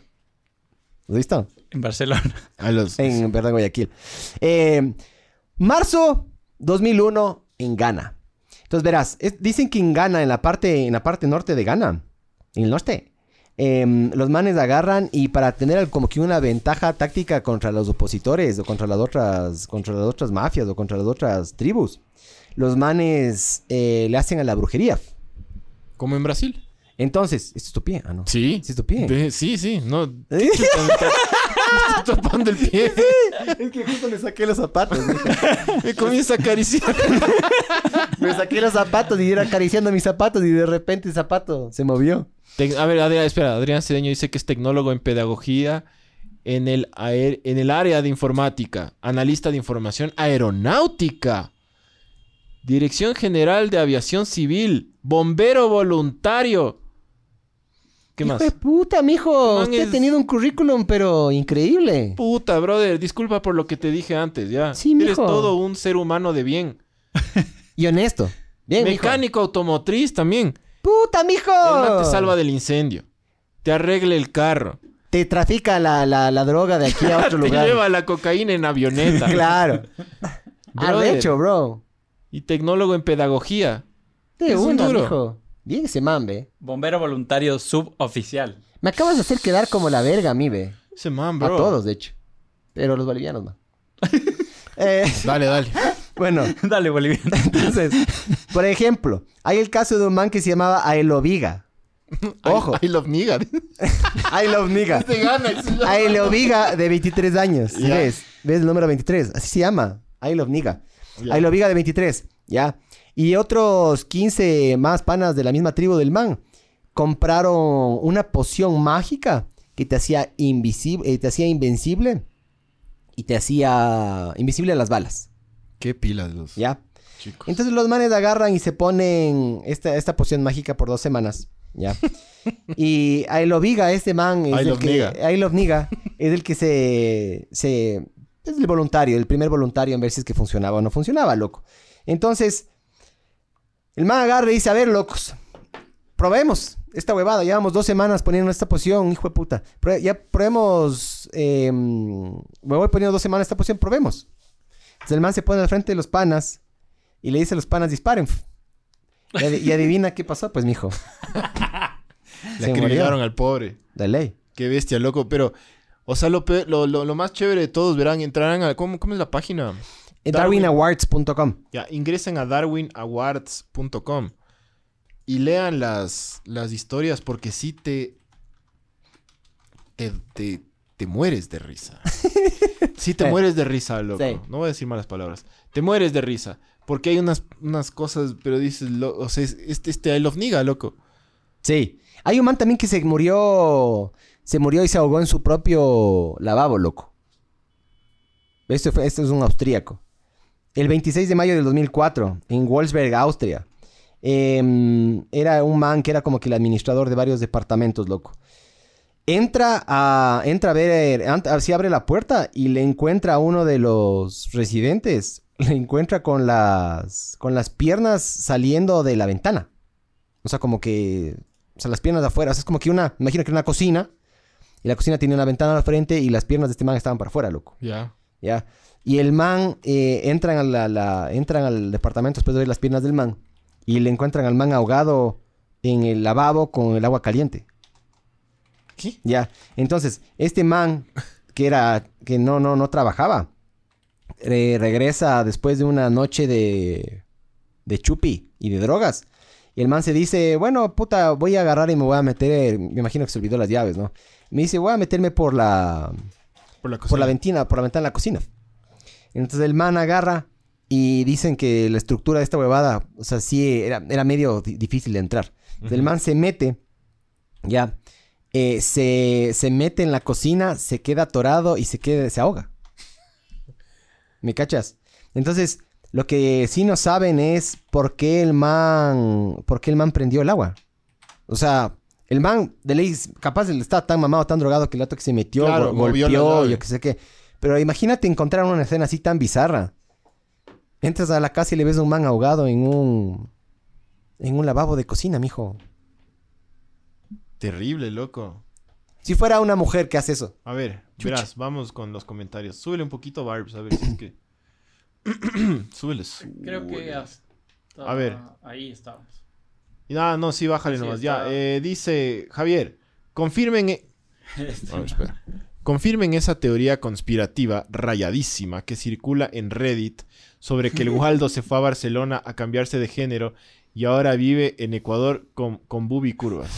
Speaker 2: ¿Has visto?
Speaker 3: En Barcelona.
Speaker 1: A los...
Speaker 2: En verdad Guayaquil. Eh, marzo 2001 en Ghana. Entonces verás, es- dicen que en Ghana, en la parte, en la parte norte de Ghana, en el norte, em, los manes agarran y para tener al- como que una ventaja táctica contra los opositores o contra las otras, contra las otras mafias o contra las otras tribus, los manes eh, le hacen a la brujería.
Speaker 1: Como en Brasil.
Speaker 2: Entonces, ¿esto es tu pie? Ah, no.
Speaker 1: Sí.
Speaker 2: Sí, tu pie.
Speaker 1: Ve- sí, sí. No. Chuta, me está- me está tapando el pie.
Speaker 2: es que justo le saqué los zapatos.
Speaker 1: Me comienza a acariciar.
Speaker 2: Me saqué los zapatos y era acariciando mis zapatos y de repente el zapato se movió.
Speaker 1: Tec- a ver, Adrián, espera. Adrián Cedeño dice que es tecnólogo en pedagogía en el, aer- en el área de informática, analista de información aeronáutica, Dirección General de Aviación Civil, bombero voluntario. ¿Qué
Speaker 2: Hijo
Speaker 1: más?
Speaker 2: de puta, mijo.
Speaker 1: Man,
Speaker 2: Usted
Speaker 1: es-
Speaker 2: ha tenido un currículum, pero increíble.
Speaker 1: Puta, brother, disculpa por lo que te dije antes, ya.
Speaker 2: Sí,
Speaker 1: Eres
Speaker 2: mijo.
Speaker 1: todo un ser humano de bien.
Speaker 2: Y honesto. Bien, mijo.
Speaker 1: Mecánico automotriz también.
Speaker 2: ¡Puta, mijo!
Speaker 1: El man te salva del incendio. Te arregle el carro.
Speaker 2: Te trafica la, la- la droga de aquí a otro
Speaker 1: Te
Speaker 2: lugar.
Speaker 1: lleva la cocaína en avioneta.
Speaker 2: Claro.
Speaker 1: Brother.
Speaker 2: Arrecho, bro.
Speaker 1: Y tecnólogo en pedagogía.
Speaker 2: De
Speaker 1: Es un
Speaker 2: una,
Speaker 1: duro.
Speaker 2: mijo. Bien ese man, ve.
Speaker 3: Bombero voluntario suboficial.
Speaker 2: Me acabas de hacer quedar como la verga a mí, ve.
Speaker 1: Ese man, bro.
Speaker 2: A todos, de hecho. Pero los bolivianos, no. Eh,
Speaker 1: Dale, dale.
Speaker 2: bueno.
Speaker 3: Dale, boliviano.
Speaker 2: Entonces, por ejemplo, hay el caso de un man que se llamaba Aeloviga. Ojo.
Speaker 1: I, I love nigga.
Speaker 2: I love nigga.
Speaker 1: Te gana. ese man.
Speaker 2: Aeloviga de 23 años. ¿sí
Speaker 1: Ya.
Speaker 2: ¿Ves? ¿Ves el número 23? Así se llama. I love nigga.
Speaker 1: Ya.
Speaker 2: Aeloviga de 23. Ya. Y otros 15 más panas de la misma tribu del man compraron una poción mágica que te hacía invisible, eh, te hacía invencible y te hacía invisible a las balas.
Speaker 1: Qué pilas los
Speaker 2: Ya.
Speaker 1: chicos.
Speaker 2: Entonces los manes agarran y se ponen esta, esta poción mágica por dos semanas. Ya. y I Love Iga, este man es
Speaker 1: I
Speaker 2: el
Speaker 1: Love
Speaker 2: que.
Speaker 1: Niga.
Speaker 2: I Love Niga es el que se. se. Es el voluntario, el primer voluntario en ver si es que funcionaba o no funcionaba, loco. Entonces, el man agarra y dice: A ver, locos, probemos esta huevada. Llevamos dos semanas poniendo esta poción, hijo de puta. Prue- ya probemos. eh, me voy poniendo dos semanas esta poción, probemos. Entonces el man se pone al frente de los panas y le dice a los panas: disparen. Y, adi- y adivina qué pasó, pues, mijo.
Speaker 1: Le
Speaker 2: se
Speaker 1: acribillaron
Speaker 2: murió.
Speaker 1: al pobre.
Speaker 2: La ley.
Speaker 1: Qué bestia, loco. Pero, o sea, lo, pe- lo, lo- lo más chévere de todos, verán, entrarán a... ¿Cómo, cómo es la página?
Speaker 2: En
Speaker 1: Darwin.
Speaker 2: DarwinAwards.com.
Speaker 1: Ya, ingresen a darwinawards.com y lean las, las historias porque sí te... Te, te, te mueres de risa. Sí te
Speaker 2: Sí.
Speaker 1: mueres de risa, loco.
Speaker 2: Sí.
Speaker 1: No voy a decir malas palabras. Te mueres de risa. Porque hay unas, unas cosas, pero dices, lo- o sea, es- este, este I love nigga, loco.
Speaker 2: Sí. Hay un man también que se murió. Se murió y se ahogó en su propio lavabo, loco. Este, fue- este es un austríaco. El 26 de mayo del 2004, en Wolfsberg, Austria. Em, era un man que era como que el administrador de varios departamentos, loco. Entra a, entra a ver, ant- así abre la puerta y le encuentra a uno de los residentes. Le encuentra con las, con las piernas saliendo de la ventana. O sea, como que. O sea, las piernas de afuera. O sea, es como que una. me Imagino que era una cocina. Y la cocina tiene una ventana al frente y las piernas de este man estaban para afuera, loco.
Speaker 1: Ya.
Speaker 2: ¿Ya? Y el man. eh, entran, a la, la- entran al departamento después de ver las piernas del man. Y le encuentran al man ahogado en el lavabo con el agua caliente.
Speaker 1: ¿Qué?
Speaker 2: Ya. Entonces, este man. Que era. Que no, no, no trabajaba. eh, regresa después de una noche de. De chupi y de drogas. Y el man se dice, bueno, puta, voy a agarrar y me voy a meter. Me imagino que se olvidó las llaves, ¿no? Me dice, voy a meterme por la.
Speaker 1: Por la
Speaker 2: por la
Speaker 1: cocina.
Speaker 2: ventana, por la ventana de la cocina. Entonces el man agarra y dicen que la estructura de esta huevada, o sea, sí era, era medio di- difícil de entrar. Entonces, El man se mete, ya, eh, se, se mete en la cocina, se queda atorado y se queda, se ahoga. ¿Me cachas? Entonces, lo que sí no saben es por qué el man, por qué el man prendió el agua. O sea, el man de ley capaz él estaba tan mamado, tan drogado que el dato que se metió,
Speaker 1: Claro,
Speaker 2: gol-
Speaker 1: movió la
Speaker 2: golpeó,
Speaker 1: llave.
Speaker 2: yo qué sé qué. Pero imagínate encontrar una escena así tan bizarra. Entras a la casa y le ves a un man ahogado en un en un lavabo de cocina, mijo.
Speaker 1: Terrible, loco.
Speaker 2: Si fuera una mujer que hace eso.
Speaker 1: A ver, verás, vamos con los comentarios. Súbele un poquito, Barbs, a ver si es que. Súbele, súbele.
Speaker 3: Creo que hasta...
Speaker 1: A ver.
Speaker 3: Ahí estamos.
Speaker 1: Y nada, no, sí, bájale
Speaker 3: Sí,
Speaker 1: nomás.
Speaker 3: está-
Speaker 1: Ya, eh, dice Javier, confirmen. e- A ver, espera. Confirmen esa teoría conspirativa rayadísima que circula en Reddit sobre que el Waldo se fue a Barcelona a cambiarse de género y ahora vive en Ecuador con, con bubi curvas.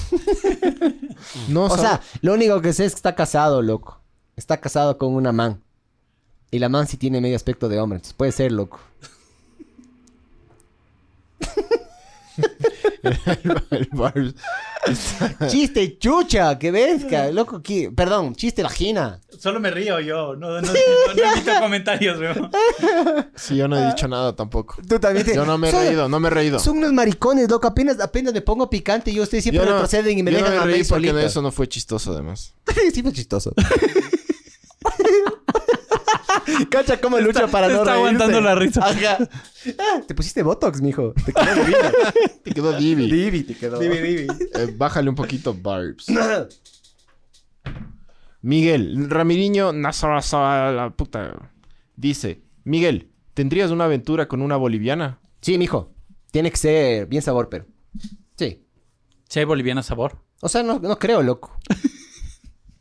Speaker 1: No,
Speaker 2: O
Speaker 1: sab-
Speaker 2: sea, lo único que sé es que está casado, loco. Está casado con una man. Y la man sí tiene medio aspecto de hombre, entonces puede ser, loco.
Speaker 1: el Barbs-
Speaker 2: chiste chucha, que ves, ca- loco, que- perdón, chiste vagina.
Speaker 3: Solo me río yo. No, no, no, no, no necesito comentarios, weón.
Speaker 1: Sí, yo no he dicho nada tampoco.
Speaker 2: Tú también Ah. te-
Speaker 1: Yo no me he
Speaker 2: Son-
Speaker 1: reído, no me he reído.
Speaker 2: Son unos maricones, loco. Apenas, apenas me pongo picante y ustedes siempre
Speaker 1: Yo no-
Speaker 2: retroceden y me
Speaker 1: yo no
Speaker 2: dejan a
Speaker 1: reí
Speaker 2: mí
Speaker 1: porque
Speaker 2: solito.
Speaker 1: eso no fue chistoso además.
Speaker 2: Siempre es chistoso. Cacha cómo lucha para
Speaker 3: está
Speaker 2: no reírse.
Speaker 3: aguantando la risa.
Speaker 2: Ajá. Ah, te pusiste Botox, mijo. Te quedó
Speaker 1: Te quedó Divi.
Speaker 2: Divi, te quedó.
Speaker 1: Eh, bájale un poquito, Barbs. Miguel, Ramiriño, Nazaraza, la puta. Dice, Miguel, ¿tendrías una aventura con una boliviana?
Speaker 2: Sí, mijo. Tiene que ser bien sabor, pero. Sí.
Speaker 3: Che, boliviana sabor.
Speaker 2: O sea, no, no creo, loco.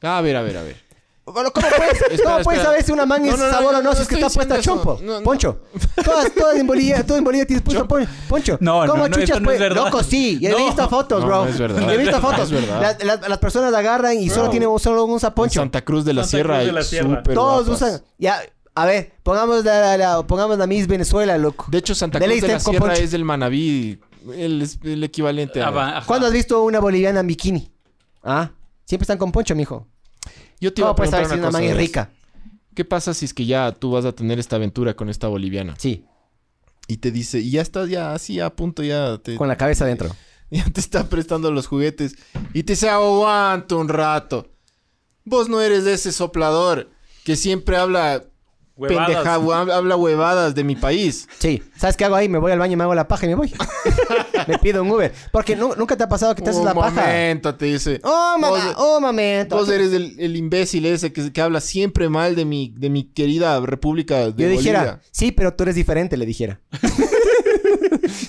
Speaker 1: A ver, a ver, a ver.
Speaker 2: Bueno, ¿Cómo puedes,
Speaker 1: Espera,
Speaker 2: cómo puedes
Speaker 1: espera.
Speaker 2: saber si una man
Speaker 1: No,
Speaker 2: es
Speaker 1: no, no,
Speaker 2: sabor
Speaker 1: yo
Speaker 2: o no,
Speaker 1: no
Speaker 2: si es que
Speaker 1: estoy
Speaker 2: está puesta
Speaker 1: diciendo
Speaker 2: chompo?
Speaker 1: eso. No, no.
Speaker 2: Poncho. Todas, todas en Bolivia, todo en Bolivia tienes puesto pon- poncho.
Speaker 3: No,
Speaker 2: ¿Cómo
Speaker 3: no, no,
Speaker 2: chuchas,
Speaker 3: eso no es
Speaker 2: pues?
Speaker 3: verdad.
Speaker 2: Loco, sí. He
Speaker 3: No.
Speaker 2: visto fotos,
Speaker 1: No,
Speaker 2: bro.
Speaker 1: no es verdad.
Speaker 2: He visto
Speaker 1: No es
Speaker 2: fotos.
Speaker 1: verdad.
Speaker 2: Las- las- las personas agarran y solo
Speaker 1: Bro.
Speaker 2: tienen un- solo usan
Speaker 1: En
Speaker 2: poncho.
Speaker 1: Santa Cruz de la
Speaker 3: Santa
Speaker 1: Sierra.
Speaker 3: Cruz de
Speaker 1: hay
Speaker 3: la Sierra.
Speaker 1: súper
Speaker 2: Todos
Speaker 1: guapas.
Speaker 2: usan. Ya, a ver, pongamos la, la- la- pongamos la Miss Venezuela, loco.
Speaker 1: De hecho, Santa
Speaker 2: De ley
Speaker 1: Cruz de la
Speaker 2: está con
Speaker 1: Sierra
Speaker 2: poncho.
Speaker 1: es del Manabí. El, es el equivalente a...
Speaker 3: Aba- Ah, ajá.
Speaker 2: ¿Cuándo has visto una boliviana en bikini? Ah, siempre están con poncho, mijo.
Speaker 1: Yo te iba a
Speaker 2: ¿Cómo puedes
Speaker 1: preguntar
Speaker 2: saber pues, si una
Speaker 1: cosa,
Speaker 2: man es
Speaker 1: ¿ves?
Speaker 2: rica?
Speaker 1: ¿Qué pasa si es que ya tú vas a tener esta aventura con esta boliviana?
Speaker 2: Sí,
Speaker 1: Y te dice, y ya estás ya así a punto, ya te,
Speaker 2: con la cabeza adentro.
Speaker 1: Ya te está prestando los juguetes y te dice aguanta un rato. Vos no eres de ese soplador que siempre habla
Speaker 3: Huevadas.
Speaker 1: pendeja, hua- habla huevadas de mi país.
Speaker 2: Sí, ¿sabes qué hago ahí? Me voy al baño, me hago la paja y me voy. me pido un Uber. Porque nu- nunca te ha pasado que te haces
Speaker 1: un
Speaker 2: la paja.
Speaker 1: momento, te dice.
Speaker 2: Oh, mamá,
Speaker 1: Vos-
Speaker 2: oh, momento.
Speaker 1: Vos eres el, el imbécil ese que, que habla siempre mal de mi, de mi querida República de
Speaker 2: Yo dijera,
Speaker 1: Bolivia.
Speaker 2: sí, pero tú eres diferente, le dijera.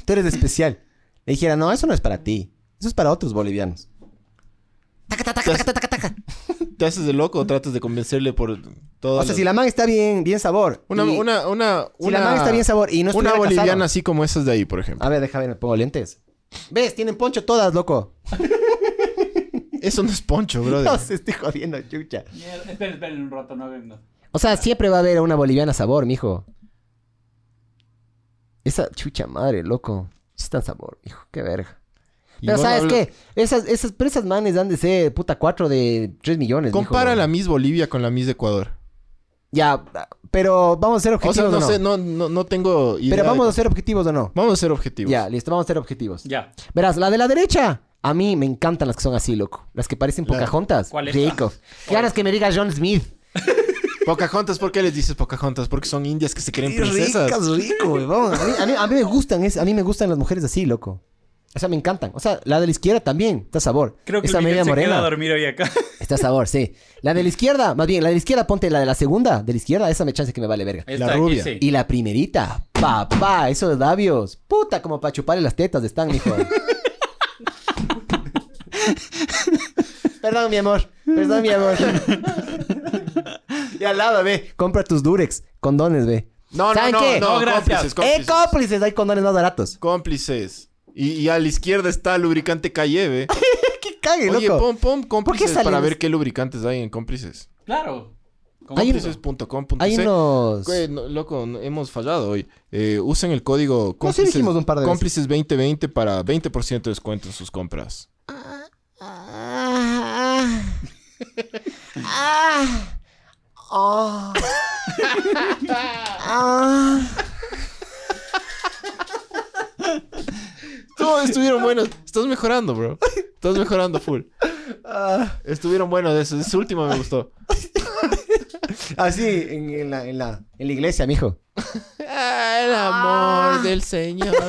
Speaker 2: tú eres especial. Le dijera, no, eso no es para ti. Eso es para otros bolivianos.
Speaker 1: ¿Te, haces- te haces de loco o tratas de convencerle por todo?
Speaker 2: O sea, si la man está bien, bien sabor.
Speaker 1: Una,
Speaker 2: y-
Speaker 1: una, una,
Speaker 2: si la
Speaker 1: una-
Speaker 2: man está bien sabor y no
Speaker 1: una
Speaker 2: estuviera
Speaker 1: boliviana
Speaker 2: casado.
Speaker 1: así como esas de ahí, por ejemplo.
Speaker 2: A ver, déjame, me pongo lentes. ¿Ves? Tienen poncho todas, loco.
Speaker 1: Eso no es poncho, brother.
Speaker 2: No, se estoy jodiendo, chucha.
Speaker 3: Mierda, Esperen, esperen un rato, no vengo.
Speaker 2: O sea, siempre va a haber una boliviana sabor, mijo. Esa chucha madre, loco. Sí tan sabor, hijo. Qué verga.
Speaker 1: Y
Speaker 2: Pero
Speaker 1: vos
Speaker 2: ¿sabes
Speaker 1: habla-
Speaker 2: qué? Esas, esas, pero esas manes han de ser puta cuatro de 3 millones, mijo.
Speaker 1: Compara la Miss Bolivia con la Miss de Ecuador.
Speaker 2: Ya, pero ¿vamos a ser
Speaker 1: O
Speaker 2: objetivos
Speaker 1: sea,
Speaker 2: o
Speaker 1: no,
Speaker 2: no?
Speaker 1: sé, no, no, no tengo idea.
Speaker 2: pero
Speaker 1: de-
Speaker 2: ¿vamos a ser objetivos o no?
Speaker 1: Vamos a ser objetivos.
Speaker 2: Ya, listo. Vamos a ser objetivos.
Speaker 3: Ya.
Speaker 2: Verás, la de la derecha. A mí me encantan las que son así, loco. Las que parecen Pocahontas.
Speaker 3: ¿Cuál es?
Speaker 2: Jacob. Ganas que me diga John Smith.
Speaker 1: Pocahontas, ¿por qué les dices Pocahontas? Porque son indias que se creen
Speaker 2: Sí,
Speaker 1: princesas.
Speaker 2: Ricas, rico, huevón. A mí, a mí- a mí me gustan, es- a mí me gustan las mujeres así, loco. O sea, me encantan. O sea, la de la izquierda también, está sabor.
Speaker 3: Creo que
Speaker 2: Esa
Speaker 3: el
Speaker 2: media
Speaker 3: Miguel se queda a
Speaker 2: morena,
Speaker 3: dormir hoy acá.
Speaker 2: está sabor, sí. La de la izquierda, más bien, la de la izquierda, ponte la de la segunda, de la izquierda, esa me chance que me vale verga.
Speaker 3: Está
Speaker 1: rubia.
Speaker 3: sí.
Speaker 2: Y la primerita, papá, esos labios, puta, como para chuparle las tetas están, mijo. Perdón, mi amor. Perdón, mi amor. y al lado, ve, compra tus Durex, condones, ve.
Speaker 1: No, no,
Speaker 2: ¿Saben
Speaker 1: no,
Speaker 2: qué?
Speaker 1: no,
Speaker 3: No, gracias.
Speaker 2: ¡Eh,
Speaker 1: Cómplices, cómplices.
Speaker 2: cómplices! Hay condones más baratos.
Speaker 1: Cómplices. Y, y a la izquierda está lubricante Calleve.
Speaker 2: ¡Qué cague,
Speaker 1: Oye,
Speaker 2: loco!
Speaker 1: pon, pon cómplices
Speaker 2: salen
Speaker 1: para
Speaker 2: los-
Speaker 1: ver qué lubricantes hay en cómplices.
Speaker 3: Claro.
Speaker 2: Hay uno-
Speaker 1: Cómplices.com.c.
Speaker 2: Hay unos...
Speaker 1: pues, eh, Güey, no, loco, no- hemos fallado hoy. Eh, usen el código
Speaker 2: No, Pues sí
Speaker 1: cómplices,
Speaker 2: dijimos un par de veces.
Speaker 1: cómplices 2020 para 20% de descuento en sus compras.
Speaker 2: Ah,
Speaker 1: Todos estuvieron buenos. Estás mejorando, bro. Estás mejorando full.
Speaker 2: Ah.
Speaker 1: Estuvieron buenos de esos. Ese último me gustó.
Speaker 2: Así, ah, en, en la, en, la, en la iglesia, mijo.
Speaker 1: El
Speaker 2: Ah.
Speaker 1: amor del Señor.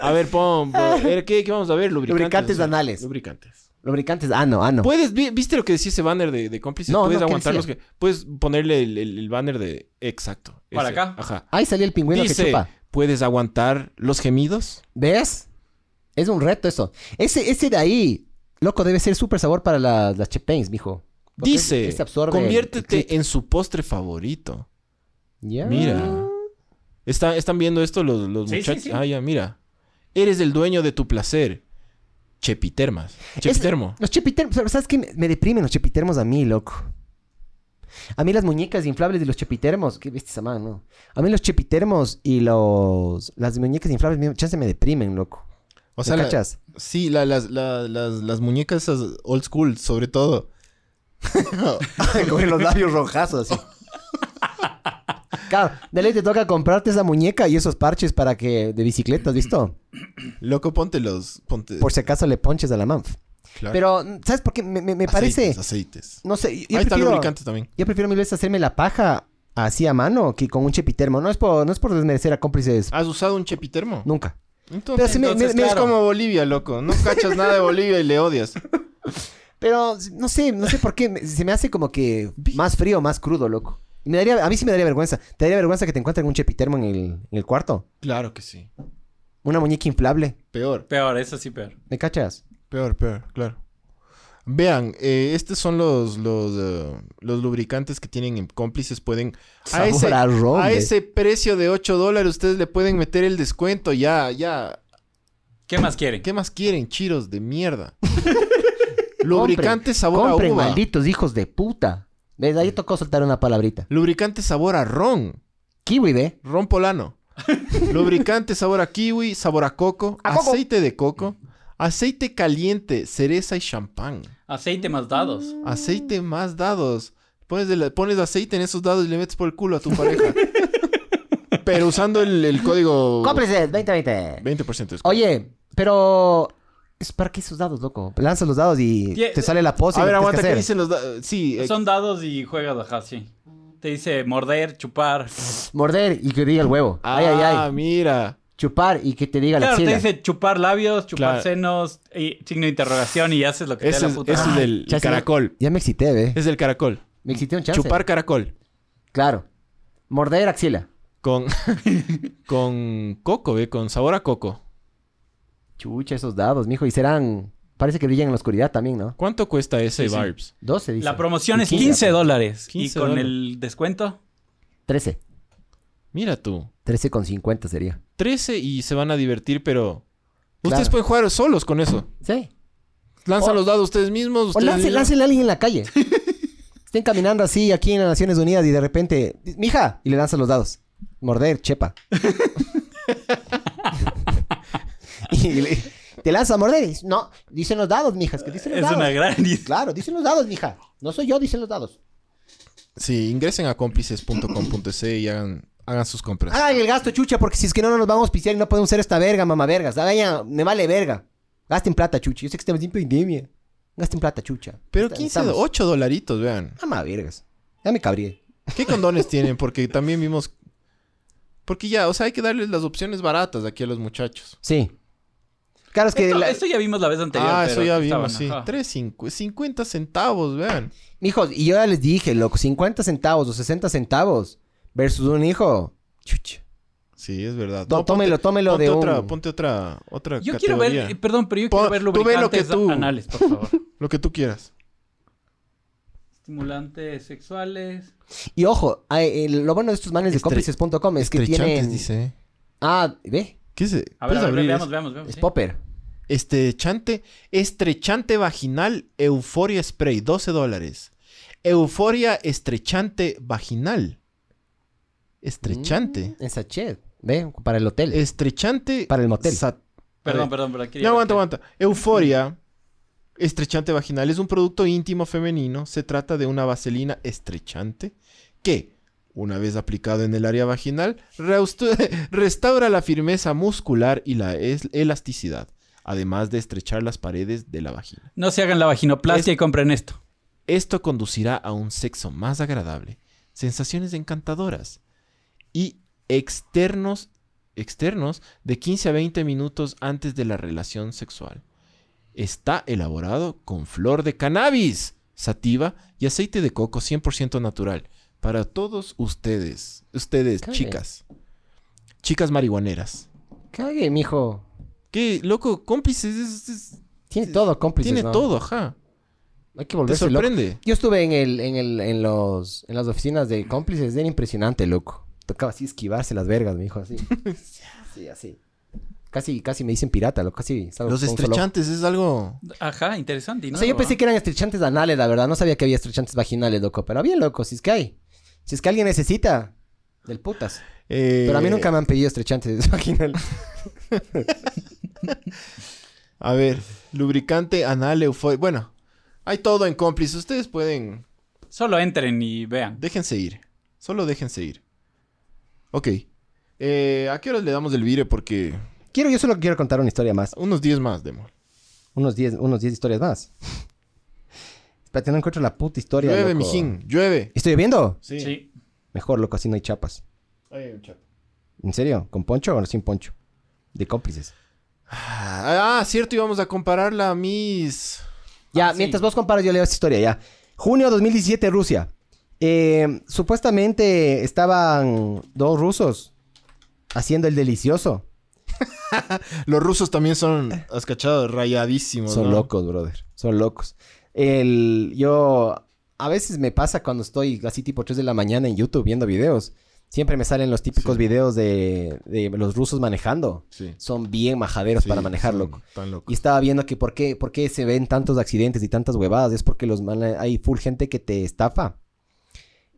Speaker 1: a ver, pon. pon- eh, ¿Qué, qué vamos a ver? Lubricantes.
Speaker 2: Lubricantes
Speaker 1: ¿no?
Speaker 2: anales.
Speaker 1: Lubricantes.
Speaker 2: Lubricantes. Ah, no, ah, no.
Speaker 1: ¿Puedes, vi- ¿Viste lo que decía ese banner de, de cómplices?
Speaker 2: No,
Speaker 1: puedes
Speaker 2: no, ¿qué
Speaker 1: aguantar los
Speaker 2: decía?
Speaker 1: que. Puedes ponerle el, el- el banner de. Exacto.
Speaker 3: ¿Para acá?
Speaker 1: Ajá.
Speaker 2: Ahí salía el pingüino que
Speaker 1: Dice:
Speaker 2: chupa.
Speaker 1: ¿Puedes aguantar los gemidos?
Speaker 2: ¿Ves? Es un reto eso. Ese, ese de ahí, loco, debe ser súper sabor para la- las chepains, mijo. Porque
Speaker 1: Dice:
Speaker 2: ese absorbe el-
Speaker 1: Conviértete
Speaker 2: el Ah. clit.
Speaker 1: en su postre favorito.
Speaker 2: Ya.
Speaker 1: Mira. Está- ¿Están viendo esto los, los
Speaker 3: Sí, sí,
Speaker 1: muchachos?
Speaker 3: sí.
Speaker 1: Ah, ya, mira. Eres el dueño de tu placer. Chepitermas. Chepitermo.
Speaker 2: Es- los chepitermos, pero ¿sabes qué? Me, me deprimen los chepitermos a mí, loco. A mí las muñecas inflables de los chepitermos, qué bestia esa mano, ¿no? A mí los chepitermos y los las muñecas inflables, mi- chance me deprimen, loco.
Speaker 1: O
Speaker 2: ¿Me cachas?
Speaker 1: sí, la- las, la- las, las muñecas esas old school, sobre todo.
Speaker 2: Con los labios rojazos así. Claro, de ley te toca comprarte esa muñeca y esos parches para que de bicicleta, ¿has visto?
Speaker 1: Loco, ponte los... Ponte,
Speaker 2: Por si acaso le ponches a la manf.
Speaker 1: claro.
Speaker 2: Pero, ¿sabes por qué? Me, me- me
Speaker 1: Aceites,
Speaker 2: parece.
Speaker 1: Aceites.
Speaker 2: No sé, yo- yo
Speaker 1: Ahí está
Speaker 2: prefiero-
Speaker 1: lubricante también.
Speaker 2: Yo prefiero mil veces hacerme la paja así a mano que con un chepitermo. No es por, no es por desmerecer a cómplices.
Speaker 1: ¿Has usado un chepitermo?
Speaker 2: Nunca.
Speaker 1: Entonces,
Speaker 2: Pero sí me-
Speaker 1: entonces,
Speaker 2: me- me-
Speaker 1: es como Bolivia, loco. No cachas nada de Bolivia y le odias.
Speaker 2: Pero no sé, no sé por qué. me- Se me hace como que más frío, más crudo, loco. Y Me daría, a mí sí me daría vergüenza. ¿Te daría vergüenza que te encuentren un chepitermo en el, en el cuarto?
Speaker 1: Claro que sí.
Speaker 2: Una muñeca inflable.
Speaker 1: Peor.
Speaker 3: Peor, eso sí peor.
Speaker 2: ¿Me cachas?
Speaker 1: Peor, peor, claro. Vean, eh, estos son los, los, eh, los lubricantes que tienen en cómplices. Pueden. A
Speaker 2: Sabor
Speaker 1: ese,
Speaker 2: a ron,
Speaker 1: a
Speaker 2: ve.
Speaker 1: ese precio de 8 dólares, ustedes le pueden meter el descuento. Ya, ya.
Speaker 3: ¿Qué más quieren?
Speaker 1: ¿Qué más quieren, chiros de mierda? Lubricante sabor
Speaker 2: Compren,
Speaker 1: a uva.
Speaker 2: malditos hijos de puta. ¿Ves? Ahí tocó soltar una palabrita.
Speaker 1: Lubricante sabor a ron.
Speaker 2: Kiwi, ¿ve?
Speaker 1: Ron Polano. Lubricante sabor a kiwi, sabor a coco,
Speaker 2: A coco.
Speaker 1: aceite de coco, aceite caliente, cereza y champán.
Speaker 3: Aceite más dados.
Speaker 1: Aceite más dados. Pones, de la- pones aceite en esos dados y le metes por el culo a tu pareja. Pero usando el, el código
Speaker 2: Cómplices, 2020.
Speaker 1: 20% de descuento.
Speaker 2: Oye, pero... Es para qué esos dados, loco. Lanzas los dados y
Speaker 3: Tie-
Speaker 2: te sale la pose. y
Speaker 1: a
Speaker 2: lo
Speaker 1: ver,
Speaker 2: que Oh, tienes que
Speaker 1: aguanta, ¿qué
Speaker 2: hacer.
Speaker 1: dicen los dados? Sí, eh,
Speaker 3: Son dados y juegas, ajá, sí. Te dice morder, chupar.
Speaker 2: Morder y que diga el huevo.
Speaker 1: ah,
Speaker 2: ay, ay, ay.
Speaker 1: mira.
Speaker 2: Chupar y que te diga la
Speaker 3: Claro, te
Speaker 2: axila.
Speaker 3: dice chupar labios,
Speaker 1: Claro.
Speaker 3: chupar senos, y signo de interrogación y haces lo que te
Speaker 1: Ese
Speaker 3: da la
Speaker 1: es,
Speaker 3: puta.
Speaker 1: ese es
Speaker 3: gana.
Speaker 1: del
Speaker 2: Chance,
Speaker 1: caracol.
Speaker 2: Ya me excité, ve.
Speaker 1: Es del caracol.
Speaker 2: Me excité un chance.
Speaker 1: Chupar caracol.
Speaker 2: Claro. Morder axila.
Speaker 1: Con, con coco, eh, con sabor a coco.
Speaker 2: Chucha esos dados, mijo. Y serán... Parece que brillan en la oscuridad también, ¿no?
Speaker 1: ¿Cuánto cuesta ese
Speaker 3: Sí, sí.
Speaker 1: Barbs?
Speaker 2: 12, dice.
Speaker 3: La promoción
Speaker 2: Y
Speaker 3: es 15 dólares. Y
Speaker 1: 15
Speaker 3: con
Speaker 1: dólares.
Speaker 3: el descuento,
Speaker 2: 13.
Speaker 1: Mira tú.
Speaker 2: 13 con 50 sería.
Speaker 1: 13 y se van a divertir, pero... Ustedes
Speaker 2: Claro.
Speaker 1: pueden jugar solos con eso.
Speaker 2: Sí.
Speaker 1: Lanzan los dados ustedes mismos.
Speaker 2: O
Speaker 1: Ustedes
Speaker 2: lance, Pues
Speaker 1: mismos.
Speaker 2: láncele a alguien en la calle. Estén caminando así aquí en las Naciones Unidas y de repente, mija, y le lanzas los dados. Morder, chepa. y le- te lanza a morder. y dice, No, dicen los dados, mijas, que dicen los
Speaker 3: es
Speaker 2: dados.
Speaker 3: una gran...
Speaker 2: Claro, dicen los dados, mija. No soy yo, dicen los dados.
Speaker 1: Sí, ingresen a cómplices.com.es y hagan, hagan sus compras.
Speaker 2: Hagan el gasto, chucha, porque si es que no, no nos vamos a piciar y no podemos ser esta verga, mamá vergas. Hagan ya, me vale verga. Gasten plata, chucha. Yo sé que estamos en pandemia. Gasten plata, chucha.
Speaker 1: Pero
Speaker 2: Está-
Speaker 1: 15,
Speaker 2: estamos-
Speaker 1: 8 dolaritos, vean.
Speaker 2: Mamá vergas. Ya me cabré.
Speaker 1: ¿Qué condones tienen? Porque también vimos... Porque ya, o sea, hay que darles las opciones baratas aquí a los muchachos.
Speaker 2: Sí. Claro, es que...
Speaker 3: Esto,
Speaker 2: la-
Speaker 3: esto ya vimos la vez anterior.
Speaker 1: ah,
Speaker 3: pero
Speaker 1: eso ya
Speaker 3: que
Speaker 1: vimos,
Speaker 3: estaban,
Speaker 1: sí.
Speaker 3: ajá.
Speaker 1: 3, 50 centavos, vean.
Speaker 2: Mijos, y yo ya les dije, loco, 50 centavos o 60 centavos versus un hijo. Chucha.
Speaker 1: Sí, es verdad.
Speaker 2: No, tómelo, tómelo
Speaker 1: ponte
Speaker 2: de
Speaker 1: otra,
Speaker 2: un-
Speaker 1: Ponte otra, otra
Speaker 3: Yo quiero
Speaker 1: categoría.
Speaker 3: ver, eh, perdón, pero yo
Speaker 1: Pon-
Speaker 3: quiero ver
Speaker 1: tú ve lo que
Speaker 3: lubricantes
Speaker 1: tú-
Speaker 3: anales, por favor.
Speaker 1: Lo que tú quieras.
Speaker 3: Estimulantes sexuales.
Speaker 2: Y ojo, a- el- lo bueno de estos manes de
Speaker 1: Estre-
Speaker 2: cómplices.com es que
Speaker 1: Estrechantes,
Speaker 2: tienen...
Speaker 1: dice.
Speaker 2: Ah, ve,
Speaker 1: ¿Qué es?
Speaker 3: A ver,
Speaker 1: ¿Puedes
Speaker 3: a ver,
Speaker 1: abrir
Speaker 3: veamos,
Speaker 1: eso?
Speaker 3: veamos, veamos.
Speaker 2: Pues es
Speaker 3: sí.
Speaker 2: popper.
Speaker 1: Estrechante, estrechante vaginal, euforia spray, 12 dólares. Euforia estrechante vaginal. Estrechante.
Speaker 2: En sachet. ¿Ve? Para el hotel.
Speaker 1: Estrechante.
Speaker 2: Mm. Para el motel.
Speaker 1: sat-
Speaker 3: Perdón, perdón, pero quería...
Speaker 1: No, aguanta, aguanta. Euforia estrechante vaginal es un producto íntimo femenino. Se trata de una vaselina estrechante que, una vez aplicado en el área vaginal, reustu- restaura la firmeza muscular y la es- elasticidad, además de estrechar las paredes de la vagina.
Speaker 3: No se hagan la vaginoplastia y compren esto.
Speaker 1: Esto conducirá a un sexo más agradable, sensaciones encantadoras y externos externos de 15 a 20 minutos antes de la relación sexual. Está elaborado con flor de cannabis, sativa y aceite de coco 100% natural para todos ustedes, ustedes
Speaker 2: Cabe.
Speaker 1: chicas. Chicas marihuaneras.
Speaker 2: Cague, mijo.
Speaker 1: Qué loco, cómplices, es- es-
Speaker 2: Tiene todo, cómplices.
Speaker 1: tiene
Speaker 2: ¿no?
Speaker 1: todo, ajá.
Speaker 2: Hay que
Speaker 1: Te
Speaker 2: volverse loco.
Speaker 1: sorprende.
Speaker 2: Yo estuve en el, en el, en los, en las oficinas de cómplices, era impresionante, loco. Tocaba así esquivarse las vergas, me dijo así. así, así. Casi, casi me dicen pirata, loco, casi. salgo
Speaker 1: Los
Speaker 2: con un solo ojo.
Speaker 1: estrechantes es algo
Speaker 3: Ajá, interesante.
Speaker 2: O sea, yo pensé que eran estrechantes anales, la verdad. No sabía que había estrechantes vaginales, loco. Pero bien, loco, si es que hay. Si es que alguien necesita. Del putas.
Speaker 1: eh,
Speaker 2: Pero a mí nunca me han pedido estrechantes vaginales.
Speaker 1: A ver, lubricante anal euforia. Bueno, hay todo en cómplice. Ustedes pueden.
Speaker 3: Solo entren y vean.
Speaker 1: Déjense ir. Solo déjense ir. Ok. Eh, ¿A qué horas le damos el vire? Porque
Speaker 2: Quiero, yo solo quiero contar una historia más.
Speaker 1: unos 10 más, Demo.
Speaker 2: Unos 10 unos 10 historias más. Espérate, no encuentro la puta historia.
Speaker 1: Llueve,
Speaker 2: loco.
Speaker 1: mijín. Llueve.
Speaker 2: ¿Estoy lloviendo?
Speaker 1: Sí.
Speaker 2: Mejor, loco, así no hay chapas.
Speaker 1: Ahí hay un chapo.
Speaker 2: ¿En serio? ¿Con poncho o sin poncho? De cómplices.
Speaker 1: Ah, ah, cierto, íbamos a compararla a mis.
Speaker 2: Ya,
Speaker 3: Ah, sí.
Speaker 2: mientras vos comparas, yo leo esta historia, ya. Junio 2017, Rusia. Eh, supuestamente estaban dos rusos haciendo el delicioso.
Speaker 1: Los rusos también son, has cachado, rayadísimos.
Speaker 2: Son
Speaker 1: ¿no?
Speaker 2: locos, brother. Son locos. El, yo, a veces me pasa cuando estoy así tipo 3 de la mañana en YouTube viendo videos. Siempre me salen los típicos
Speaker 1: Sí.
Speaker 2: videos de, de los rusos manejando.
Speaker 1: Sí.
Speaker 2: Son bien majaderos
Speaker 1: Sí,
Speaker 2: para manejar,
Speaker 1: son
Speaker 2: loco.
Speaker 1: Tan
Speaker 2: Y
Speaker 1: locos.
Speaker 2: estaba viendo que por qué, por qué se ven tantos accidentes y tantas huevadas. Es porque los man- hay full gente que te estafa.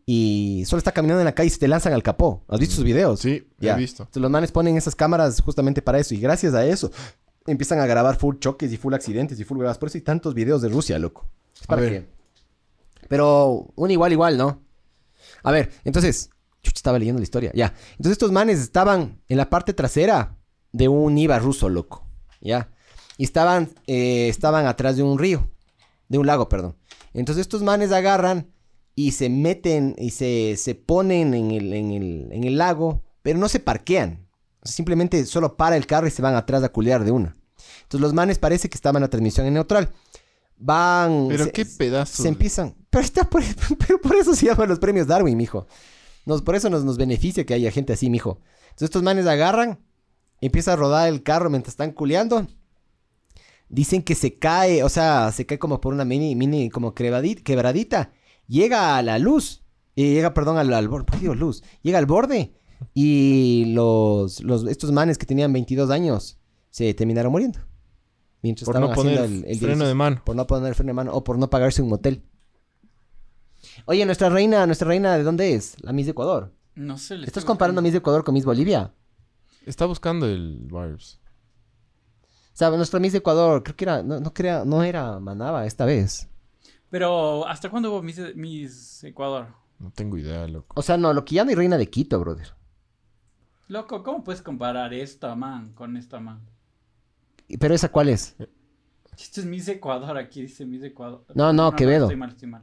Speaker 2: Y solo está caminando en la calle y se te lanzan al capó. ¿Has visto sus videos?
Speaker 1: Sí,
Speaker 2: Ya.
Speaker 1: he visto.
Speaker 2: Entonces, los manes ponen esas cámaras justamente para eso. Y gracias a eso empiezan a grabar full choques y full accidentes y full huevadas. Por eso hay tantos videos de Rusia, loco. Es
Speaker 1: A
Speaker 2: para
Speaker 1: ver.
Speaker 2: que- Pero un igual, igual, ¿no? A ver, entonces... Chucha, estaba leyendo la historia. Ya. Entonces estos manes estaban en la parte trasera de un IVA ruso, loco. Ya. Y estaban, eh, estaban atrás de un río. De un lago, perdón. Entonces estos manes agarran y se meten y se, se ponen en el, en, el, en el lago, pero no se parquean. O sea, simplemente solo para el carro y se van atrás a culear de una. Entonces los manes parece que estaban a transmisión en neutral. Van... Pues
Speaker 1: Pero
Speaker 2: se-
Speaker 1: qué pedazo.
Speaker 2: se empiezan. Pero, está por, pero por eso se llaman los premios Darwin, mijo. Nos, por eso nos, nos beneficia que haya gente así, mijo. Entonces estos manes agarran, empieza a rodar el carro mientras están culeando. Dicen que se cae, o sea, se cae como por una mini, mini, como crevadi- quebradita. Llega a la luz. eh, llega, perdón, al, al borde. ¿Por qué digo luz? Llega al borde. Y los, los, estos manes que tenían 22 años se terminaron muriendo. Mientras
Speaker 1: Por
Speaker 2: estaban
Speaker 1: no poner
Speaker 2: haciendo el, el
Speaker 1: freno de mano.
Speaker 2: por no poner freno de mano o por no pagarse un motel. Oye, nuestra reina, nuestra reina, ¿de dónde es? La Miss de Ecuador.
Speaker 3: No sé. le
Speaker 2: ¿Estás
Speaker 3: estoy
Speaker 2: comparando a Miss de Ecuador con Miss Bolivia?
Speaker 1: Está buscando el Vibes.
Speaker 2: O sea, nuestra Miss de Ecuador, creo que era, no, no, crea- no era Manaba esta vez.
Speaker 3: Pero, ¿hasta cuándo hubo Miss, Miss Ecuador?
Speaker 1: No tengo idea, loco.
Speaker 2: O sea, no, lo que ya no hay reina de Quito, brother.
Speaker 3: Loco, ¿cómo puedes comparar esta man con esta man?
Speaker 2: Y- Pero esa cuál es?
Speaker 3: Esto es Miss Ecuador, aquí dice Miss Ecuador.
Speaker 2: No, no, Quevedo.
Speaker 3: estoy mal, estoy mal.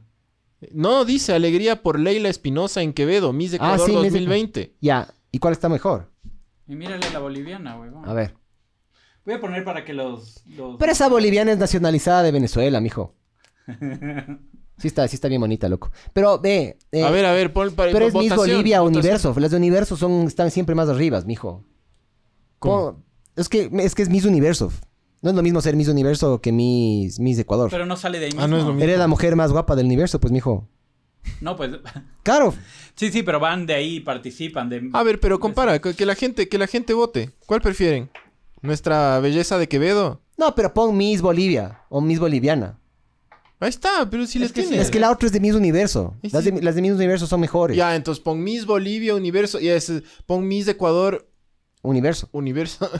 Speaker 1: No, dice Alegría por Leila Espinosa en Quevedo, Miss Ecuador
Speaker 2: Ah, sí, Miss
Speaker 1: 2020.
Speaker 2: Ya, ¿y cuál está mejor?
Speaker 3: Y mírale la boliviana, huevón.
Speaker 2: A ver.
Speaker 3: Voy a poner para que los... los-
Speaker 2: Pero esa boliviana es nacionalizada de Venezuela, mijo. Sí está, sí está bien bonita, loco. Pero ve, eh,
Speaker 1: a ver, a ver, pon para
Speaker 2: pero es Miss
Speaker 1: votación,
Speaker 2: Bolivia
Speaker 1: votación.
Speaker 2: Universo. Las de Universo son, están siempre más arriba, mijo.
Speaker 1: ¿Cómo?
Speaker 2: ¿Cómo? Es que es que es Miss Universo. No es lo mismo ser Miss Universo que Miss, Miss Ecuador.
Speaker 3: Pero no sale de ahí mismo.
Speaker 1: Ah, no es lo mismo.
Speaker 2: Eres la mujer más guapa del universo, pues, mijo.
Speaker 3: No, pues...
Speaker 2: Claro.
Speaker 3: Sí, sí, pero van de ahí, participan de...
Speaker 1: A ver, pero compara, que que la gente, que la gente vote. ¿Cuál prefieren? Nuestra belleza de Quevedo.
Speaker 2: No, pero pon Miss Bolivia o Miss Boliviana.
Speaker 1: Ahí está, pero si les
Speaker 2: Es que,
Speaker 1: tiene.
Speaker 2: la otra es de Miss Universo.
Speaker 1: Es
Speaker 2: Las de,
Speaker 1: que-
Speaker 2: las de Miss Universo son mejores.
Speaker 1: Ya, entonces pon Miss Bolivia, Universo. Ya, es, pon Miss Ecuador,
Speaker 2: Universo.
Speaker 1: Universo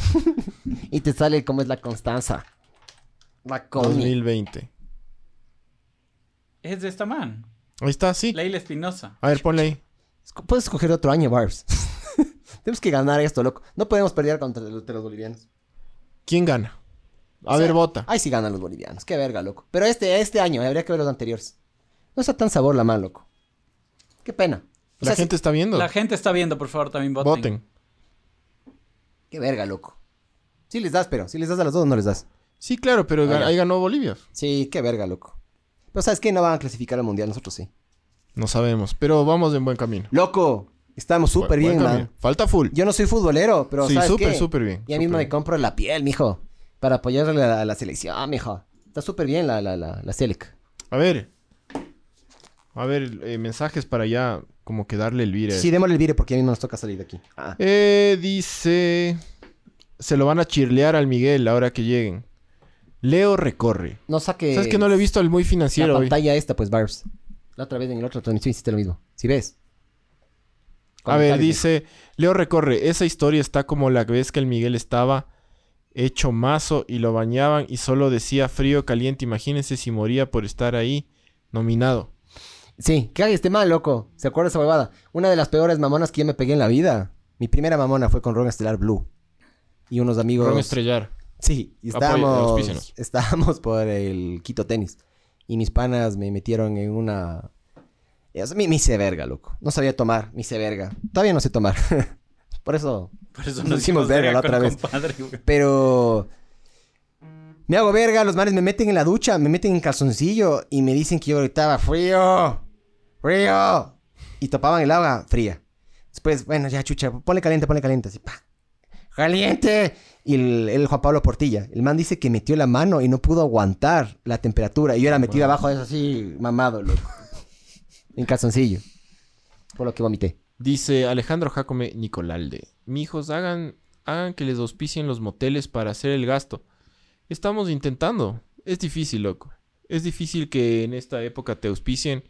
Speaker 2: Y te sale cómo es la Constanza. La Connie.
Speaker 1: 2020.
Speaker 3: Es de esta man.
Speaker 1: Ahí está, sí.
Speaker 3: Leila Espinosa.
Speaker 1: A ver, ponle ahí.
Speaker 2: Esco- Puedes escoger otro año, Barbs. Tenemos que ganar esto, loco. No podemos perder contra los, de los bolivianos.
Speaker 1: ¿Quién gana? A ver,
Speaker 3: ah,
Speaker 1: vota.
Speaker 2: Ay, sí ganan los bolivianos. Qué verga, loco. Pero este, este año, habría que ver los anteriores. No está tan sabor la mano, loco. Qué pena. O
Speaker 1: La
Speaker 2: sea,
Speaker 1: gente está viendo.
Speaker 3: La gente está viendo, por favor, también voten.
Speaker 1: Voten.
Speaker 2: Qué verga, loco. Sí les das, pero. Si les das a los dos, no les das.
Speaker 1: Sí, claro, pero gan-
Speaker 2: ya.
Speaker 1: ahí ganó Bolivia.
Speaker 2: Sí, qué verga, loco. Pero ¿sabes qué? No van a clasificar al mundial, nosotros sí.
Speaker 1: No sabemos, pero vamos en buen camino.
Speaker 2: Loco, estamos súper
Speaker 1: Buen- buen
Speaker 2: bien, man.
Speaker 1: camino. Falta full.
Speaker 2: Yo no soy futbolero, pero
Speaker 1: sí,
Speaker 2: ¿sabes
Speaker 1: súper,
Speaker 2: qué?
Speaker 1: súper bien.
Speaker 2: Ya
Speaker 1: súper
Speaker 2: mismo me
Speaker 1: bien.
Speaker 2: compro la piel, mijo. Para apoyarle a la, a la selección, mijo. Está súper bien la, la, la, la Selec.
Speaker 1: A ver. A ver, eh, mensajes para ya como que darle el vire.
Speaker 2: Sí, démosle el vire porque ya mismo nos toca salir de aquí. Ah.
Speaker 1: Eh, dice... Se lo van a chirlear al Miguel ahora que lleguen. Leo recorre.
Speaker 2: No saque
Speaker 1: ¿Sabes que no le he visto al muy
Speaker 2: la
Speaker 1: financiero hoy?
Speaker 2: pantalla esta, pues, Barbs. La otra vez en el otro transmisión hiciste lo mismo. Si ves.
Speaker 1: A ver,
Speaker 2: Comentarios.
Speaker 1: dice... Leo recorre. Esa historia está como la vez que el Miguel estaba hecho mazo y lo bañaban y solo decía frío, caliente. Imagínense si moría por estar ahí nominado.
Speaker 2: Sí, que alguien esté mal, loco. ¿Se acuerda esa huevada? Una de las peores mamonas que yo me pegué en la vida. Mi primera mamona fue con Ron Estelar Blue. Y unos amigos.
Speaker 1: Ron Estrellar.
Speaker 2: Sí, y
Speaker 1: Apoyo,
Speaker 2: estábamos,
Speaker 1: auspícianos.
Speaker 2: estábamos por el Quito Tenis. Y mis panas me metieron en una... O sea, me, me hice verga, loco. No sabía tomar, me hice verga. Todavía no sé tomar. por eso...
Speaker 3: Por eso
Speaker 2: Nos
Speaker 3: nos
Speaker 2: hicimos
Speaker 3: hicimos
Speaker 2: verga
Speaker 3: verga
Speaker 2: la
Speaker 3: con
Speaker 2: otra vez.
Speaker 3: compadre, güey.
Speaker 2: Pero... Me hago verga, los manes me meten en la ducha, me meten en calzoncillo y me dicen que yo gritaba frío, frío. Y topaban el agua fría. Después, bueno, ya chucha, ponle caliente, ponle caliente, así, pa. ¡Caliente! Y el, el Juan Pablo Portilla. El man dice que metió la mano y no pudo aguantar la temperatura. Y yo era metido abajo de eso así, mamado, loco. en calzoncillo. Por lo que vomité.
Speaker 1: Dice Alejandro Jacome Nicolalde. Mijos, hagan, hagan que les auspicien los moteles para hacer el gasto. Estamos intentando. Es difícil, loco. Es difícil que en esta época te auspicien.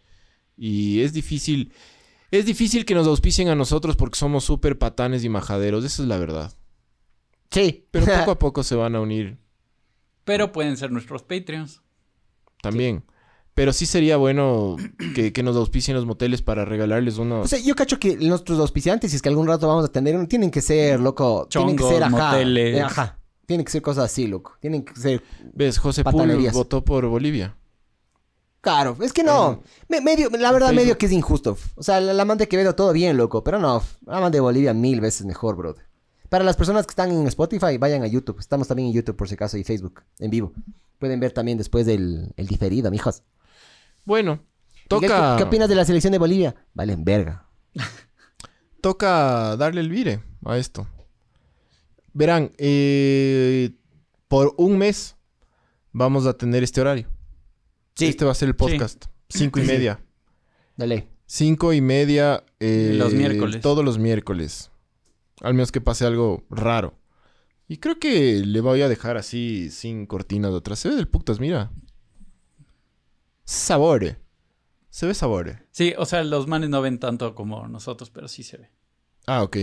Speaker 1: Y es difícil. Es difícil que nos auspicien a nosotros porque somos súper patanes y majaderos. Esa es la verdad.
Speaker 2: Sí.
Speaker 1: Pero poco a poco se van a unir
Speaker 3: Pero pueden ser nuestros Patreons.
Speaker 1: también. Pero sí sería bueno que, que nos auspicien los moteles para regalarles unos.
Speaker 2: O sea, yo cacho que nuestros auspiciantes, si es que algún rato vamos a tener uno, tienen que ser,
Speaker 1: Mm.
Speaker 2: loco. tienen que
Speaker 3: Chongos,
Speaker 2: ser ajá.
Speaker 3: moteles.
Speaker 2: eh, Ajá. Tienen que ser cosas así, loco. Tienen que ser.
Speaker 1: ¿Ves? José Pul
Speaker 2: patanerías.
Speaker 1: votó por Bolivia.
Speaker 2: Claro, es que no. Me- medio, la verdad,
Speaker 1: Eh. Facebook.
Speaker 2: medio que es injusto. O sea, la, la man de Quevedo todo bien, loco. Pero no, la man de Bolivia mil veces mejor, brother. Para las personas que están en Spotify, vayan a YouTube. Estamos también en YouTube, por si acaso, y Facebook, en vivo. Pueden ver también después del el diferido, mijos.
Speaker 1: Bueno,
Speaker 2: Miguel,
Speaker 1: toca.
Speaker 2: ¿qué, qué opinas de la selección de Bolivia? Valen verga.
Speaker 1: toca darle el vire a esto. Verán, eh, por un mes vamos a tener este horario. Este va a ser el podcast. Cinco y media.
Speaker 2: Dale.
Speaker 1: Cinco y media. eh,
Speaker 3: Los miércoles.
Speaker 1: Todos los miércoles. Al menos que pase algo raro. Y creo que le voy a dejar así sin cortinas de atrás. Se ve del putas, mira. Sabore. Se ve sabore.
Speaker 3: Sí, o sea, los manes no ven tanto como nosotros, pero sí se ve.
Speaker 1: Ah, ok.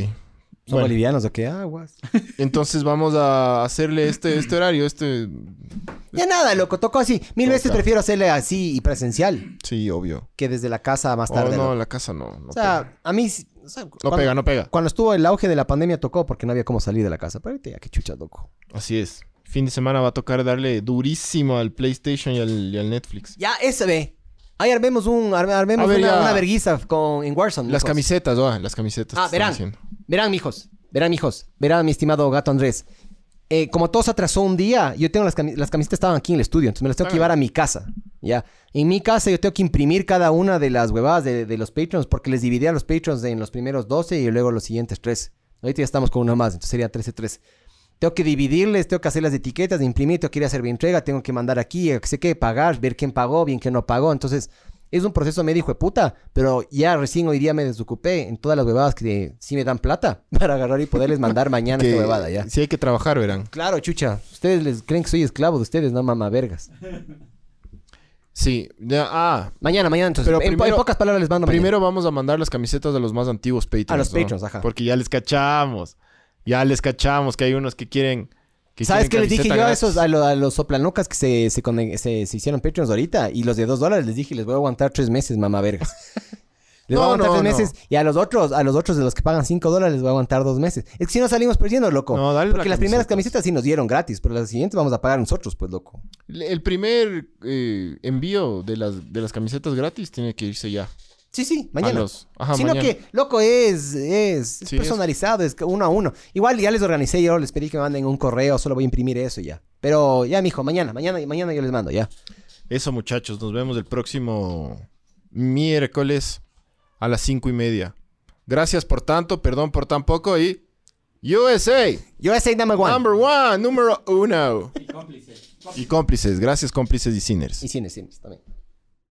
Speaker 2: ¿Son
Speaker 1: Bueno.
Speaker 2: bolivianos o qué? Aguas.
Speaker 1: Entonces vamos a hacerle este, este horario, este...
Speaker 2: Ya nada, loco, tocó así. Mil
Speaker 1: Toca.
Speaker 2: veces prefiero hacerle así y presencial
Speaker 1: Sí, obvio.
Speaker 2: que desde la casa más
Speaker 1: Oh,
Speaker 2: tarde.
Speaker 1: no,
Speaker 2: loco.
Speaker 1: la casa no. No,
Speaker 2: o sea,
Speaker 1: pega.
Speaker 2: a mí. sí- o sea,
Speaker 1: No
Speaker 2: cuando,
Speaker 1: pega, no pega.
Speaker 2: cuando estuvo el auge de la pandemia tocó porque no había cómo salir de la casa. Pero ahorita ya, qué chucha, loco.
Speaker 1: Así es. Fin de semana va a tocar darle durísimo al PlayStation y al, y al Netflix.
Speaker 2: Ya, ese ve. Ahí armemos un, arme- armemos
Speaker 1: A ver,
Speaker 2: una,
Speaker 1: ya.
Speaker 2: una verguiza con, en Warzone.
Speaker 1: Las
Speaker 2: locos.
Speaker 1: camisetas, va, las camisetas.
Speaker 2: Ah,
Speaker 1: te están
Speaker 2: verán.
Speaker 1: diciendo.
Speaker 2: Verán, mijos. Verán, mijos. Verán, mi estimado gato Andrés. Eh, como todo se atrasó un día, yo tengo las, cami- las camisetas estaban aquí en el estudio, entonces me las tengo que
Speaker 1: Ah.
Speaker 2: llevar a mi casa. Ya. En mi casa yo tengo que imprimir cada una de las huevadas de, de los Patreons porque les dividí a los Patreons en los primeros 12 y luego los siguientes 3. Ahorita ya estamos con una más, entonces sería 13-13. Tengo que dividirles, tengo que hacer las etiquetas, imprimir, tengo que ir a hacer mi entrega, tengo que mandar aquí, eh, qué sé qué, pagar, ver quién pagó, bien quién no pagó. Entonces, Es un proceso medio hijo de puta, pero ya recién hoy día me desocupé en todas las huevadas que sí me dan plata para agarrar y poderles mandar mañana esta huevada ya.
Speaker 1: Si hay que trabajar, verán.
Speaker 2: Claro, chucha. Ustedes les creen que soy esclavo de ustedes, no mamá vergas.
Speaker 1: Sí. ya- ah,
Speaker 2: Mañana, mañana, entonces.
Speaker 1: Pero
Speaker 2: en, po- en
Speaker 1: primero-
Speaker 2: pocas palabras les mando mañana.
Speaker 1: primero vamos a mandar las camisetas a los más antiguos Patreons.
Speaker 2: A los
Speaker 1: ¿no?
Speaker 2: Patreons, ajá.
Speaker 1: Porque ya les cachamos. Ya les cachamos que hay unos que quieren. que
Speaker 2: ¿Sabes qué
Speaker 1: quieren
Speaker 2: les dije yo
Speaker 1: camiseta
Speaker 2: a
Speaker 1: gratis.
Speaker 2: esos, a, lo- a los soplanucas que se, se, conen- se- se hicieron Patreons ahorita? Y los de dos dólares les dije, les voy a aguantar tres meses, mamá vergas. Les voy a
Speaker 1: No,
Speaker 2: aguantar
Speaker 1: no,
Speaker 2: tres
Speaker 1: no.
Speaker 2: meses. Y a los otros, a los otros de los que pagan cinco dólares les voy a aguantar dos meses. Es que si no salimos perdiendo, loco.
Speaker 1: No, dale
Speaker 2: Porque
Speaker 1: la
Speaker 2: las primeras
Speaker 1: camiseta.
Speaker 2: camisetas sí nos dieron gratis, pero las siguientes vamos a pagar nosotros, pues, loco.
Speaker 1: El primer eh, envío de las, de las camisetas gratis tiene que irse ya.
Speaker 2: Sí, sí, mañana.
Speaker 1: A los- ajá,
Speaker 2: Sino
Speaker 1: mañana.
Speaker 2: que, loco, es, es, es
Speaker 1: Sí, es-
Speaker 2: personalizado, es uno a uno. Igual ya les organicé, yo les pedí que me manden un correo, solo voy a imprimir eso y ya. Pero ya, mijo, mañana, mañana, mañana yo les mando, ya.
Speaker 1: Eso, muchachos. Nos vemos el próximo miércoles a las cinco y media. Gracias por tanto, perdón por tan poco y. USA,
Speaker 2: Yo ese number one.
Speaker 1: number one, número uno. Y cómplices. Y cómplices. Gracias, cómplices y sinners.
Speaker 2: Y cines, cines también.